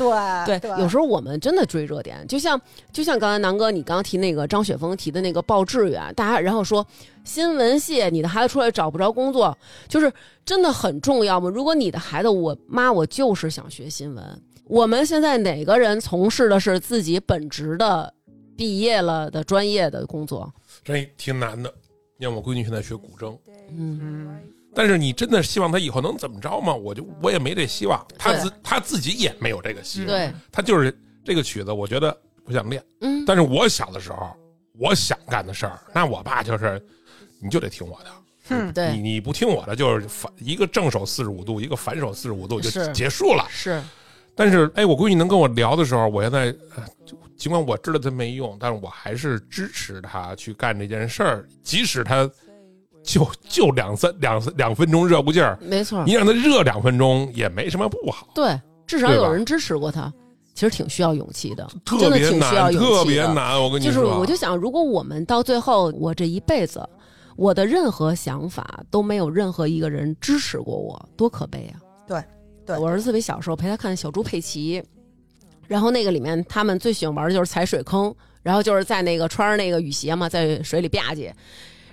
Speaker 2: 对
Speaker 1: 对，有时候我们真的追热点，就像就像刚才南哥你刚刚提那个张雪峰提的那个报志愿，大家然后说新闻系你的孩子出来找不着工作，就是真的很重要吗？如果你的孩子，我妈我就是想学新闻。我们现在哪个人从事的是自己本职的毕业了的专业的工作？
Speaker 3: 这挺难的。你看我闺女现在学古筝，
Speaker 1: 嗯，
Speaker 2: 嗯。
Speaker 3: 但是你真的希望她以后能怎么着吗？我就我也没这希望，她
Speaker 1: 对
Speaker 3: 自她自己也没有这个希望，
Speaker 1: 对，
Speaker 3: 她嗯就是这个曲子，我觉得不想练。
Speaker 1: 嗯，
Speaker 3: 但是我小的时候，我想干的事儿，那我爸就是，你就得听我的。
Speaker 2: 嗯
Speaker 3: 你
Speaker 1: 对，
Speaker 3: 你不听我的，就是反一个正手四十五度，一个反手四十五度就是结束了。
Speaker 1: 是
Speaker 3: 但是，哎，我闺女能跟我聊的时候，我现在、呃就尽管我知道她没用，但是我还是支持她去干这件事儿，即使她就就两三两三两分钟热乎劲儿，
Speaker 1: 没错儿
Speaker 3: 你，让她热两分钟也没什么不好。
Speaker 1: 对，至少
Speaker 3: 对
Speaker 1: 有
Speaker 3: 吧
Speaker 1: 人支持过他，其实挺需要勇气的，
Speaker 3: 特
Speaker 1: 真的
Speaker 3: 别
Speaker 1: 挺需要
Speaker 3: 难，
Speaker 1: 勇气
Speaker 3: 特别
Speaker 1: 的
Speaker 3: 难，我跟你
Speaker 1: 就
Speaker 3: 说，
Speaker 1: 是我就想，如果我们到最后，我这一辈子，我的任何想法都没有任何一个人支持过我，多可悲啊！
Speaker 2: 对对
Speaker 1: 我儿子特别小时候陪他看小猪佩奇，然后那个里面他们最喜欢玩的就是踩水坑，然后就是在那个穿着那个雨鞋嘛，在水里吧唧。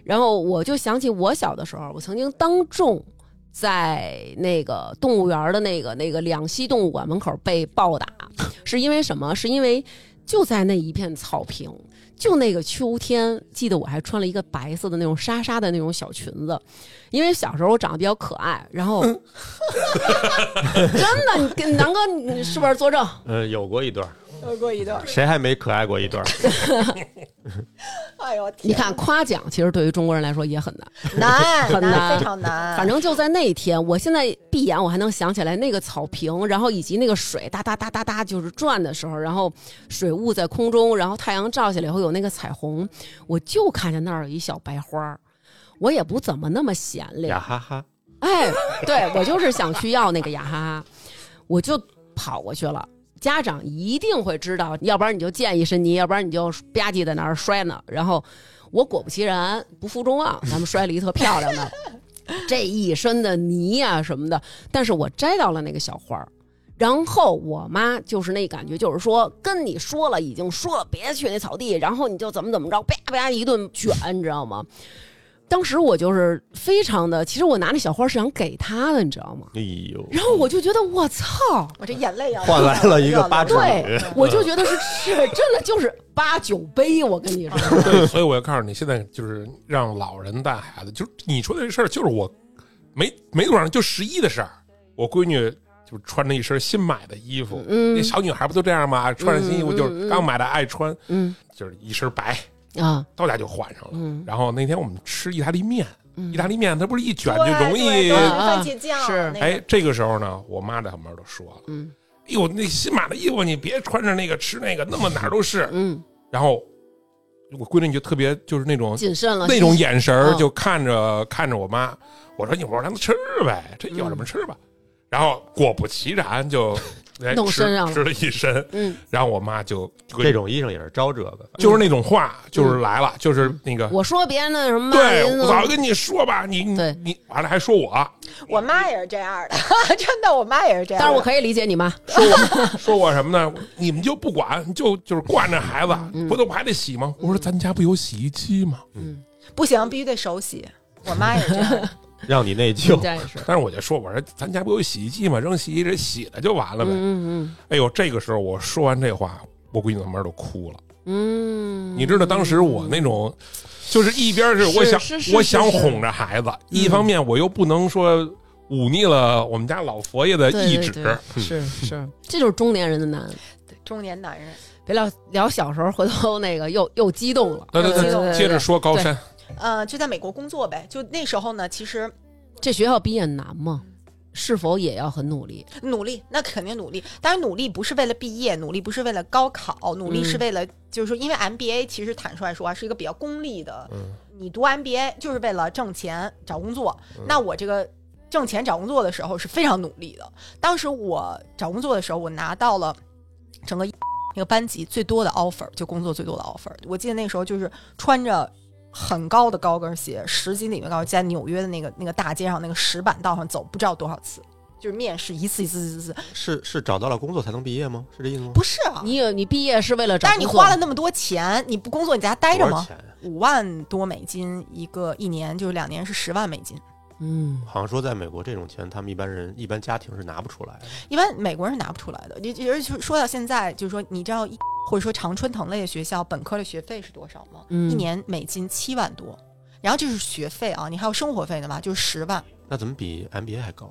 Speaker 1: 然后我就想起我小的时候，我曾经当众在那个动物园的那个那个两栖动物馆门口被暴打，是因为什么？是因为就在那一片草坪，就那个秋天，记得我还穿了一个白色的那种纱纱的那种小裙子，因为小时候我长得比较可爱，然后 真的，你跟南哥你是不是作证？
Speaker 4: 呃，有过一段儿，
Speaker 2: 有过一段，
Speaker 4: 谁还没可爱过一段儿？
Speaker 2: 哎呦，天
Speaker 1: 你看夸奖其实对于中国人来说也很难。
Speaker 2: 难，
Speaker 1: 很难
Speaker 2: 非常难。
Speaker 1: 反正就在那一天，我现在闭眼我还能想起来那个草坪，然后以及那个水哒哒哒哒哒就是转的时候，然后水雾在空中，然后太阳照下来以后有那个彩虹，我就看见那儿有一小白花儿，我也不怎么那么闲
Speaker 4: 呀
Speaker 1: 聊，
Speaker 4: 哈哈，
Speaker 1: 哎，对我就是想去要那个雅哈哈，我就跑过去了。家长一定会知道，要不然你就溅一身泥，要不然你就吧唧在那儿摔呢。然后我果不其然，不负众望，咱们摔了一特漂亮的，这一身的泥呀、什么的。但是我摘到了那个小花儿，然后我妈就是那感觉，就是说跟你说了，已经说了，别去那草地，然后你就怎么怎么着，啪啪一顿卷，你知道吗？当时我就是非常的，其实我拿那小花是想给她的，你知道吗？
Speaker 4: 哎呦，
Speaker 1: 然后我就觉得我操，
Speaker 2: 我这眼泪要啊
Speaker 4: 换来了一个八尺
Speaker 1: 对
Speaker 4: 女，
Speaker 1: 我就觉得是是真的就是八九杯，我跟你说，
Speaker 3: 对，所以我要告诉你，现在就是让老人带孩子，就是你说的这事儿，就是我没没多少，就十一的事儿。我闺女就穿着一身新买的衣服，
Speaker 1: 嗯
Speaker 3: 那小女孩不都这样吗？啊穿着新衣服
Speaker 1: 嗯
Speaker 3: 就是刚买的，爱穿，
Speaker 1: 嗯
Speaker 3: 就是一身白，
Speaker 1: 啊，
Speaker 3: 到家就换上了。
Speaker 1: 嗯
Speaker 3: 然后那天我们吃意大利面，
Speaker 1: 嗯
Speaker 3: 意大利面它不是一卷
Speaker 2: 对
Speaker 3: 就容
Speaker 2: 对
Speaker 3: 易
Speaker 2: 都是
Speaker 1: 啊
Speaker 2: 番茄酱
Speaker 1: 是
Speaker 2: 那个
Speaker 3: 哎，这个时候呢，我妈在旁边就说了
Speaker 1: 嗯：“
Speaker 3: 哎呦，那新买的衣服你别穿着那个吃那个，那么哪儿都是。
Speaker 1: 嗯，”
Speaker 3: 然后我闺女就特别就是那种
Speaker 1: 谨慎了
Speaker 3: 那种眼神儿
Speaker 1: 嗯
Speaker 3: 就看着看着我妈，我说你我让他吃呗，
Speaker 1: 嗯
Speaker 3: 这有什么吃吧。然后果不其然 就哎
Speaker 1: 弄
Speaker 3: 吃
Speaker 1: 身上了
Speaker 3: 吃了一身，
Speaker 1: 嗯，
Speaker 3: 然后我妈就就
Speaker 4: 这
Speaker 3: 跟
Speaker 4: 种衣裳也是招这个。
Speaker 3: 就是那种话就是来了，就是那个
Speaker 1: 嗯我说别人啊的什么，
Speaker 3: 对，
Speaker 1: 您
Speaker 3: 我早跟你说吧，你你
Speaker 1: 对
Speaker 3: 你完了还说我
Speaker 2: 我妈也是这样的， 真的，我妈也是这样的。
Speaker 1: 但是我可以理解你妈，
Speaker 3: 说我说我什么呢？你们就不管，就就是惯着孩子，
Speaker 1: 嗯
Speaker 3: 不都还得洗吗？我说咱家不有洗衣机吗？
Speaker 2: 不行，必须得手洗。我妈也是这样 的，
Speaker 4: 让你内疚
Speaker 2: 嗯
Speaker 1: 你，家也是，
Speaker 3: 但是我就说我说咱家不有洗衣机吗？扔洗衣机洗了就完了呗。
Speaker 1: 嗯嗯
Speaker 3: 哎呦，这个时候我说完这话，我闺女慢慢都哭了。
Speaker 1: 嗯，
Speaker 3: 你知道当时我那种，就是一边是我想
Speaker 5: 是是是
Speaker 3: 我想哄着孩子，一方面我又不能说忤逆了我们家老佛爷的
Speaker 5: 对
Speaker 3: 意
Speaker 5: 对
Speaker 3: 志，
Speaker 5: 对，是是，
Speaker 1: 这就是中年人的难。
Speaker 2: 中年男人。
Speaker 1: 别聊聊小时候，回头那个又又激动了。
Speaker 3: 那那
Speaker 5: 对对
Speaker 3: 那
Speaker 5: 对
Speaker 3: 接着说高山，哎
Speaker 2: 呃，就在美国工作呗。就那时候呢，其实
Speaker 1: 这学校毕业难吗？是否也要很努力？
Speaker 2: 努力，那肯定努力。当然，努力不是为了毕业，努力不是为了高考，努力是为了，就是说，因为 MBA 其实坦率说啊，是一个比较功利的。
Speaker 3: 嗯
Speaker 2: 你读 MBA 就是为了挣钱找工作。那我这个挣钱找工作的时候是非常努力的。当时我找工作的时候，我拿到了整个那个班级最多的 offer，就工作最多的 offer。我记得那时候就是穿着很高的高跟鞋，十几里面高跟鞋，在纽约的那个那个大街上那个石板道上走，不知道多少次，就是面试一次一次一次一次，
Speaker 4: 是是找到了工作才能毕业吗？是这意思吗？
Speaker 2: 不是啊。
Speaker 1: 你有你毕业是为了找
Speaker 2: 但是
Speaker 1: 工
Speaker 2: 你
Speaker 1: 作，
Speaker 2: 花了那么多钱，你不工作你在家待着
Speaker 4: 多少
Speaker 2: 吗？
Speaker 4: 钱呀？
Speaker 2: 五万多美金一个一年，就是两年是十万美金。
Speaker 1: 嗯，
Speaker 4: 好像说在美国这种钱，他们一般人一般家庭是拿不出来的。
Speaker 2: 一般美国人是拿不出来的。你也就是说到现在，就是说你知道或者说常春藤类的学校本科的学费是多少吗？
Speaker 1: 嗯
Speaker 2: 一年美金七万多，然后这是学费啊，你还有生活费呢吧，就是十万，
Speaker 4: 那怎么比 MBA 还高？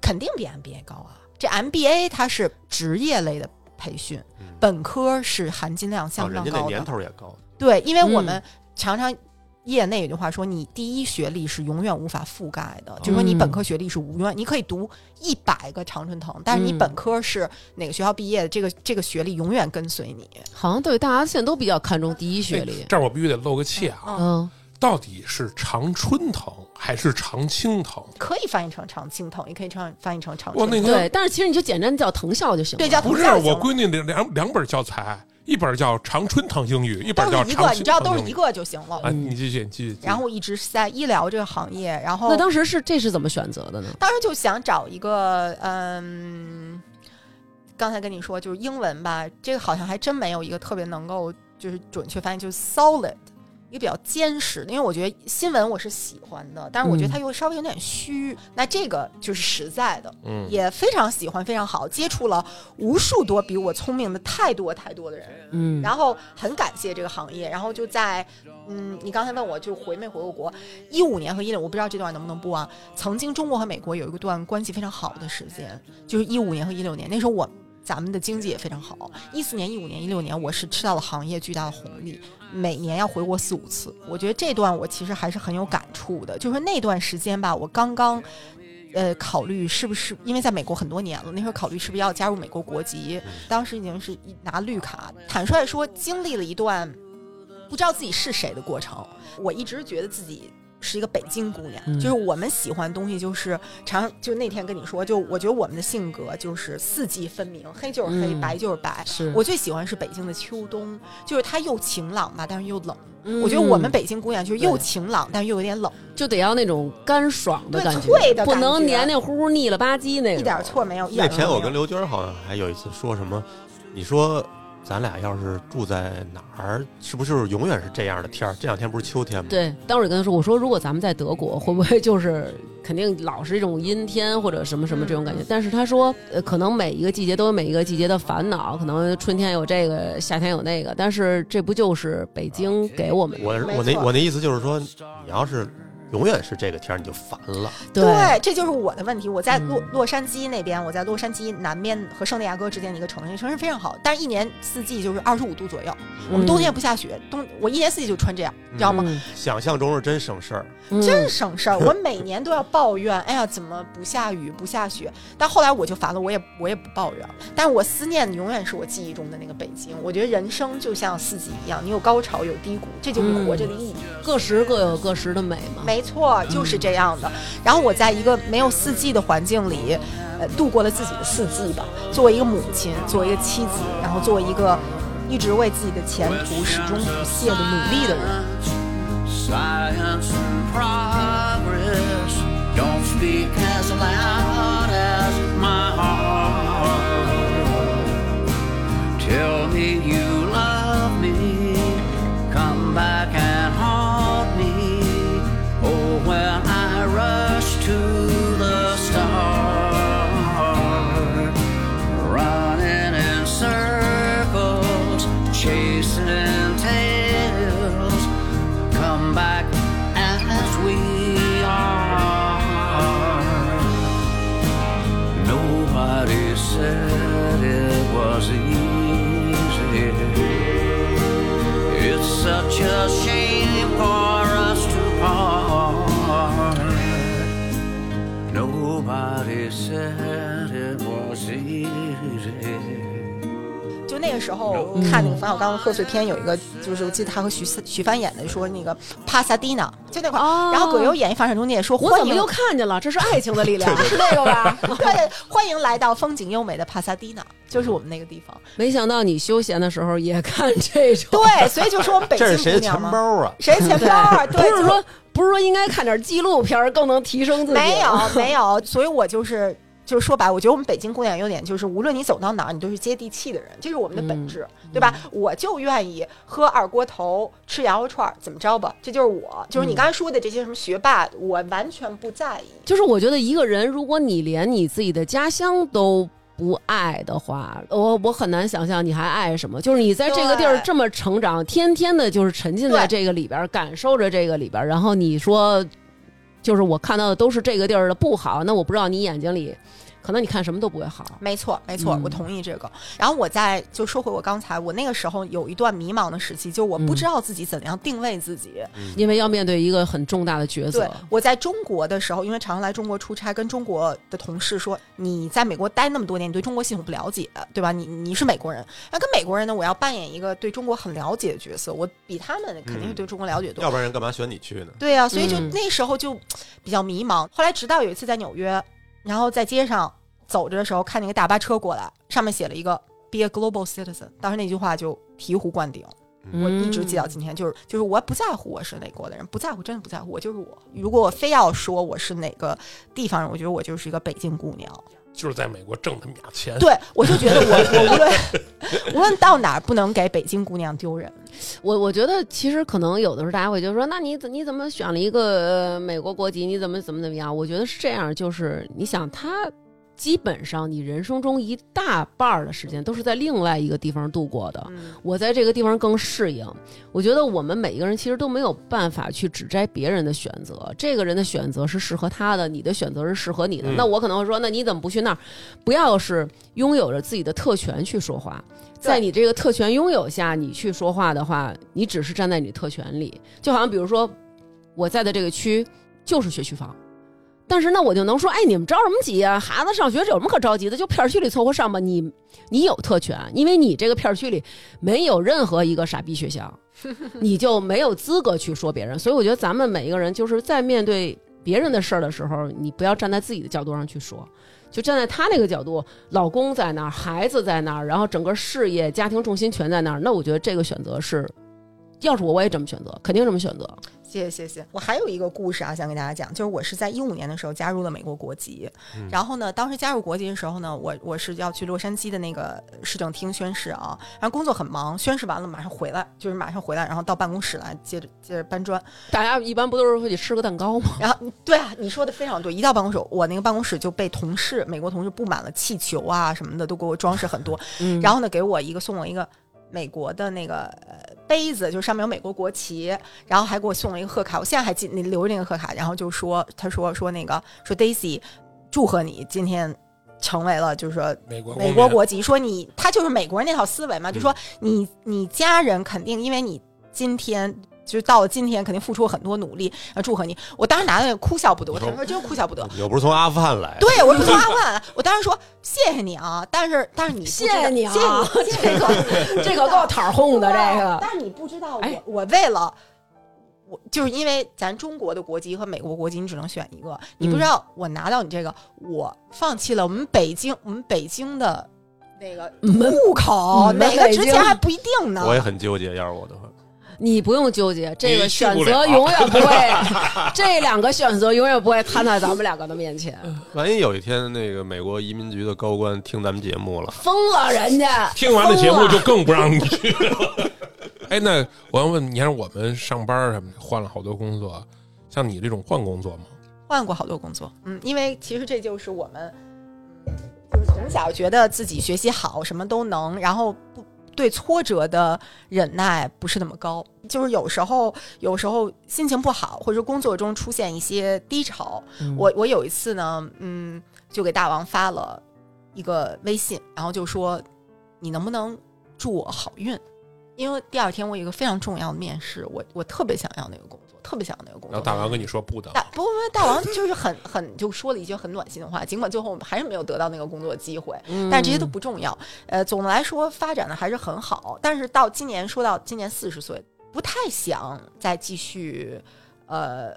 Speaker 2: 肯定比 MBA 高啊。这 MBA 它是职业类的培训，
Speaker 4: 嗯
Speaker 2: 本科是含金量
Speaker 4: 哦，
Speaker 2: 相
Speaker 4: 人
Speaker 2: 当
Speaker 4: 家那
Speaker 2: 高的。
Speaker 4: 年头也高，
Speaker 2: 对，因为我
Speaker 1: 嗯
Speaker 2: 们常常业内有句话说，你第一学历是永远无法覆盖的，就是说
Speaker 3: 嗯
Speaker 2: 你本科学历是无缘，你可以读一百个常春藤，但是你
Speaker 1: 嗯
Speaker 2: 本科是哪个学校毕业的，这个这个学历永远跟随你。
Speaker 1: 好像对大家现在都比较看重第一学历。
Speaker 3: 这儿我必须得露个怯啊，
Speaker 2: 嗯，
Speaker 1: 嗯，
Speaker 3: 到底是常春藤还是常青藤？
Speaker 2: 可以翻译成常青藤，也可以唱翻译成常
Speaker 3: 哇
Speaker 2: 春
Speaker 3: 那
Speaker 2: 藤。
Speaker 3: 个
Speaker 1: 对，但是其实你就简单叫藤校就
Speaker 2: 嗯
Speaker 1: 行了。
Speaker 2: 对，叫
Speaker 3: 不是
Speaker 2: 藤校
Speaker 3: 我
Speaker 2: 行
Speaker 3: 闺女两两两本教材，一本叫常春藤英语，一本
Speaker 2: 都
Speaker 3: 叫
Speaker 2: 是一个，
Speaker 3: 常
Speaker 2: 你
Speaker 3: 青
Speaker 2: 知道
Speaker 3: 藤
Speaker 2: 都是
Speaker 3: 英
Speaker 2: 一
Speaker 3: 语。
Speaker 2: 个就行了。
Speaker 3: 啊，你继续，你继续。继续
Speaker 2: 然后我一直是在医疗这个行业，然后
Speaker 1: 那当时是这是怎么选择的呢？
Speaker 2: 当时就想找一个，嗯，刚才跟你说就是英文吧，这个好像还真没有一个特别能够就是准确翻译，就是 solid，一个比较坚实的。因为我觉得新闻我是喜欢的，但是我觉得它又稍微有点虚。那这个就是实在的，
Speaker 3: 嗯，
Speaker 2: 也非常喜欢，非常好，接触了无数多比我聪明的太多太多的人。
Speaker 1: 嗯，
Speaker 2: 然后很感谢这个行业，然后就在嗯，你刚才问我就回没回过国，一五年和一六，我不知道这段能不能播啊。曾经中国和美国有一段关系非常好的时间，就是一五年和一六年，那时候我。咱们的经济也非常好，一四年、一五年、一六年，我是吃到了行业巨大的红利，每年要回国四五次。我觉得这段我其实还是很有感触的，就是那段时间吧，我刚刚，呃，考虑是不是因为在美国很多年了，那时候考虑是不是要加入美国国籍，
Speaker 1: 嗯
Speaker 2: 当时已经是一拿绿卡，坦率说，经历了一段不知道自己是谁的过程。我一直觉得自己是一个北京姑娘，
Speaker 1: 嗯
Speaker 2: 就是我们喜欢的东西，就是常就那天跟你说，就我觉得我们的性格就是四季分明，黑就是黑，
Speaker 1: 嗯
Speaker 2: 白就是白。
Speaker 1: 是
Speaker 2: 我最喜欢是北京的秋冬，就是它又晴朗吧，但是又冷。
Speaker 1: 嗯
Speaker 2: 我觉得我们北京姑娘就是又
Speaker 1: 对
Speaker 2: 晴朗，但是又有点冷，
Speaker 1: 就得要那种干爽的
Speaker 2: 对
Speaker 1: 感觉，
Speaker 2: 脆的感觉
Speaker 1: 不能黏黏糊糊、腻了吧哎唧那种。
Speaker 2: 一点错没有。一
Speaker 4: 那
Speaker 2: 点错
Speaker 4: 天
Speaker 2: 没
Speaker 4: 我
Speaker 2: 有
Speaker 4: 跟刘娟儿好像还有一次说什么，你说咱俩要是住在哪儿，是不是就是永远是这样的天儿？这两天不是秋天吗？，
Speaker 1: 对，当时我跟他说，我说如果咱们在德国，会不会就是肯定老是这种阴天或者什么什么这种感觉？但是他说，呃，可能每一个季节都有每一个季节的烦恼，可能春天有这个，夏天有那个，但是这不就是北京给我们的？
Speaker 4: 我
Speaker 2: 没
Speaker 4: 我那
Speaker 2: 错
Speaker 4: 我那意思就是说，你要是永远是这个天儿，你就烦了。
Speaker 2: 对，这就是我的问题。我在洛、
Speaker 1: 嗯
Speaker 2: 洛杉矶那边，我在洛杉矶南面和圣地亚哥之间的一个城市，城市非常好，但是一年四季就是二十五度左右。我们冬天不下雪，冬我一年四季就穿这样，你知道吗？
Speaker 1: 嗯
Speaker 4: 想象中是真省事儿，
Speaker 1: 嗯
Speaker 2: 真省事儿， 我每年都要抱怨，哎呀，怎么不下雨不下雪？但后来我就烦了，我也我也不抱怨了，但是我思念的永远是我记忆中的那个北京。我觉得人生就像四季一样，你有高潮有低谷，这就是
Speaker 1: 嗯
Speaker 2: 活着的意义。
Speaker 1: 各时各有各时的美嘛。
Speaker 2: 没错，就是这样的。然后我在一个没有四季的环境里，呃，度过了自己的四季吧。作为一个母亲，作为一个妻子，然后作为一个一直为自己的前途始终不懈的努力的人。
Speaker 6: Science and progress don't speak as loud as my heart. Tell me you love me, come back and haunt me. Oh, when I rush to the stars running in circles, chasing tails. come back as we are. Nobody said it was easy. It's such a shame for us to part. Nobody said it was easy.
Speaker 2: 就那个时候看那个冯小刚的贺岁片，有一个就是我记得他和徐思徐帆演的，说那个帕萨蒂娜，就那块儿。
Speaker 1: 哦
Speaker 2: 然后葛优演一反闪中介说：“
Speaker 1: 我
Speaker 2: 欢
Speaker 1: 怎么
Speaker 2: 迎
Speaker 1: 又看见了？这是爱情的力 量。
Speaker 2: 是那个吧？对，欢迎来到风景优美的帕萨蒂娜，就是我们那个地 方。
Speaker 1: 没想到你休闲的时候也看这种，
Speaker 2: 对，所以就说我们北
Speaker 4: 这是
Speaker 2: 京
Speaker 4: 谁
Speaker 2: 姑
Speaker 4: 的
Speaker 2: 娘
Speaker 4: 钱
Speaker 2: 嘛，
Speaker 4: 包啊？
Speaker 2: 谁钱包 啊？
Speaker 1: 不
Speaker 2: 对，
Speaker 1: 是
Speaker 2: 就
Speaker 1: 说不是说应该看点纪录片儿更能提升自己？啊
Speaker 2: 没有，没有，所以我就是。就是说白，我觉得我们北京姑娘优点就是，无论你走到哪儿，你都是接地气的人，这是我们的本质，对吧？我就愿意喝二锅头，吃羊肉串儿，怎么着吧？这就是我，就是你刚才说的这些什么学霸，我完全不在意。
Speaker 1: 就是我觉得一个人，如果你连你自己的家乡都不爱的话，我我很难想象你还爱什么。就是你在这个地儿
Speaker 2: 对
Speaker 1: 这么成长，天天的就是沉浸在
Speaker 2: 对
Speaker 1: 这个里边儿，感受着这个里边儿，然后你说，就是我看到的都是这个地儿的不好，那我不知道你眼睛里，可能你看什么都不会好。
Speaker 2: 没错，没错，
Speaker 1: 嗯
Speaker 2: 我同意这个。然后我再就说回我刚才，我那个时候有一段迷茫的时期，就我不知道自己怎样定位自己。
Speaker 1: 因为要面对一个很重大的抉择
Speaker 2: 对，，我在中国的时候，因为常常来中国出差，跟中国的同事说，你在美国待那么多年，你对中国系统不了解，对吧？你你是美国人，那跟美国人呢，我要扮演一个对中国很了解的角色，我比他们肯定是对中国了解多。
Speaker 4: 要不然人干嘛选你去呢？
Speaker 2: 对呀、啊所以就
Speaker 1: 嗯
Speaker 2: 那时候就比较迷茫。后来直到有一次在纽约，然后在街上走着的时候，看见一个大巴车过来，上面写了一个 “Be a global citizen”，当时那句话就醍醐灌顶。我一
Speaker 1: 嗯
Speaker 2: 直记到今天，就是就是我不在乎我是哪国的人，不在乎，真的不在乎，我就是我。如果我非要说我是哪个地方人，我觉得我就是一个北京姑娘。
Speaker 3: 就是在美国挣他们俩钱。
Speaker 2: 对，我就觉得我我无论无论到哪儿，不能给北京姑娘丢人。
Speaker 1: 我我觉得其实可能有的时候大家会就说，那你怎你怎么选了一个、呃美国国籍？你怎么怎么怎么样？我觉得是这样，就是你想他。基本上，你人生中一大半儿的时间都是在另外一个地方度过的。
Speaker 2: 嗯，
Speaker 1: 我在这个地方更适应。我觉得我们每一个人其实都没有办法去指摘别人的选择，这个人的选择是适合他的，你的选择是适合你的。
Speaker 4: 嗯
Speaker 1: 那我可能会说，那你怎么不去那儿？不要是拥有着自己的特权去说话，在你这个特权拥有下，你去说话的话，你只是站在你特权里。就好像比如说，我在的这个区就是学区房。但是那我就能说，哎，你们着什么急呀、孩子上学这有什么可着急的？就片儿区里凑合上吧。你你有特权，因为你这个片儿区里没有任何一个傻逼学校，你就没有资格去说别人。所以我觉得咱们每一个人就是在面对别人的事儿的时候，你不要站在自己的角度上去说，就站在他那个角度，老公在那儿，孩子在那儿，然后整个事业、家庭重心全在那儿。那我觉得这个选择是，要是我我也这么选择，肯定这么选择。
Speaker 2: 谢谢谢谢。我还有一个故事啊，想给大家讲，就是我是在一五年的时候加入了美国国籍，然后呢，当时加入国籍的时候呢，我我是要去洛杉矶的那个市政厅宣誓啊，然后工作很忙，宣誓完了马上回来，就是马上回来，然后到办公室来接着接着搬砖，
Speaker 1: 大家一般不都是会去吃个蛋糕吗？
Speaker 2: 然后对啊，你说的非常对。一到办公室，我那个办公室就被同事、美国同事布满了气球啊什么的，都给我装饰很多。
Speaker 1: 嗯
Speaker 2: 然后呢，给我一个送我一个美国的那个呃杯子，就上面有美国国旗，然后还给我送了一个贺卡。我现在还记，你留着那个贺卡，然后就说他说说那个说 Daisy，祝贺你今天成为了就是说
Speaker 3: 美国公民
Speaker 2: 美嗯国国籍，说你他就是美国人那套思维嘛，就说你你家人肯定因为你今天。就是到了今天，肯定付出了很多努力，啊，祝贺你！我当时拿的哭笑不得，我当时说真哭笑不得。
Speaker 4: 你又不是从阿富汗来，
Speaker 2: 对，我是从阿 万，我当时说谢谢你啊，但是但是你不知道
Speaker 1: 谢谢你啊
Speaker 2: 谢谢你，谢谢你
Speaker 1: 这可够讨哄的，这
Speaker 2: 对
Speaker 1: 个。
Speaker 2: 但是你不知道我，
Speaker 1: 哎
Speaker 2: 我为了我就是因为咱中国的国籍和美国国籍，你只能选一个。你
Speaker 1: 嗯
Speaker 2: 不知道我拿到你这个，我放弃了我们北京，我们北京的那个户口，
Speaker 1: 嗯
Speaker 2: 哪个
Speaker 1: 北
Speaker 2: 之
Speaker 1: 京
Speaker 2: 前还不一定呢。
Speaker 4: 我也很纠结。要是我的话，
Speaker 1: 你不用纠结，这个
Speaker 3: 你去不
Speaker 1: 选
Speaker 3: 了
Speaker 1: 择永远不会，这两个选择永远不会摊在咱们两个的面前，
Speaker 4: 万一有一天那个美国移民局的高官听咱们节目了，
Speaker 1: 疯了人家。
Speaker 3: 听完了节目
Speaker 1: 疯
Speaker 3: 就更不让你去 了。哎，那我要问，你看我们上班什么的换了好多工作，像你这种换工作吗？
Speaker 2: 换过好多工作，嗯，因为其实这就是我们，嗯就是从小觉得自己学习好，什么都能，然后不对挫折的忍耐不是那么高。就是有时候，有时候心情不好，或者说工作中出现一些低潮。
Speaker 3: 嗯
Speaker 2: 我我有一次呢，嗯，就给大王发了一个微信，然后就说你能不能祝我好运？因为第二天我有一个非常重要的面试，我我特别想要那个工作，特别想要那个工
Speaker 3: 然
Speaker 2: 作
Speaker 3: 后。大王跟你说不的，
Speaker 2: 大不不，不大王就是很很就说了一句很暖心的话，尽管最后我们还是没有得到那个工作机会，
Speaker 1: 嗯
Speaker 2: 但这些都不重要。呃，总的来说发展的还是很好，但是到今年说到今年四十岁，不太想再继续呃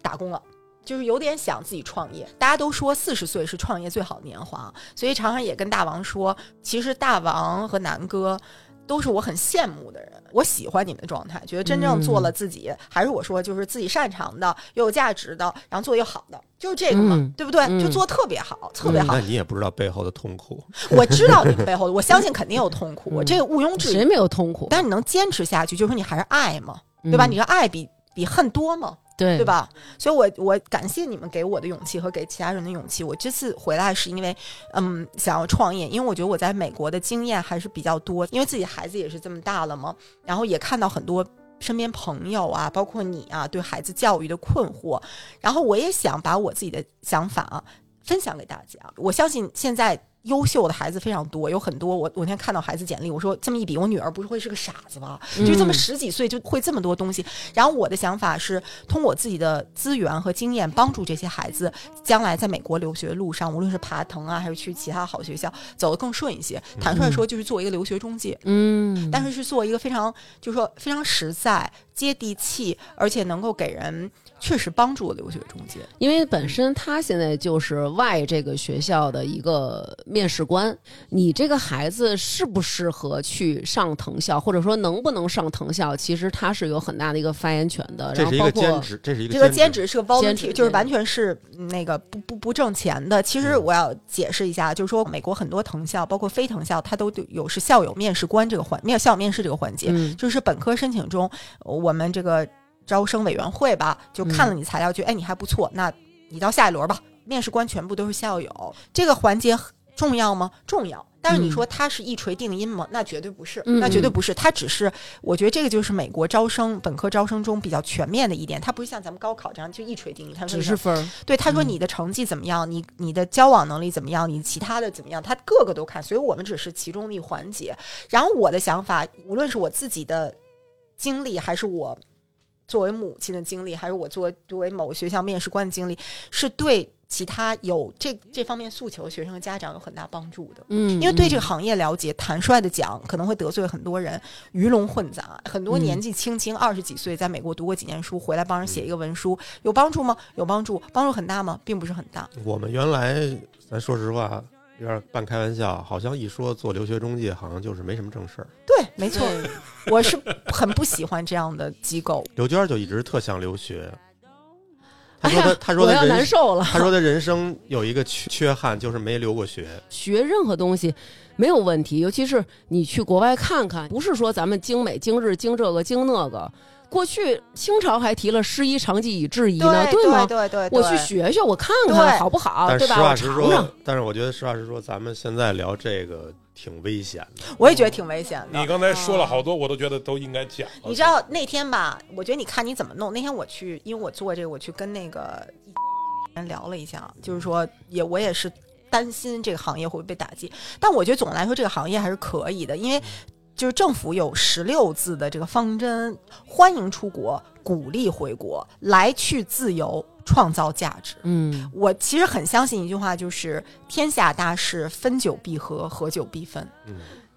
Speaker 2: 打工了。就是有点想自己创业，大家都说四十岁是创业最好的年华，所以常常也跟大王说，其实大王和南哥都是我很羡慕的人，我喜欢你们的状态，觉得真正做
Speaker 1: 嗯
Speaker 2: 了自己，还是我说就是自己擅长的、又有价值的，然后做又好的，就是这个嘛，
Speaker 1: 嗯
Speaker 2: 对不对？
Speaker 1: 嗯
Speaker 2: 就做特别好，特别好
Speaker 4: 那。你也不知道背后的痛苦。
Speaker 2: 我知道你们背后的，我相信肯定有痛苦，我这个毋庸置
Speaker 1: 谁
Speaker 2: 疑。
Speaker 1: 没有痛苦？
Speaker 2: 但你能坚持下去，就是说你还是爱嘛，对吧？
Speaker 1: 嗯
Speaker 2: 你说爱比比恨多嘛，
Speaker 1: 对
Speaker 2: 对？吧？所以我，我感谢你们给我的勇气和给其他人的勇气。我这次回来是因为，嗯，想要创业，因为我觉得我在美国的经验还是比较多，因为自己孩子也是这么大了嘛，然后也看到很多身边朋友啊，包括你啊，对孩子教育的困惑，然后我也想把我自己的想法啊分享给大家。我相信现在。优秀的孩子非常多，有很多我我那天看到孩子简历，我说这么一比，我女儿不是会是个傻子吧？就这么十几岁就会这么多东西。然后我的想法是，通过我自己的资源和经验，帮助这些孩子将来在美国留学路上，无论是爬藤啊，还是去其他好学校，走得更顺一些。坦率说，就是做一个留学中介。
Speaker 1: 嗯，
Speaker 2: 但是是做一个非常，就是说非常实在、接地气，而且能够给人确实帮助的留学中介。
Speaker 1: 因为
Speaker 4: 嗯
Speaker 1: 本身他现在就是外这个学校的一个面试官，你这个孩子适不适合去上藤校，或者说能不能上藤校，其实他是有很大的一个发言权的。
Speaker 4: 这
Speaker 1: 然
Speaker 4: 是
Speaker 1: 后
Speaker 4: 一个
Speaker 1: 包括
Speaker 4: 兼职，这是一个
Speaker 2: 这个
Speaker 4: 兼职。
Speaker 2: 兼职是个
Speaker 1: 兼职嗯
Speaker 2: volunteer，就是
Speaker 1: 对
Speaker 2: 完全是嗯那个不不不挣钱的。其实我要解释一下，就是说美国很多藤校，包括非藤校，它都有是校友面试官这个环，没有校友面试这个环节，
Speaker 1: 嗯
Speaker 2: 就是本科申请中，呃我们这个招生委员会吧，就看
Speaker 1: 嗯
Speaker 2: 了你材料，觉得哎你还不错，那你到下一轮吧。面试官全部都是校友，这个环节很重要吗？重要。但是你说它是一锤定音吗？那绝对不是，
Speaker 1: 嗯
Speaker 2: 那绝对不是。它只是，我觉得这个就是美国招生本科招生中比较全面的一点，它不是像咱们高考这样就一锤定音。它说
Speaker 1: 只是分儿，
Speaker 2: 对他说你的成绩怎么样，你你的交往能力怎么样，你其他的怎么样，他各个都看，所以我们只是其中的一环节。然后我的想法，无论是我自己的经历，还是我作为母亲的经历，还是我作为作为某学校面试官的经历，是对其他有这这方面诉求的学生和家长有很大帮助的。
Speaker 1: 嗯，
Speaker 2: 因为对这个行业了解，坦率的讲，可能会得罪很多人，鱼龙混杂。很多年纪轻轻二十几岁，在美国读过几年书，回来帮人写一个文书，有帮助吗？有帮助，帮助很大吗？并不是很大。
Speaker 4: 我们原来，咱说实话，有点半开玩笑，好像一说做留学中介，好像就是没什么正事儿。
Speaker 2: 对，没错，
Speaker 1: 对
Speaker 2: 我是很不喜欢这样的机构。
Speaker 4: 刘娟就一直特想留学，她
Speaker 1: 哎
Speaker 4: 说她
Speaker 1: 呀，
Speaker 4: 她说
Speaker 1: 我
Speaker 4: 的
Speaker 1: 要难
Speaker 4: 人生，
Speaker 1: 受了。
Speaker 4: 她说的人生有一个缺缺憾，就是没留过学。
Speaker 1: 学任何东西没有问题，尤其是你去国外看看，不是说咱们经美、经日、经这个、经那个。过去清朝还提了“师夷长技以制夷”呢，
Speaker 2: 对
Speaker 1: 吗？
Speaker 2: 对对，
Speaker 1: 我去学学，我看
Speaker 2: 对
Speaker 1: 看好不好，
Speaker 4: 但是
Speaker 1: 啊对
Speaker 4: 实
Speaker 1: 吧？我
Speaker 4: 话实
Speaker 1: 尝尝。
Speaker 4: 说，但是我觉得实话实说，咱们现在聊这个挺危险的。
Speaker 2: 我也觉得挺危险的。
Speaker 3: 你刚才说了好多，我都觉得都应该讲了。
Speaker 2: 你知道那天吧？我觉得你看你怎么弄。那天我去，因为我做这个，我去跟那个人聊了一下，就是说也我也是担心这个行业会不会被打击，但我觉得总的来说这个行业还是可以的，因为就是政府有十六字的这个方针，欢迎出国，鼓励回国，来去自由，创造价值。
Speaker 1: 嗯，
Speaker 2: 我其实很相信一句话，就是天下大事，分久必合，合久必分。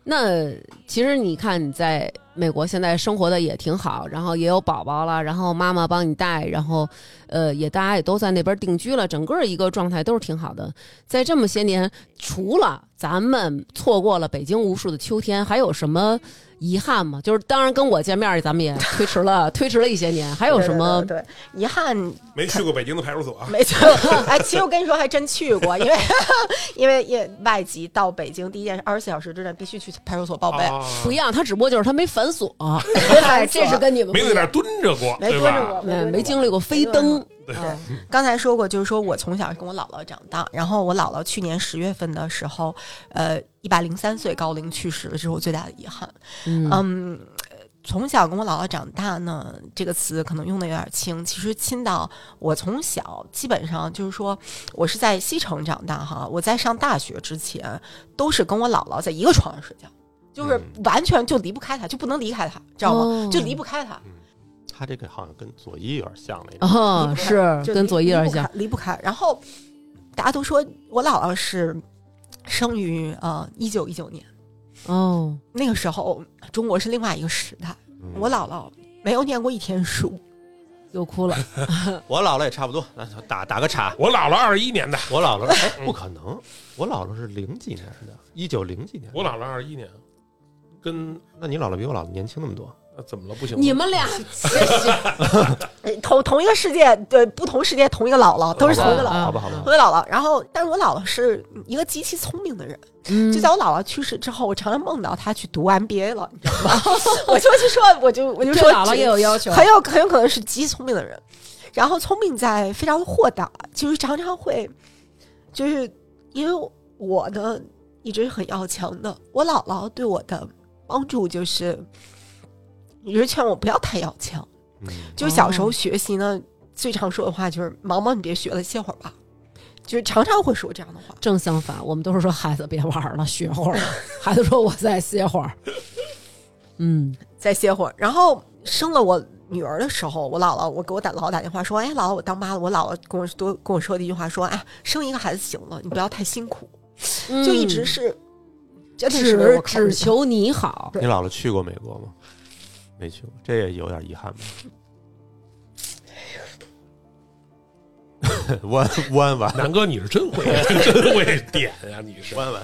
Speaker 1: 那其实你看你在美国现在生活的也挺好，然后也有宝宝了，然后妈妈帮你带，然后呃也大家也都在那边定居了，整个一个状态都是挺好的。在这么些年，除了咱们错过了北京无数的秋天，还有什么遗憾吗？就是当然跟我见面，咱们也推迟了， 推迟了一些年，还有什么？
Speaker 2: 对对对对遗憾
Speaker 3: 没去过北京的派出所，
Speaker 2: 没错，哎，其实我跟你说，还真去过，因为 因为也外籍到北京第一件事，二十四小时之内必须去派出所报备。
Speaker 3: 啊
Speaker 1: 不一样，他只不过就是他没坟，反 锁，哎，这是跟你们不
Speaker 3: 没
Speaker 1: 一
Speaker 3: 在那
Speaker 1: 样
Speaker 3: 儿蹲着过，
Speaker 2: 哎没
Speaker 3: 对
Speaker 2: 蹲
Speaker 3: 吧？
Speaker 2: 着过，
Speaker 1: 嗯，没经
Speaker 2: 历。
Speaker 1: 历过飞登，
Speaker 2: 刚才说过，就是说我从小跟我姥姥长大，然后我姥姥去年十月份的时候，呃，一百零三岁高龄去世了，这是我最大的遗憾。
Speaker 1: 嗯
Speaker 2: 嗯，从小跟我姥姥长大呢，这个词可能用的有点轻。其实亲到我从小基本上就是说，我是在西城长大哈，我在上大学之前都是跟我姥姥在一个床上睡觉，就是完全就离不开她，就不能离开她，知道吗？
Speaker 1: 哦
Speaker 2: 就离不开她。
Speaker 4: 他这个好像跟左一有点像那种。
Speaker 1: 哦，
Speaker 2: 离不开
Speaker 1: 是
Speaker 2: 就
Speaker 1: 跟
Speaker 2: 离
Speaker 1: 左一有点像，
Speaker 2: 离不开离不开。然后大家都说我姥姥是生于呃一九一九年，
Speaker 1: 哦，
Speaker 2: 那个时候中国是另外一个时代，我姥姥没有念过一天书。
Speaker 1: 又哭了，
Speaker 4: 我姥姥也差不多，那打打个岔。
Speaker 3: 我姥姥二一年的，
Speaker 4: 我姥姥哎，不可能，我姥姥是零几年的，一九零几年。
Speaker 3: 我，姥姥二一年，跟
Speaker 4: 那你姥姥比我姥姥年轻那么多。
Speaker 3: 那怎么了？不行吗？
Speaker 1: 你们俩 谢谢
Speaker 2: 呃同同一个世界，对，不同世界同一个姥姥，都是同一个姥姥，
Speaker 1: 啊
Speaker 4: 好吧，好吧。
Speaker 2: 同一个姥姥。然后，但是我姥姥是一个极其聪明的人，
Speaker 1: 嗯
Speaker 2: 就在我姥姥去世之后，我常常梦到她去读 MBA 了，你知道吗？ 我就去说，我就我就
Speaker 1: 哦对
Speaker 2: 说，
Speaker 1: 姥姥也有要求
Speaker 2: 很有很有可能是极其聪明的人。然后聪明在非常豁达，就是常常会，就是因为我呢一直很要强的，我姥姥对我的帮助就是，一直劝我不要太要强。
Speaker 4: 嗯
Speaker 2: 就是小时候学习呢，最常说的话就是“毛毛，你别学了，歇会儿吧”，就是常常会说这样的话。
Speaker 1: 正相反，我们都是说孩子别玩了，歇会儿。孩子说我再歇会儿。嗯，
Speaker 2: 再歇会儿，然后生了我女儿的时候，我姥姥我给我打姥姥打电话说：“哎，姥姥，我当妈了。”我姥姥跟我多跟我说的一句话说：“哎，生一个孩子行了，你不要太辛苦。”嗯就一直是，真的是为
Speaker 1: 嗯只
Speaker 2: 我考虑
Speaker 1: 只求你好。
Speaker 4: 你姥姥去过美国吗？没去过，这也有点遗憾吧。 弯弯弯
Speaker 3: 南哥，你是真会，真会点呀、你是
Speaker 4: 弯弯，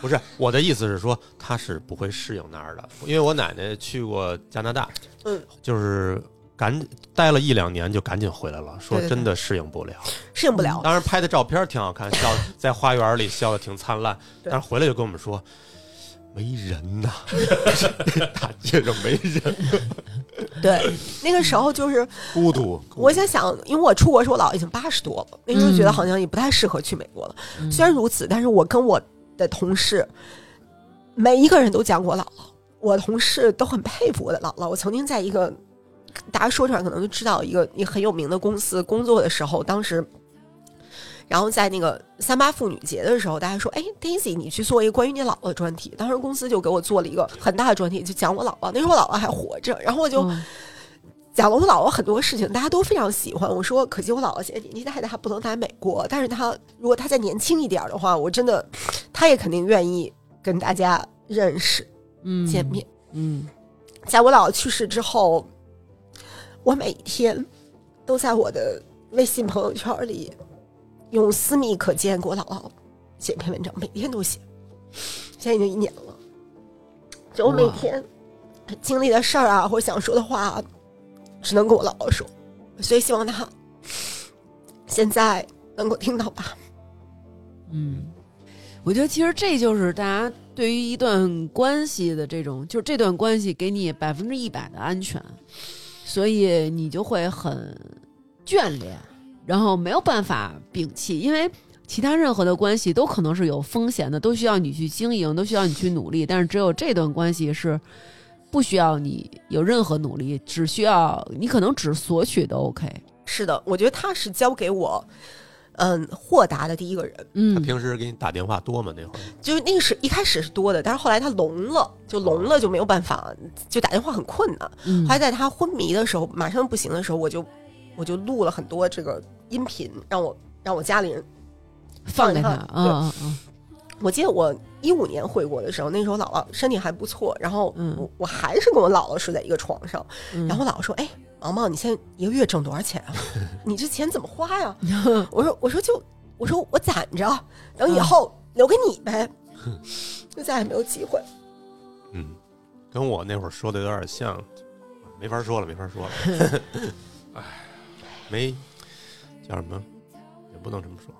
Speaker 4: 不是我的意思是说，他是不会适应那儿的，因为我奶奶去过加拿大，
Speaker 2: 嗯，
Speaker 4: 就是赶待了一两年就赶紧回来了，说
Speaker 2: 对对对
Speaker 4: 真的适应不了。
Speaker 2: 适应不了。
Speaker 4: 当然拍的照片挺好看，笑在花园里笑的挺灿烂，
Speaker 2: 对
Speaker 4: 但是回来就跟我们说没人 呐，大街上没人，
Speaker 2: 对，那个时候就是
Speaker 4: 孤独。
Speaker 2: 我在想，因为我出国的时候，我姥姥已经八十多了，那时候觉得好像也不太适合去美国了。虽然如此，但是我跟我的同事，每一个人都讲过姥姥，我同事都很佩服我的姥姥。我曾经在一个大家说出来可能就知道一个一个很有名的公司工作的时候，当时。然后在那个三八妇女节的时候，大家说：“哎，Daisy，你去做一个关于你姥姥的专题。”当时公司就给我做了一个很大的专题，就讲我姥姥。那时候我姥姥还活着，然后我就
Speaker 1: 嗯
Speaker 2: 讲了我姥姥很多事情，大家都非常喜欢。我说，可惜我姥姥现在年纪太大，不能来美国。但是她如果她再年轻一点儿的话，我真的，她也肯定愿意跟大家认识、
Speaker 1: 嗯
Speaker 2: 见面。
Speaker 1: 嗯，
Speaker 2: 在我姥姥去世之后，我每天都在我的微信朋友圈里用私密可见给我姥姥写篇文章，每天都写。现在已经一年了，就我每
Speaker 1: 哇
Speaker 2: 天经历的事儿啊，或者想说的话啊，只能跟我姥姥说，所以希望她现在能够听到吧。
Speaker 5: 我觉得其实这就是大家对于一段关系的这种，就是这段关系给你百分之一百的安全，所以你就会很眷恋，然后没有办法摒弃，因为其他任何的关系都可能是有风险的，都需要你去经营，都需要你去努力，但是只有这段关系是。不需要你有任何努力，只需要你可能只索取都 OK。
Speaker 2: 是的，我觉得她是教给我，嗯，豁达的第一个人。
Speaker 4: 他
Speaker 5: 嗯，
Speaker 4: 平时给你打电话多吗？那会儿
Speaker 2: 就是那个是一开始是多的，但是后来他聋了，就聋了就没有办法，就打电话很困难。
Speaker 5: 嗯
Speaker 2: 后来在他昏迷的时候，马上不行的时候，我就我就录了很多这个音频，让我让我家里人。
Speaker 5: 放给他
Speaker 2: 放
Speaker 5: 啊
Speaker 2: 给他对
Speaker 5: 啊啊！
Speaker 2: 我记得我一五年回国的时候，那时候姥姥身体还不错，然后我、
Speaker 5: 嗯
Speaker 2: 我还是跟我姥姥睡在一个床上，
Speaker 5: 嗯
Speaker 2: 然后我姥姥说：“哎，毛毛，你现在一个月挣多少钱 啊？你这钱怎么花呀？”我说：“我说就我说我攒着，等以
Speaker 5: 嗯
Speaker 2: 后留给你呗。就再也没有机会。
Speaker 4: 嗯，跟我那会儿说的有点像，没法说了，没法说了。 哎，没叫什么，也不能这么说，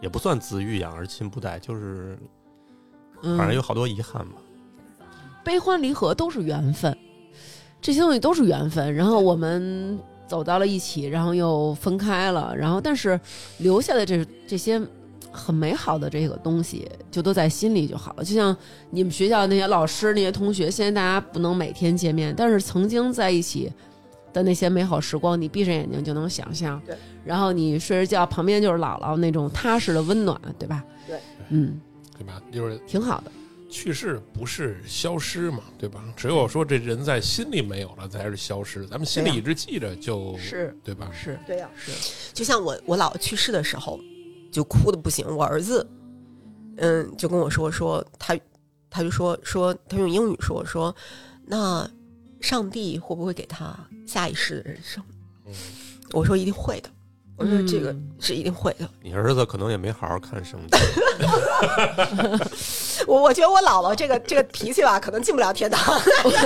Speaker 4: 也不算子欲养而亲不待，就是
Speaker 5: 嗯
Speaker 4: 反正有好多遗憾吧。
Speaker 1: 悲欢离合都是缘分，这些东西都是缘分。然后我们走到了一起，然后又分开了，然后但是留下的这这些很美好的这个东西，就都在心里就好了。就像你们学校那些老师、那些同学，现在大家不能每天见面，但是曾经在一起的那些美好时光，你闭上眼睛就能想象
Speaker 2: 对。
Speaker 1: 然后你睡着觉，旁边就是姥姥那种踏实的温暖，对吧？
Speaker 2: 对，
Speaker 1: 嗯，
Speaker 3: 对吧？就是
Speaker 1: 挺好的。
Speaker 3: 去世不是消失嘛，对吧？只有说这人在心里没有了，才是消失。咱们心里一直记着就，
Speaker 7: 是
Speaker 3: 对吧？
Speaker 7: 是
Speaker 2: 对呀、
Speaker 7: 是，
Speaker 2: 就像我我姥姥去世的时候，就哭的不行。我儿子，嗯，就跟我说说他，他就说说他用英语说说，那上帝会不会给他下一世的人生？
Speaker 3: 嗯
Speaker 2: 我说一定会的，我说这个
Speaker 1: 嗯
Speaker 2: 是一定会的。
Speaker 4: 你儿子可能也没好好看圣经，
Speaker 2: 我我觉得我姥姥这个这个脾气吧，可能进不了天堂。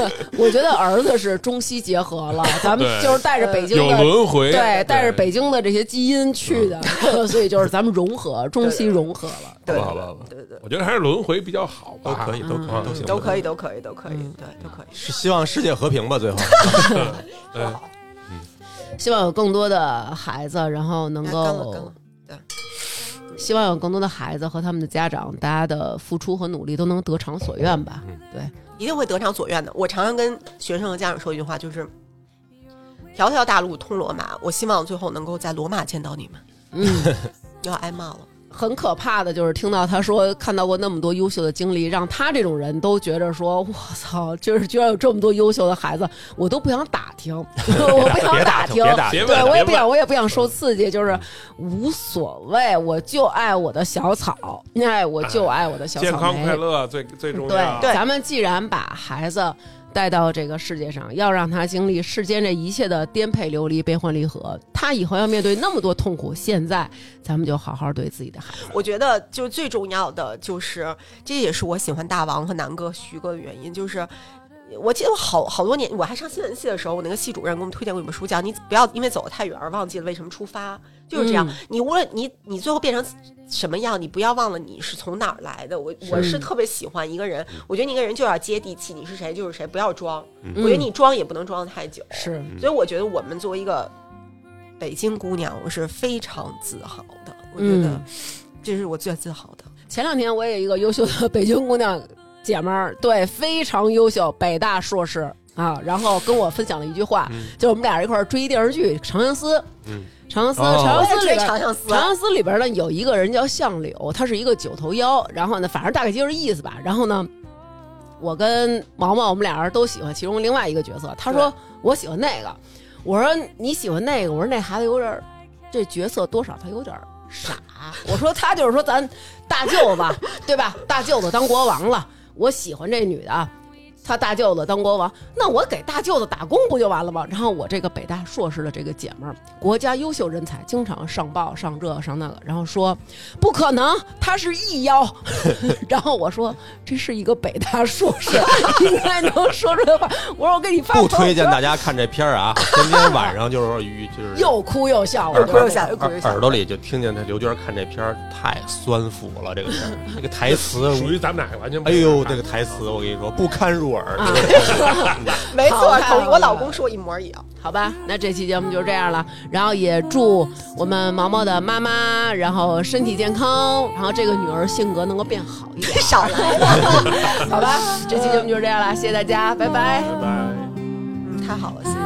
Speaker 1: 我觉得儿子是中西结合了，咱们
Speaker 3: 对
Speaker 1: 就是带着北京
Speaker 3: 有
Speaker 1: 的。
Speaker 3: 轮回，啊
Speaker 1: 对，带着北京的这些基因去的，所以就是咱们融合，中西融合了。
Speaker 2: 对
Speaker 4: 好吧好吧，
Speaker 2: 对对，
Speaker 3: 我觉得还是轮回比较好
Speaker 4: 都
Speaker 3: 吧，
Speaker 4: 可以，都可以，
Speaker 1: 嗯
Speaker 4: 都行，
Speaker 2: 都可
Speaker 4: 以。
Speaker 2: 以，都可以，都可以，对，都可以。
Speaker 4: 是希望世界和平吧，最后。
Speaker 3: 对，
Speaker 1: 希望有更多的孩子，然后能
Speaker 2: 哎干了干
Speaker 1: 够
Speaker 2: 了，
Speaker 1: 希望有更多的孩子和他们的家长，大家的付出和努力都能得偿所愿吧。
Speaker 2: 一定会得偿所愿的。我常常跟学生和家长说一句话，就是“条条大路通罗马”。我希望最后能够在罗马见到你们。
Speaker 1: 嗯，
Speaker 2: 要挨骂了，
Speaker 1: 很可怕的就是听到他说看到过那么多优秀的经历，让他这种人都觉着说，我操，就是居然有这么多优秀的孩子，我都不想打听，我不想
Speaker 4: 别打
Speaker 1: 听，
Speaker 4: 别打
Speaker 3: 别问
Speaker 1: 对，我也不
Speaker 3: 别问嗯
Speaker 1: 想，我也不想受刺激，就是无所谓，我就爱我的小草，哎，我就爱我的小草莓。
Speaker 3: 健康快乐最最重要。
Speaker 1: 咱们既然把孩子带到这个世界上，要让他经历世间这一切的颠沛流离、悲欢离合，他以后要面对那么多痛苦，现在咱们就好好对自己的孩子。
Speaker 2: 我觉得就是最重要的就是，这也是我喜欢大王和南哥、徐哥的原因，就是。我记得我好好多年，我还上新闻系的时候，我那个系主任给我们推荐过一本书，叫《你不要因为走得太远而忘记了为什么出发》，就是这样。
Speaker 1: 嗯
Speaker 2: 你无论你你最后变成什么样，你不要忘了你是从哪儿来的。我我
Speaker 1: 嗯
Speaker 2: 是特别喜欢一个人，我觉得你一个人就要接地气，你是谁就是谁，不要装。我觉得你装也不能装得太久。
Speaker 1: 嗯是，
Speaker 2: 所以我觉得我们作为一个北京姑娘，我是非常自豪的。我觉得
Speaker 1: 嗯
Speaker 2: 这是我最自豪的。
Speaker 1: 前两天我也有一个优秀的北京姑娘姐们儿，对，非常优秀，北大硕士啊，然后跟我分享了一句话，就是我们俩人一块儿追一电视剧《长相思》，
Speaker 4: 嗯
Speaker 1: 长相思，
Speaker 4: 哦
Speaker 1: 长
Speaker 2: 我
Speaker 1: 相思
Speaker 2: 也追
Speaker 1: 里边
Speaker 2: 长相思，啊
Speaker 1: 长相思里边呢有一个人叫相柳，他是一个九头妖，然后呢，反正大概就是意思吧。然后呢，我跟毛毛我们俩人都喜欢其中另外一个角色，他说我喜欢那个，我说你喜欢那个，我说那孩子有点儿，这角色多少他有点儿傻，我说他就是说咱大舅子对吧？大舅子当国王了，我喜欢这女的啊。他大舅子当国王，那我给大舅子打工不就完了吗？然后我这个北大硕士的这个姐们儿，国家优秀人才，经常上报上这上那个，然后说不可能，他是异妖。 然后我说这是一个北大硕士， 应该能说出来话。我说我给你发
Speaker 4: 不
Speaker 1: 朋
Speaker 4: 推
Speaker 1: 友
Speaker 4: 荐
Speaker 1: 圈
Speaker 4: 大家看这片儿啊！今天晚上就是与就是
Speaker 1: 又哭又笑，我
Speaker 2: 又哭又
Speaker 1: 就
Speaker 2: 笑，又哭又
Speaker 4: 耳
Speaker 2: 笑。
Speaker 4: 耳朵里就听见他刘娟看这片儿太酸腐了，这个片儿这个台词，
Speaker 3: 属于咱们俩完全不
Speaker 4: 哎
Speaker 3: 一样
Speaker 4: 呦，这个台词我跟你说不堪入耳。
Speaker 1: 啊
Speaker 2: 没错
Speaker 1: 好，看
Speaker 2: 同意。
Speaker 1: 好
Speaker 2: 我
Speaker 1: 看
Speaker 2: 老公说一模一样。。
Speaker 1: 好吧，那这期节目就是这样了。然后也祝我们毛毛的妈妈，然后身体健康，然后这个女儿性格能够变好一点
Speaker 2: 少来 了，
Speaker 1: 好吧，这期节目就是这样了，谢谢大家，拜拜。
Speaker 3: 拜拜。
Speaker 2: 嗯，太好了，谢谢。